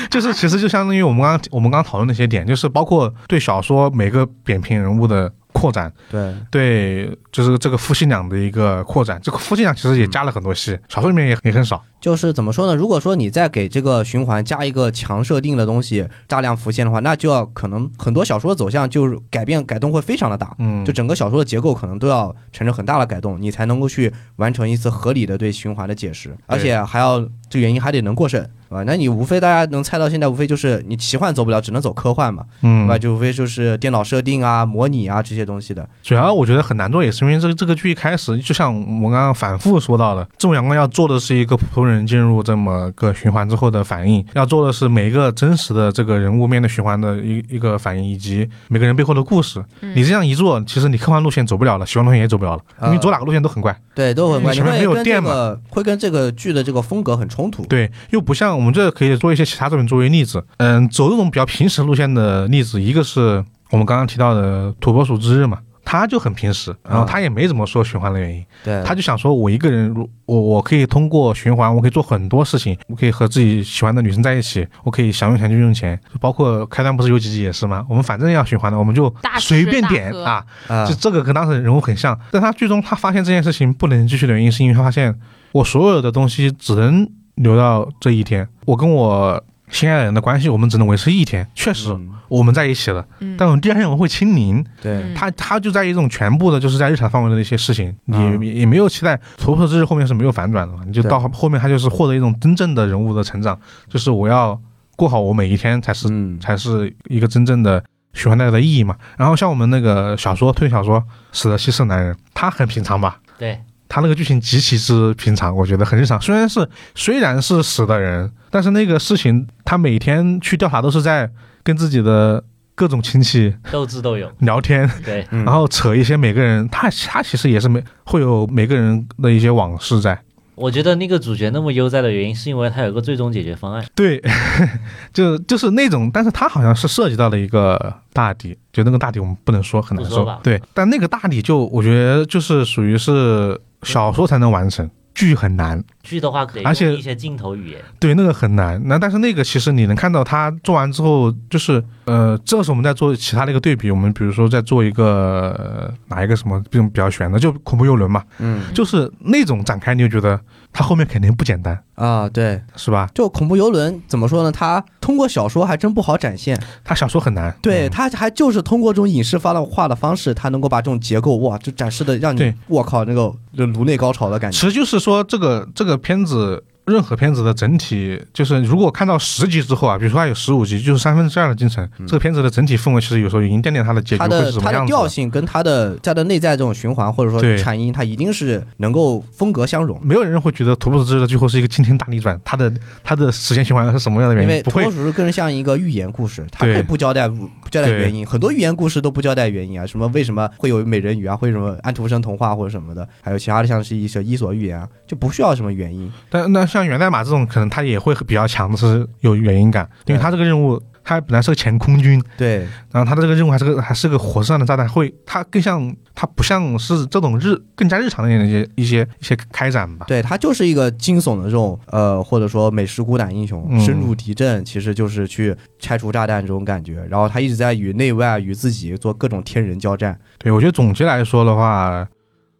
Speaker 1: 就是其实就相当于我们刚刚我们刚刚讨论那些点，就是包括对小说每个扁平人物的扩展，
Speaker 4: 对，
Speaker 1: 对，就是这个夫妻俩的一个扩展。这个夫妻俩其实也加了很多戏，小说里面也也很少。
Speaker 4: 就是怎么说呢？如果说你再给这个循环加一个强设定的东西，大量浮现的话，那就要可能很多小说的走向就是改变改动会非常的大，
Speaker 1: 嗯，
Speaker 4: 就整个小说的结构可能都要产生很大的改动，你才能够去完成一次合理的对循环的解释，而且还要这个原因还得能过审。啊，那你无非大家能猜到，现在无非就是你奇幻走不了，只能走科幻嘛，对
Speaker 1: 嗯
Speaker 4: 吧？，就无非就是电脑设定啊、模拟啊这些东西的。
Speaker 1: 主要我觉得很难做，也是因为这个这个剧一开始就像我们刚刚反复说到的，《这种阳光》要做的是一个普通人进入这么个循环之后的反应，要做的是每一个真实的这个人物面对循环的一一个反应，以及每个人背后的故事。你这样一做，其实你科幻路线走不了了，喜欢路线也走不了了，因为你走哪个路线都很怪。
Speaker 4: 对，都很关键，
Speaker 1: 前面嗯没
Speaker 4: 会
Speaker 1: 有
Speaker 4: 跟这
Speaker 1: 电
Speaker 4: 个会跟这个剧的这个风格很冲突。
Speaker 1: 对，又不像我们这可以做一些其他作品作为例子。嗯，走这种比较平时路线的例子，一个是我们刚刚提到的《土拨鼠之日》嘛，他就很平时，然后他也没怎么说循环的原因，
Speaker 4: 对，
Speaker 1: 他就想说，我一个人，如我我可以通过循环，我可以做很多事情，我可以和自己喜欢的女生在一起，我可以想用钱就用钱，包括开端不是有几集也是吗？我们反正要循环的，我们就
Speaker 3: 大吃
Speaker 1: 随便
Speaker 3: 大
Speaker 1: 点
Speaker 3: 喝
Speaker 1: 啊，
Speaker 4: 啊
Speaker 1: 就，这个跟当时人物很像，但他最终他发现这件事情不能继续的原因，是因为他发现我所有的东西只能留到这一天，我跟我心爱的人的关系，我们只能维持一天。确实，
Speaker 4: 嗯
Speaker 1: 我们在一起了，
Speaker 3: 嗯
Speaker 1: 但我第二天我会清零。
Speaker 4: 对
Speaker 3: 嗯
Speaker 1: 他他就在一种全部的，就是在日常范围的一些事情，也
Speaker 4: 嗯
Speaker 1: 也没有期待。头破之日后面是没有反转的嘛，你就
Speaker 4: 对
Speaker 1: 到后面他就是获得一种真正的人物的成长，就是我要过好我每一天才是
Speaker 4: 嗯
Speaker 1: 才是一个真正的循环带来的意义嘛。然后像我们那个小说推理小说《死的西式男人》，他很平常吧？
Speaker 2: 对，
Speaker 1: 他那个剧情极其之平常，我觉得很日常。虽然是虽然是死的人，但是那个事情他每天去调查都是在跟自己的各种亲戚
Speaker 2: 斗智 斗勇，
Speaker 1: 聊天，
Speaker 2: 对，
Speaker 4: 嗯
Speaker 1: 然后扯一些每个人他他其实也是每会有每个人的一些往事在。
Speaker 2: 我觉得那个主角那么悠哉的原因，是因为他有个最终解决方案。
Speaker 1: 对， 就就是那种，但是他好像是涉及到了一个大底，就那个大底我们不能说很难
Speaker 2: 不说
Speaker 1: 受
Speaker 2: 吧，
Speaker 1: 对，但那个大底就我觉得就是属于是小说才能完成，剧很难，
Speaker 2: 剧的话，得
Speaker 1: 而且
Speaker 2: 用一些镜头语言，
Speaker 1: 对，那个很难。那但是那个其实你能看到他做完之后，就是呃，这是我们在做其他的一个对比，我们比如说在做一个、呃哪一个什么这种比较悬的，就恐怖游轮嘛，
Speaker 4: 嗯
Speaker 1: 就是那种展开，你就觉得他后面肯定不简单，
Speaker 4: 啊，对，
Speaker 1: 是吧？
Speaker 4: 就恐怖游轮怎么说呢？它通过小说还真不好展现，
Speaker 1: 他小说很难，
Speaker 4: 对，
Speaker 1: 嗯
Speaker 4: 它还就是通过这种影视化的化的方式，它能够把这种结构哇，就展示的让你
Speaker 1: 对
Speaker 4: 我靠那个就颅内高潮的感
Speaker 1: 嗯其
Speaker 4: 觉。
Speaker 1: 实就是说，这个这个片子，任何片子的整体，就是如果看到十集之后啊，比如说它有十五集，就是三分之二的进程，这个片子的整体氛围，其实有时候已经奠定它的结局
Speaker 4: 它
Speaker 1: 会是
Speaker 4: 的
Speaker 1: 什
Speaker 4: 嗯它
Speaker 1: 么
Speaker 4: 的
Speaker 1: 样子
Speaker 4: 调
Speaker 1: 了。
Speaker 4: 性跟它的它的内在这种循环或者说
Speaker 1: 对
Speaker 4: 产音，它一定是能够风格相容。
Speaker 1: 没有人会觉得《徒步之日》的最后是一个惊天大逆转，它的它的时间循环是什么样的
Speaker 4: 因
Speaker 1: 原
Speaker 4: 为
Speaker 1: 因？不
Speaker 4: 土
Speaker 1: 会
Speaker 4: 拨，鼠是更像一个寓言故事，它
Speaker 1: 对
Speaker 4: 可以不交代不交代
Speaker 1: 对
Speaker 4: 原因，很多寓言故事都不交代原因啊，什么为什么会有美人鱼啊，会什么安徒生童话或者什么的，还有其他的像是一些伊索寓言啊，就不需要什么原因。
Speaker 1: 但那像源代码这种，可能它也会比较强的是有原因感，因为
Speaker 4: 对
Speaker 1: 它这个任务，它本来是个前空军，
Speaker 4: 对，
Speaker 1: 然后他的这个任务还是个还是个火上的炸弹，会它更像它不像是这种日更加日常的一些一些一些开展吧。
Speaker 4: 对，它就是一个惊悚的这种呃，或者说美式孤胆英雄、
Speaker 1: 嗯
Speaker 4: 深入敌阵，其实就是去拆除炸弹这种感觉。然后他一直在与内外与自己做各种天人交战。
Speaker 1: 对，我觉得总结来说的话，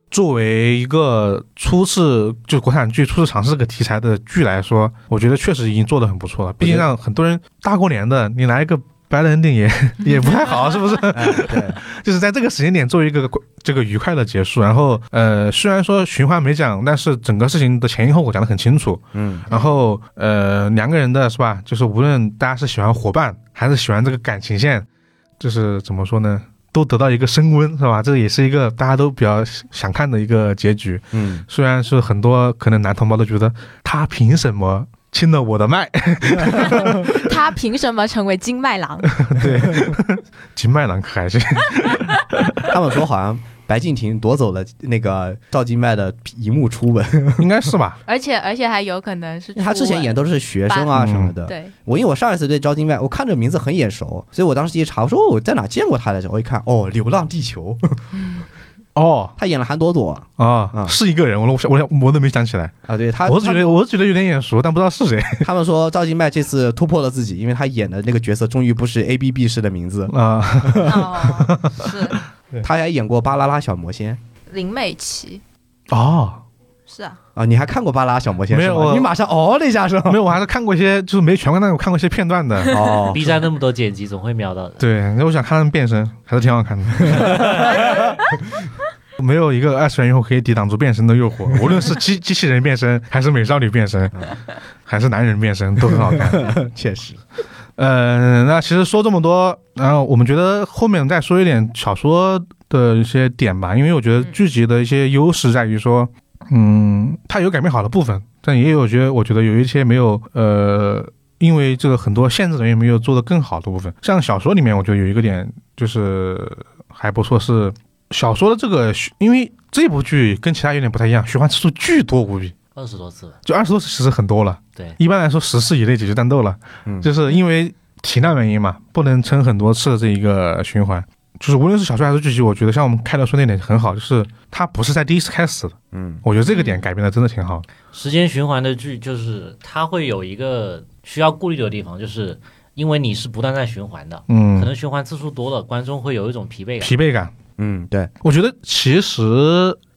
Speaker 1: 作为一个初次就国产剧初次尝试这个题材的剧来说，我觉得确实已经做得很不错了。毕竟让很多人大过年的，你来一个 bad ending 也也不太好，是不是？
Speaker 4: 哎、对，
Speaker 1: 就是在这个时间点做一个这个愉快的结束。然后，呃，虽然说循环没讲，但是整个事情的前因后果讲得很清楚。
Speaker 4: 嗯，
Speaker 1: 然后，呃，两个人的是吧？就是无论大家是喜欢伙伴还是喜欢这个感情线，就是怎么说呢，都得到一个升温，是吧？这也是一个大家都比较想看的一个结局。
Speaker 4: 嗯，
Speaker 1: 虽然是很多可能男同胞都觉得他凭什么亲了我的 脉，
Speaker 3: 他凭什么成为金麦郎？
Speaker 1: 金麦郎可还行？
Speaker 4: 他们说好像白敬亭夺走了那个赵今麦的荧幕初吻，
Speaker 1: 应该是吧？
Speaker 3: 而且而且还有可能是
Speaker 4: 因为他之前
Speaker 3: 初吻
Speaker 4: 演都是学生啊
Speaker 1: 嗯
Speaker 4: 什么的。
Speaker 3: 对，
Speaker 4: 我因为我上一次对赵今麦，我看这名字很眼熟，所以我当时一查，我说哦我在哪见过他来着？我一看，哦，《流浪地球》
Speaker 1: 哦
Speaker 4: 他演了韩朵朵
Speaker 1: 啊
Speaker 4: 嗯，
Speaker 1: 是一个人，我我我我都没想起来，
Speaker 4: 啊，对他，
Speaker 1: 我是
Speaker 4: 他
Speaker 1: 觉得我是觉得有点眼熟，但不知道是谁
Speaker 4: 他们说赵今麦这次突破了自己，因为他演的那个角色终于不是 A B B 式的名字，
Speaker 1: 啊。
Speaker 3: 哦，是
Speaker 4: 他还演过《巴啦啦小魔仙》
Speaker 3: 林美琪，
Speaker 1: 哦，
Speaker 3: 是啊，
Speaker 4: 啊，你还看过《巴啦啦小魔仙》
Speaker 1: 没有
Speaker 4: 是吗
Speaker 1: 我
Speaker 4: 你马上哦了一下是吧
Speaker 1: 没？有，我还是看过一些，就是没全看，但是我看过一些片段 的。
Speaker 4: 哦，
Speaker 2: B 站那么多剪辑，总会瞄到的。
Speaker 1: 对，那我想看他们变身，还是挺好看的。 没有一个二次元用户可以抵挡住变身的诱惑，无论是机机器人变身，还是美少女变身，还是男人变身，都很好看。
Speaker 4: 确实，
Speaker 1: 呃，那其实说这么多，然后我们觉得后面再说一点小说的一些点吧，因为我觉得剧集的一些优势在于说，嗯，它有改变好的部分，但也有觉得我觉得有一些没有呃，因为这个很多限制人员没有做的更好的部分。像小说里面，我觉得有一个点就是还不错，是小说的这个虚，因为这部剧跟其他有点不太一样，虚幻次数巨多无比，
Speaker 2: 二十多次了，
Speaker 1: 就二十多次其实很多了。
Speaker 2: 对，
Speaker 1: 一般来说十次以内解决战斗了，
Speaker 4: 嗯
Speaker 1: 就是因为体量原因嘛，不能撑很多次的这一个循环。就是无论是小说还是剧集，我觉得像我们开头说那点很好，就是它不是在第一次开始的，
Speaker 4: 嗯，
Speaker 1: 我觉得这个点改变的真的挺好的。
Speaker 2: 时间循环的剧就是它会有一个需要顾虑的地方，就是因为你是不断在循环的，可
Speaker 1: 嗯，
Speaker 2: 能循环次数多了，观众会有一种疲惫感。
Speaker 1: 疲惫感，
Speaker 4: 嗯，对，
Speaker 1: 我觉得其实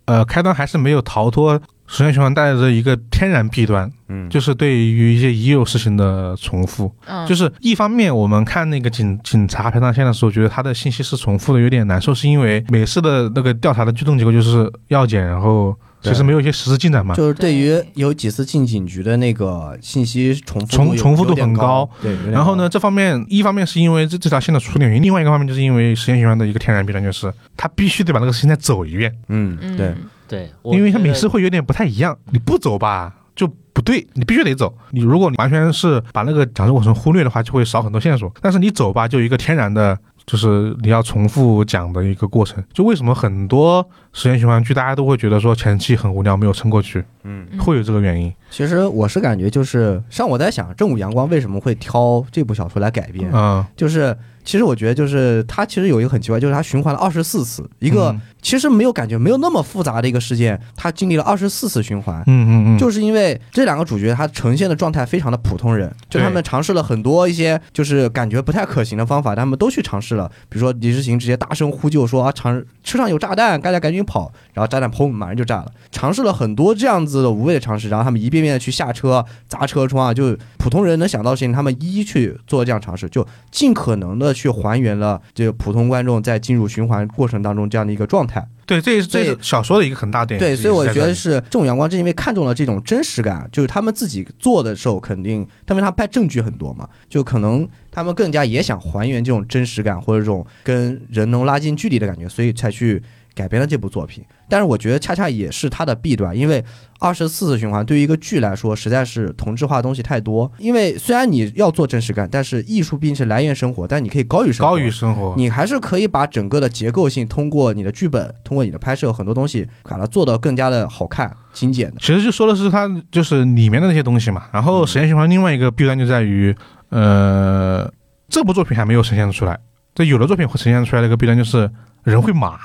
Speaker 1: 呃，开端还是没有逃脱时间循环带来的一个天然弊端，
Speaker 4: 嗯，
Speaker 1: 就是对于一些已有事情的重复。
Speaker 3: 嗯，
Speaker 1: 就是一方面，我们看那个警警察排查线的时候，觉得他的信息是重复的，有点难受，是因为每次的那个调查的最终结果就是药检，然后其实
Speaker 4: 对
Speaker 1: 没有一些实质进展嘛。
Speaker 4: 就是对于
Speaker 3: 对
Speaker 4: 有几次进警局的那个信息重复
Speaker 1: 重
Speaker 4: 有
Speaker 1: 重复度
Speaker 4: 有点
Speaker 1: 很
Speaker 4: 高
Speaker 1: 高，
Speaker 4: 对。有点
Speaker 1: 然后
Speaker 4: 高
Speaker 1: 呢，，这方面一方面是因为这这条线的出点原因，另外一个方面就是因为时间循环的一个天然弊端，就是他必须得把那个事情再走一遍，
Speaker 4: 嗯，
Speaker 3: 嗯，
Speaker 4: 对，
Speaker 2: 对，我
Speaker 1: 因为他
Speaker 2: 觉得
Speaker 1: 每次会有点不太一样，你不走吧就不对，你必须得走。你如果你完全是把那个讲述过程忽略的话，就会少很多线索。但是你走吧，就有一个天然的，就是你要重复讲的一个过程。就为什么很多时间循环剧大家都会觉得说前期很无聊，没有撑过去，
Speaker 3: 嗯
Speaker 1: 会有这个原因。
Speaker 4: 其实我是感觉就是，像我在想，正午阳光为什么会挑这部小说来改编，
Speaker 1: 嗯，
Speaker 4: 就是其实我觉得就是它其实有一个很奇怪，就是它循环了二十四次，一个
Speaker 1: 嗯
Speaker 4: 其实没有感觉没有那么复杂的一个事件，它经历了二十四次循环。
Speaker 1: 嗯嗯嗯，
Speaker 4: 就是因为这两个主角他呈现的状态非常的普通人，就
Speaker 1: 对
Speaker 4: 他们尝试了很多一些就是感觉不太可行的方法，他们都去尝试了。比如说李世行直接大声呼救说啊，尝车上有炸弹，大家赶紧跑，然后炸弹砰马上就炸了。尝试了很多这样子的无谓的尝试，然后他们一遍遍的去下车砸车窗啊，就普通人能想到的事情，他们一一去做这样尝试，就尽可能的去还原了这个普通观众在进入循环过程当中这样的一个状态。
Speaker 1: 对，这也是这也
Speaker 4: 所以
Speaker 1: 是小说的一个很大点。
Speaker 4: 对，所以我觉
Speaker 1: 也是
Speaker 4: 得是这种阳光，正因为看中了这种真实感，就是他们自己做的时候，肯定，因为他拍证据很多嘛，就可能他们更加也想还原这种真实感或者这种跟人能拉近距离的感觉，所以才去改编了这部作品。但是我觉得恰恰也是它的弊端，因为二十四次循环对于一个剧来说，实在是同质化的东西太多。因为虽然你要做真实感，但是艺术毕竟是来源生活，但你可以高于
Speaker 1: 在
Speaker 4: 生活，
Speaker 1: 高于生活。
Speaker 4: 你还是可以把整个的结构性通过你的剧本，通过你的拍摄很多东西，把它做得更加的好看、精简的。
Speaker 1: 其实就说的是它就是里面的那些东西嘛。然后时间循环另外一个弊端就在于，呃，这部作品还没有呈现出来。这有的作品会呈现出来的一个弊端就是人会麻，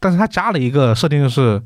Speaker 1: 但是它加了一个设定，就是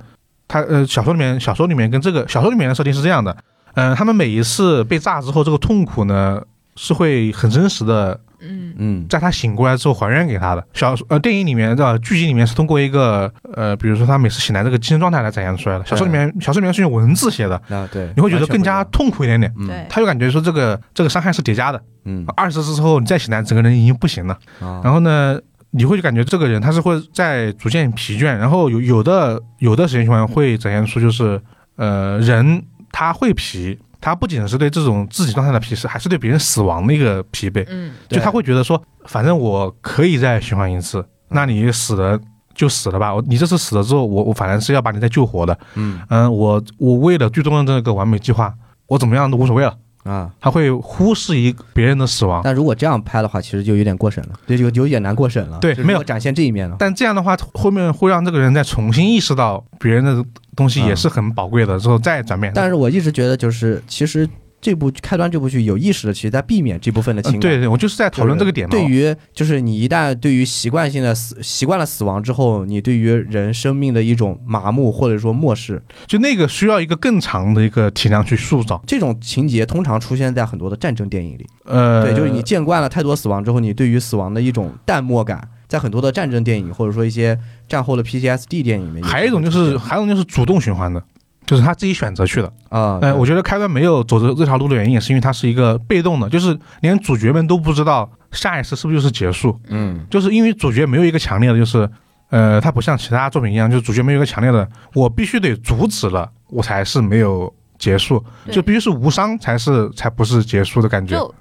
Speaker 1: 它呃小说里面小说里面跟这个小说里面的设定是这样的，嗯、他们每一次被炸之后，这个痛苦呢是会很真实的
Speaker 3: 嗯
Speaker 4: 嗯
Speaker 1: 在他醒过来之后还原给他的。小呃电影里面的剧集里面是通过一个呃，比如说他每次醒来这个精神状态来展现出来的。小说里面小说里面是用文字写的，
Speaker 4: 啊，对，
Speaker 1: 你会觉得更加嗯
Speaker 4: 完
Speaker 1: 痛苦一点点。
Speaker 4: 全不一样
Speaker 3: 对
Speaker 1: 他就感觉说这个这个伤害是叠加的，
Speaker 4: 嗯
Speaker 1: 二十次之后你再醒来，整个人已经不行了。
Speaker 4: 嗯啊，
Speaker 1: 然后呢，你会感觉这个人他是会在逐渐疲倦，然后有有的有的时间循环会展现出就是呃人他会疲，他不仅是对这种自己状态的疲是还是对别人死亡的一个疲惫。
Speaker 3: 嗯
Speaker 1: 就
Speaker 4: 对嗯
Speaker 1: 他会觉得说，反正我可以再循环一次，那你死了就死了吧，我你这次死了之后，我我反正是要把你再救活的，
Speaker 4: 嗯
Speaker 1: 嗯，我我为了最终的这个完美计划，我怎么样都无所谓了。
Speaker 4: 啊，
Speaker 1: 他会忽视一个别人的死亡，
Speaker 4: 但如果这样拍的话，其实就有点过审了，就有有点难过审了。
Speaker 1: 对
Speaker 4: 就是
Speaker 1: 没有
Speaker 4: 如果展现这一面了。
Speaker 1: 但这样的话，后面会让这个人再重新意识到别人的东西也是很宝贵的，之后再转变。
Speaker 4: 嗯但是我一直觉得，就是其实这部开端这部剧有意识的，其实在避免这部分的
Speaker 1: 嗯，
Speaker 4: 情感。
Speaker 1: 对对，我就是在讨论这个点嘛。哦
Speaker 4: 对于就是你一旦对于习惯性的死习惯了死亡之后，你对于人生命的一种麻木或者说漠视，
Speaker 1: 就那个需要一个更长的一个体量去塑造。
Speaker 4: 这种情节通常出现在很多的战争电影里。
Speaker 1: 呃，
Speaker 4: 对，就是你见惯了太多死亡之后，你对于死亡的一种淡漠感，在很多的战争电影或者说一些战后的 PTSD 电影里面也会出现，
Speaker 1: 还有一种就是，还有一种就是主动循环的，就是他自己选择去的。
Speaker 4: 啊，
Speaker 1: 呃，
Speaker 4: 对
Speaker 1: 我觉得开端没有走这这条路的原因，也是因为它是一个被动的，就是连主角们都不知道下一次是不是就是结束，
Speaker 4: 嗯
Speaker 1: 就是因为主角没有一个强烈的，就是呃，他不像其他作品一样，就是主角没有一个强烈的，我必须得阻止了，我才是没有结束，
Speaker 3: 对
Speaker 1: 就必须是无伤才是才不是结束的感觉。
Speaker 3: 就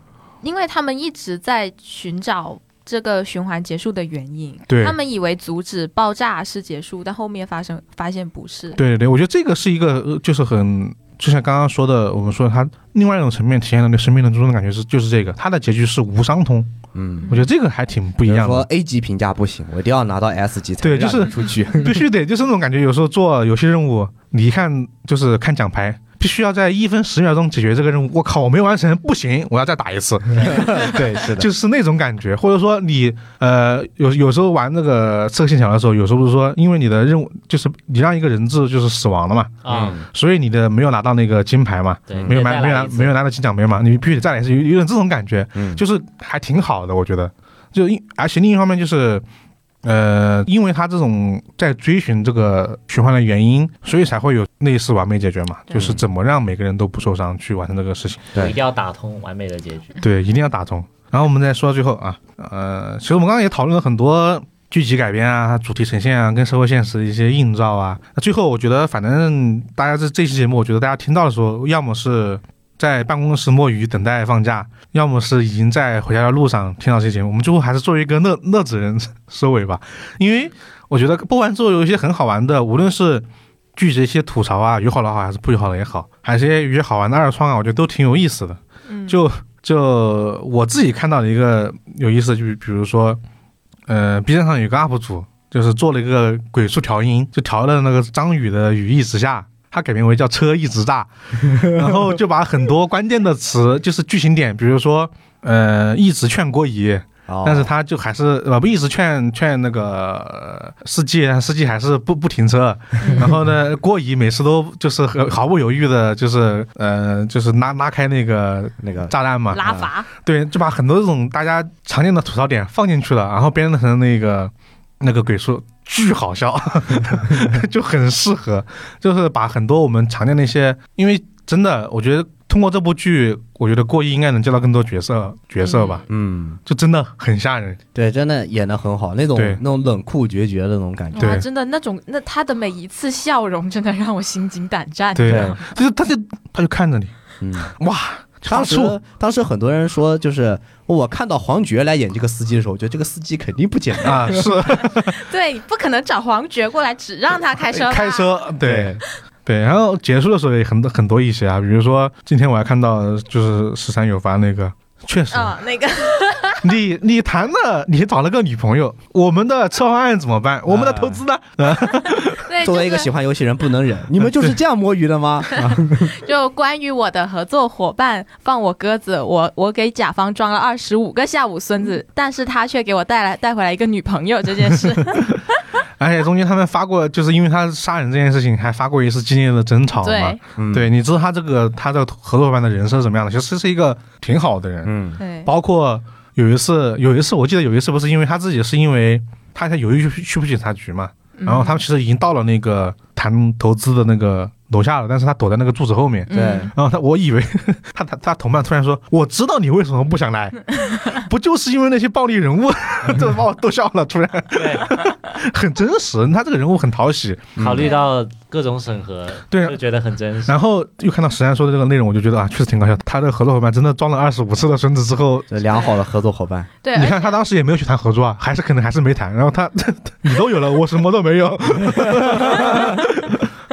Speaker 3: 因为他们一直在寻找这个循环结束的原因。
Speaker 1: 对
Speaker 3: 他们以为阻止爆炸是结束，但后面发生发现不是。
Speaker 1: 对对对，我觉得这个是一个呃就是很。就像刚刚说的，我们说它另外一种层面体现了对生命的尊重的感觉是，就是这个，它的结局是无伤痛，
Speaker 4: 嗯，
Speaker 1: 我觉得这个还挺不一样
Speaker 4: 有人说
Speaker 1: 的。
Speaker 4: A 级评价不行，我一定要拿到 S 级才
Speaker 1: 对
Speaker 4: 能
Speaker 1: 就是
Speaker 4: 让你出 去。
Speaker 1: 必须得就是那种感觉，有时候做有些任务，你一看就是看奖牌，必须要在一分十秒钟解决这个任务。我靠，我没完成，不行，我要再打一次，
Speaker 4: 对，是的，
Speaker 1: 就是那种感觉。或者说你呃，有有时候玩那个刺客信条的时候，有时候不是说因为你的任务就是你让一个人质就是死亡了嘛，
Speaker 2: 啊，
Speaker 1: 所以你的没有拿到那个金牌嘛，
Speaker 2: 对，
Speaker 1: 没有拿没有
Speaker 2: 再来
Speaker 1: 拿
Speaker 2: 一次
Speaker 1: 没有拿到金奖杯嘛，你必须得再来一次，有有点这种感觉，
Speaker 4: 嗯
Speaker 1: 就是还挺好的，我觉得。就因而且另一方面就是，呃，因为他这种在追寻这个循环的原因，所以才会有类似完美解决嘛，
Speaker 2: 对
Speaker 1: 就是怎么让每个人都不受伤去完成这个事情。
Speaker 2: 我
Speaker 4: 对
Speaker 2: 一定要打通完美的结局。
Speaker 1: 对，一定要打通。然后我们再说到最后啊，呃，其实我们刚刚也讨论了很多剧集改编啊、主题呈现啊、跟社会现实的一些映照啊。那最后我觉得，反正大家这这期节目，我觉得大家听到的时候，要么是在办公室摸鱼等待放假，要么是已经在回家的路上听到这期节目。我们最后还是做一个 乐乐子人收尾吧，因为我觉得播完之后有一些很好玩的，无论是。剧集的一些吐槽啊，有好的好还是不友好的也好，还是一些有些好玩的二创啊，我觉得都挺有意思的。
Speaker 3: 嗯，
Speaker 1: 就就我自己看到的一个有意思的，就是比如说，呃，B 站上有一个 UP 主，就是做了一个鬼畜调音，就调了那个张宇的《雨一直下》，他改名为叫“车一直 炸”，然后就把很多关键的词，就是剧情点，比如说，呃，一直劝郭姨，
Speaker 4: 哦
Speaker 1: 但是他就还是呃不一直劝劝那个呃司机，司机还是不不停车。
Speaker 4: 嗯
Speaker 1: 然后呢，郭姨每次都就是很毫不犹豫的，就是呃就是拉拉开那个
Speaker 4: 那个
Speaker 1: 炸弹嘛，
Speaker 3: 拉伐，
Speaker 1: 对，就把很多这种大家常见的吐槽点放进去了，然后编成那个那个鬼畜，巨好笑， 就很适合，就是把很多我们常见的一些，因为真的我觉得通过这部剧，我觉得过亿应该能交到更多角色角色吧，
Speaker 4: 嗯，
Speaker 1: 就真的很吓人。
Speaker 4: 对，真的演的很好，那种
Speaker 1: 对
Speaker 4: 那种冷酷决绝的那种 感觉。
Speaker 1: 对
Speaker 3: 哇，真的那种那他的每一次笑容真的让我心惊胆战。
Speaker 1: 对
Speaker 4: 对，
Speaker 1: 就是他就他就看着你，
Speaker 4: 嗯，
Speaker 1: 哇，
Speaker 4: 当时
Speaker 1: 发怵
Speaker 4: 当时很多人说，就是我看到黄觉来演这个司机的时候，我觉得这个司机肯定不简 单。
Speaker 1: 啊，是
Speaker 3: 对，不可能找黄觉过来只让他开 车吧。
Speaker 1: 开车，对。对，然后结束的时候也很多很多一些啊，比如说今天我还看到就是十三有发那个，确实，
Speaker 3: 嗯，那个
Speaker 1: 你你谈了，你找了个女朋友，我们的策划案怎么办？我们的投资呢？哎
Speaker 3: 对，
Speaker 4: 作为一个
Speaker 3: 就是
Speaker 4: 喜欢游戏人，不能忍。你们就是这样摸鱼 的吗？
Speaker 3: 就关于我的合作伙伴放我鸽子，我我给甲方装了二十五个下午孙子，
Speaker 1: 嗯
Speaker 3: 但是他却给我带来带回来一个女朋友这件 事，
Speaker 1: 而且哎中间他们发过，就是因为他杀人这件事情，还发过一次激烈的争吵嘛
Speaker 3: 对。
Speaker 4: 嗯，
Speaker 1: 对，你知道他这个他的合作伙伴的人设是什么样的？其实是一个挺好的人，
Speaker 4: 嗯，
Speaker 3: 对
Speaker 1: 包括有一次，有一次我记得有一次不是因为他自己是因为他在犹豫去去不去警察局嘛，然后他们其实已经到了那个谈投资的那个楼下了，但是他躲在那个柱子后面，
Speaker 4: 对
Speaker 3: 嗯
Speaker 1: 然后他，我以为他他他同伴突然说：“我知道你为什么不想来，不就是因为那些暴力人物？” 这把我逗笑了，突然
Speaker 2: 对，
Speaker 1: 很真实，他这个人物很讨喜。
Speaker 2: 考虑到各种审核，
Speaker 1: 对啊
Speaker 2: 就觉得很真实。
Speaker 1: 然后又看到石安说的这个内容，我就觉得啊，确实挺搞笑。他的合作伙伴真的装了二十五次的孙子之后，
Speaker 4: 这良好的合作伙伴。
Speaker 3: 对，
Speaker 1: 你
Speaker 3: 而
Speaker 1: 看他当时也没有去谈合作啊，还是可能还是没谈。然后他 你都有了，我什么都没有，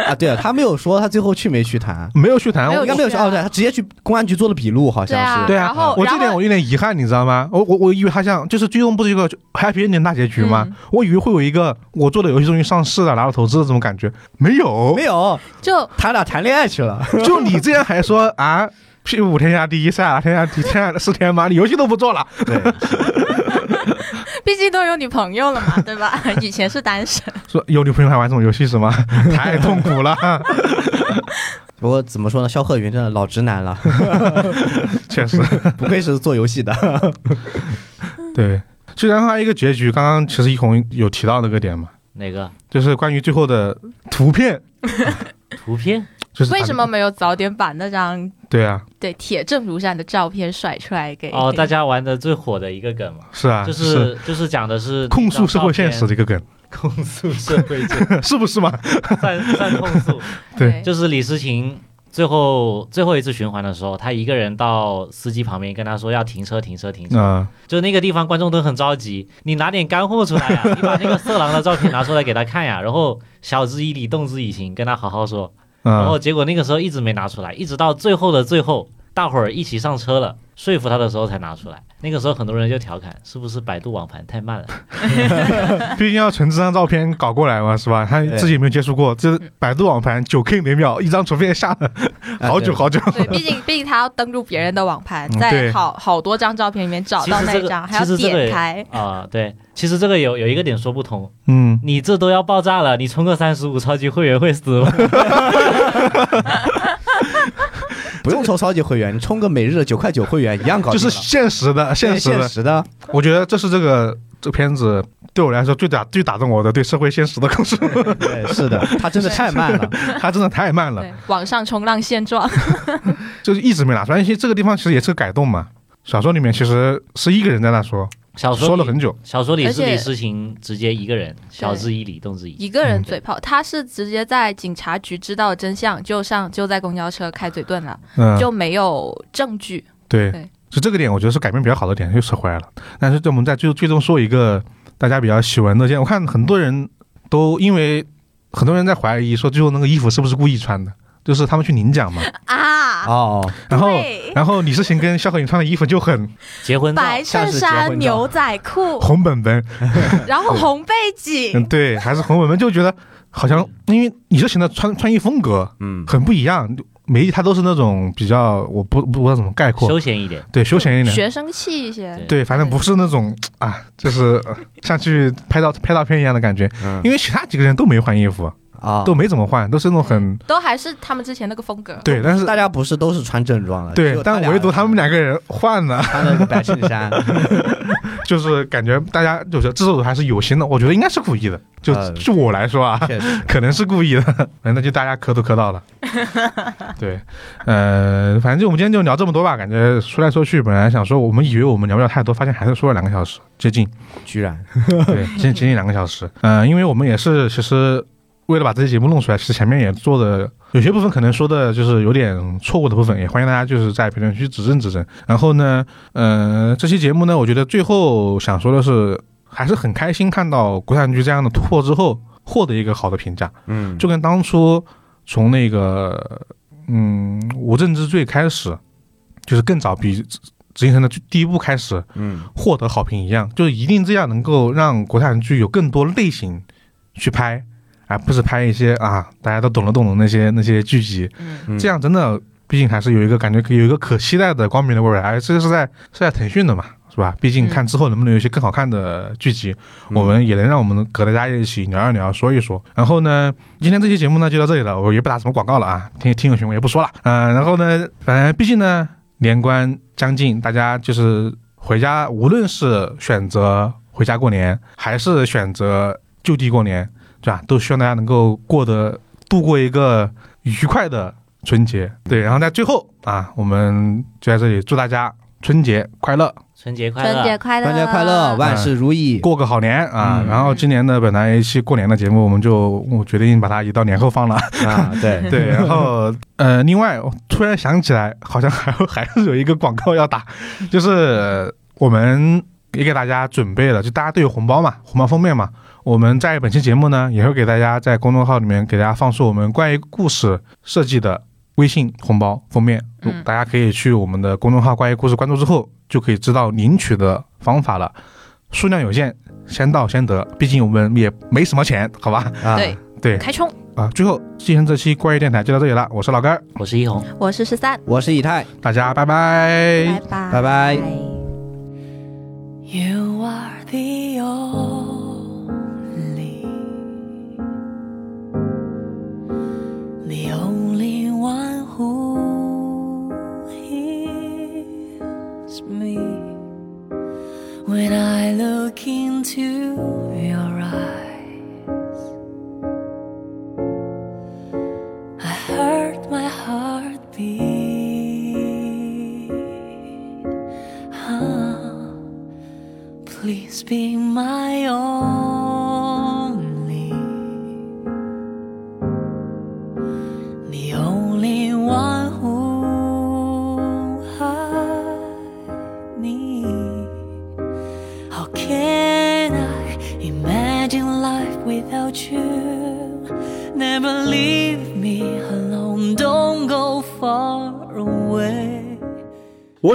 Speaker 4: 啊，对了，他没有说他最后去没去谈，
Speaker 1: 没有去谈
Speaker 3: 没。有
Speaker 4: 应该没有去
Speaker 3: 去啊
Speaker 4: 哦，对，他直接去公安局做了笔录，好像是。
Speaker 1: 对啊
Speaker 3: 然，后
Speaker 1: 我
Speaker 3: 然
Speaker 1: 这
Speaker 3: 后
Speaker 1: 点我有点遗憾，你知道吗？我我我以为他像就是最终不是一个 happy ending 大结局吗？
Speaker 3: 嗯
Speaker 1: 我以为会有一个我做的游戏终于上市了，拿到投资的这种感觉，没有
Speaker 4: 没。有，
Speaker 3: 就
Speaker 4: 他俩谈恋爱去了。
Speaker 1: 就你这样还说啊，屁股天下第一，塞尔达天下第天下是天吗？你游戏都不做了，
Speaker 4: 对，
Speaker 3: 毕竟都有女朋友了嘛，对吧？ 以前是单身，
Speaker 1: 说有女朋友还玩这种游戏是吗？ 太痛苦了，
Speaker 4: 不过怎么说呢，肖鹤云真的老直男了，
Speaker 1: 确实
Speaker 4: 不愧是做游戏 的。
Speaker 1: 对。其实还有一个结局，刚刚其实一红有提到那个点嘛，
Speaker 2: 哪个
Speaker 1: 就是关于最后的图片，
Speaker 2: 图片？
Speaker 1: 就是
Speaker 3: 为什么没有早点把那张
Speaker 1: 对啊，
Speaker 3: 对铁证如山的照片甩出来给
Speaker 2: 哦，
Speaker 3: 给
Speaker 2: 大家玩的最火的一个梗嘛，
Speaker 1: 哎是啊，
Speaker 2: 就是是就是讲的是
Speaker 1: 控诉社会现实的一个梗，
Speaker 2: 控诉社会现实，
Speaker 1: 是不是嘛？
Speaker 2: 算算控诉，
Speaker 1: 对
Speaker 3: 对
Speaker 2: 就是李诗情最后最后一次循环的时候，他一个人到司机旁边跟他说要停车停车停车，
Speaker 1: 啊、
Speaker 2: 就那个地方观众都很着急，你拿点干货出来呀、你把那个色狼的照片拿出来给他看呀、然后晓之以理动之以情，跟他好好说。然后
Speaker 1: 啊，
Speaker 2: 结果那个时候一直没拿出来，一直到最后的最后，大伙儿一起上车了，说服他的时候才拿出来。那个时候很多人就调侃，是不是百度网盘太慢了？
Speaker 1: 毕竟要存这张照片搞过来嘛，是吧？他自己有没有接触过，这百度网盘九 K 每秒，一张图片下了
Speaker 4: 哎
Speaker 1: 好久
Speaker 4: 对
Speaker 1: 好久。
Speaker 3: 对，毕竟毕竟他要登录别人的网盘，
Speaker 1: 嗯对
Speaker 3: 在好好多张照片里面找
Speaker 2: 其
Speaker 3: 到那
Speaker 2: 实这
Speaker 3: 一
Speaker 2: 个
Speaker 3: 张，还要
Speaker 2: 其实这个
Speaker 3: 点开。
Speaker 2: 啊、对，其实这个有有一个点说不通，
Speaker 1: 嗯，
Speaker 2: 你这都要爆炸了，你充个三十五超级会员会死吗？
Speaker 4: 不用充超级会员，你充个每日九块九会员一样搞
Speaker 1: 就
Speaker 4: 定
Speaker 1: 是
Speaker 4: 了。
Speaker 1: 现实的，现实
Speaker 4: 现
Speaker 1: 的。
Speaker 4: 实的，
Speaker 1: 我觉得这是这个这片子对我来说最打最打动我的对社会现实的控诉。
Speaker 4: 对，是的，它真的太慢 了。
Speaker 1: 它真的太慢了，
Speaker 3: 对，网上冲浪现状，
Speaker 1: 就是一直没拿出来。而且这个地方其实也是个改动嘛。小说里面其实是一个人在那说，
Speaker 2: 小说
Speaker 1: 说了
Speaker 2: 里
Speaker 1: 很久。
Speaker 2: 小说里
Speaker 3: 而
Speaker 2: 是李
Speaker 3: 且
Speaker 2: 诗情直接一个人，晓之以理，动之以情。
Speaker 3: 一个
Speaker 1: 嗯
Speaker 3: 人嘴炮，他是直接在警察局知道真相，就上就在公交车开嘴遁了，
Speaker 1: 嗯，
Speaker 3: 就没有证据。
Speaker 1: 对
Speaker 3: 对，
Speaker 1: 就这个点，我觉得是改编比较好的点，又扯回来了。但是我们在最最终说一个大家比较喜闻乐见，我看很多人都因为很多人在怀疑说最后那个衣服是不是故意穿的，就是他们去领奖嘛，
Speaker 3: 啊，
Speaker 4: 哦，
Speaker 1: 然后
Speaker 3: 对
Speaker 1: 然后李世行跟肖可影穿的衣服就很
Speaker 2: 结婚照
Speaker 3: 白衬
Speaker 4: 像是结
Speaker 3: 衫、
Speaker 4: 婚照
Speaker 3: 牛仔裤，
Speaker 1: 红本本，
Speaker 3: 然后红背景
Speaker 1: 嗯，，对，还是红本本，就觉得好像因为李世行的穿穿衣风格
Speaker 4: 嗯，
Speaker 1: 很不一样，每他都是那种比较我不不知道怎么概括，
Speaker 2: 休闲一点，
Speaker 1: 对，休闲一点。
Speaker 3: 学生气一些。
Speaker 1: 对，反正不是那种啊，就是呃像去拍照拍照片一样的感觉。因
Speaker 4: 为
Speaker 1: 为其他几个人都没换衣服，
Speaker 4: 啊，
Speaker 1: 嗯都没怎么换，都是那种
Speaker 4: 嗯
Speaker 1: 很
Speaker 3: 都还是他们之前那个风格。
Speaker 1: 对，但是
Speaker 4: 大家不是都是穿正装了，只
Speaker 1: 对
Speaker 4: 有，
Speaker 1: 但
Speaker 4: 俩
Speaker 1: 唯独他们两个人换 了，
Speaker 4: 穿了个白衬 衫，
Speaker 1: 就是感觉大家就是制作组还是有心的，我觉得应该是故意的，就
Speaker 4: 呃
Speaker 1: 就我来说啊，
Speaker 4: 确实，
Speaker 1: 可能是故意的， 反正就大家磕都磕到 了。对，呃，反正就我们今天就聊这么多吧，感觉说来说去，本来想说我们以为我们聊不了太多，发现还是说了两个小时接近。
Speaker 4: 居然
Speaker 1: 对，接接近两个小时。嗯、因为我们也是其实为了把这期节目弄出来，其实前面也做的有些部分可能说的就是有点错误的部分，也欢迎大家就是在评论区指正指正。然后呢，呃，这期节目呢，我觉得最后想说的是，还是很开心看到国产剧这样的突破之后获得一个好的评价，
Speaker 4: 嗯
Speaker 1: 就跟当初从那个嗯《无证之罪》开始，就是更早比。执行成的第一步开始，
Speaker 4: 嗯
Speaker 1: 获得好评一样，就是一定这样能够让国产剧有更多类型去拍，而不是拍一些啊大家都懂了懂的那些那些剧集，
Speaker 3: 嗯，
Speaker 4: 嗯
Speaker 1: 这样真的毕竟还是有一个感觉可有一个可期待的光明的未来，而这个是在是在腾讯的嘛。是吧？毕竟看之后能不能有一些更好看的剧集，我们也能让我们隔着大家一起聊一聊、说一说。然后呢，今天这期节目呢就到这里了，我也不打什么广告了啊，听听友询问也不说了。嗯、然后呢，反正毕竟呢年关将近，大家就是回家，无论是选择回家过年，还是选择就地过年，对吧？都希望大家能够过得度过一个愉快的春节。对，然后在最后啊，我们就在这里祝大家春节快乐，
Speaker 2: 春节快乐，
Speaker 3: 春节快乐，
Speaker 4: 春节快乐，万事如意，
Speaker 1: 过个好年啊！
Speaker 4: 嗯
Speaker 1: 然后今年的本来一期过年的节目，我们就我决定把它移到年后放了。
Speaker 4: 啊， 对，
Speaker 1: 对，然后呃，另外我突然想起来，好像还有还是有一个广告要打，就是呃我们也给大家准备了，就大家都有红包嘛，红包封面嘛。我们在本期节目呢，也会给大家在公众号里面给大家放出我们关于故事设计的微信红包封面，
Speaker 3: 嗯
Speaker 1: 大家可以去我们的公众号“关于故事”关注之后，就可以知道领取的方法了。数量有限，先到先得，毕竟我们也没什么钱，好吧？
Speaker 4: 啊
Speaker 3: 对，
Speaker 1: 对
Speaker 3: 开冲！
Speaker 1: 啊，最后今天这期关于电台就到这里了，我是老根儿。
Speaker 2: 我是一红。
Speaker 3: 我是十三，
Speaker 4: 我是以太，
Speaker 1: 大家拜拜。
Speaker 3: 拜拜，
Speaker 4: 拜拜。
Speaker 5: You are the only, the only one who heals me when I look into your eyes. I heard my heart beat. Ah. Please be my only, the only one. Imagine life without you. Never leave me alone. Don't go far away.
Speaker 6: 我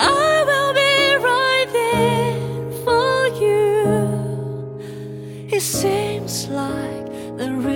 Speaker 5: will be right there for you. It seems like the real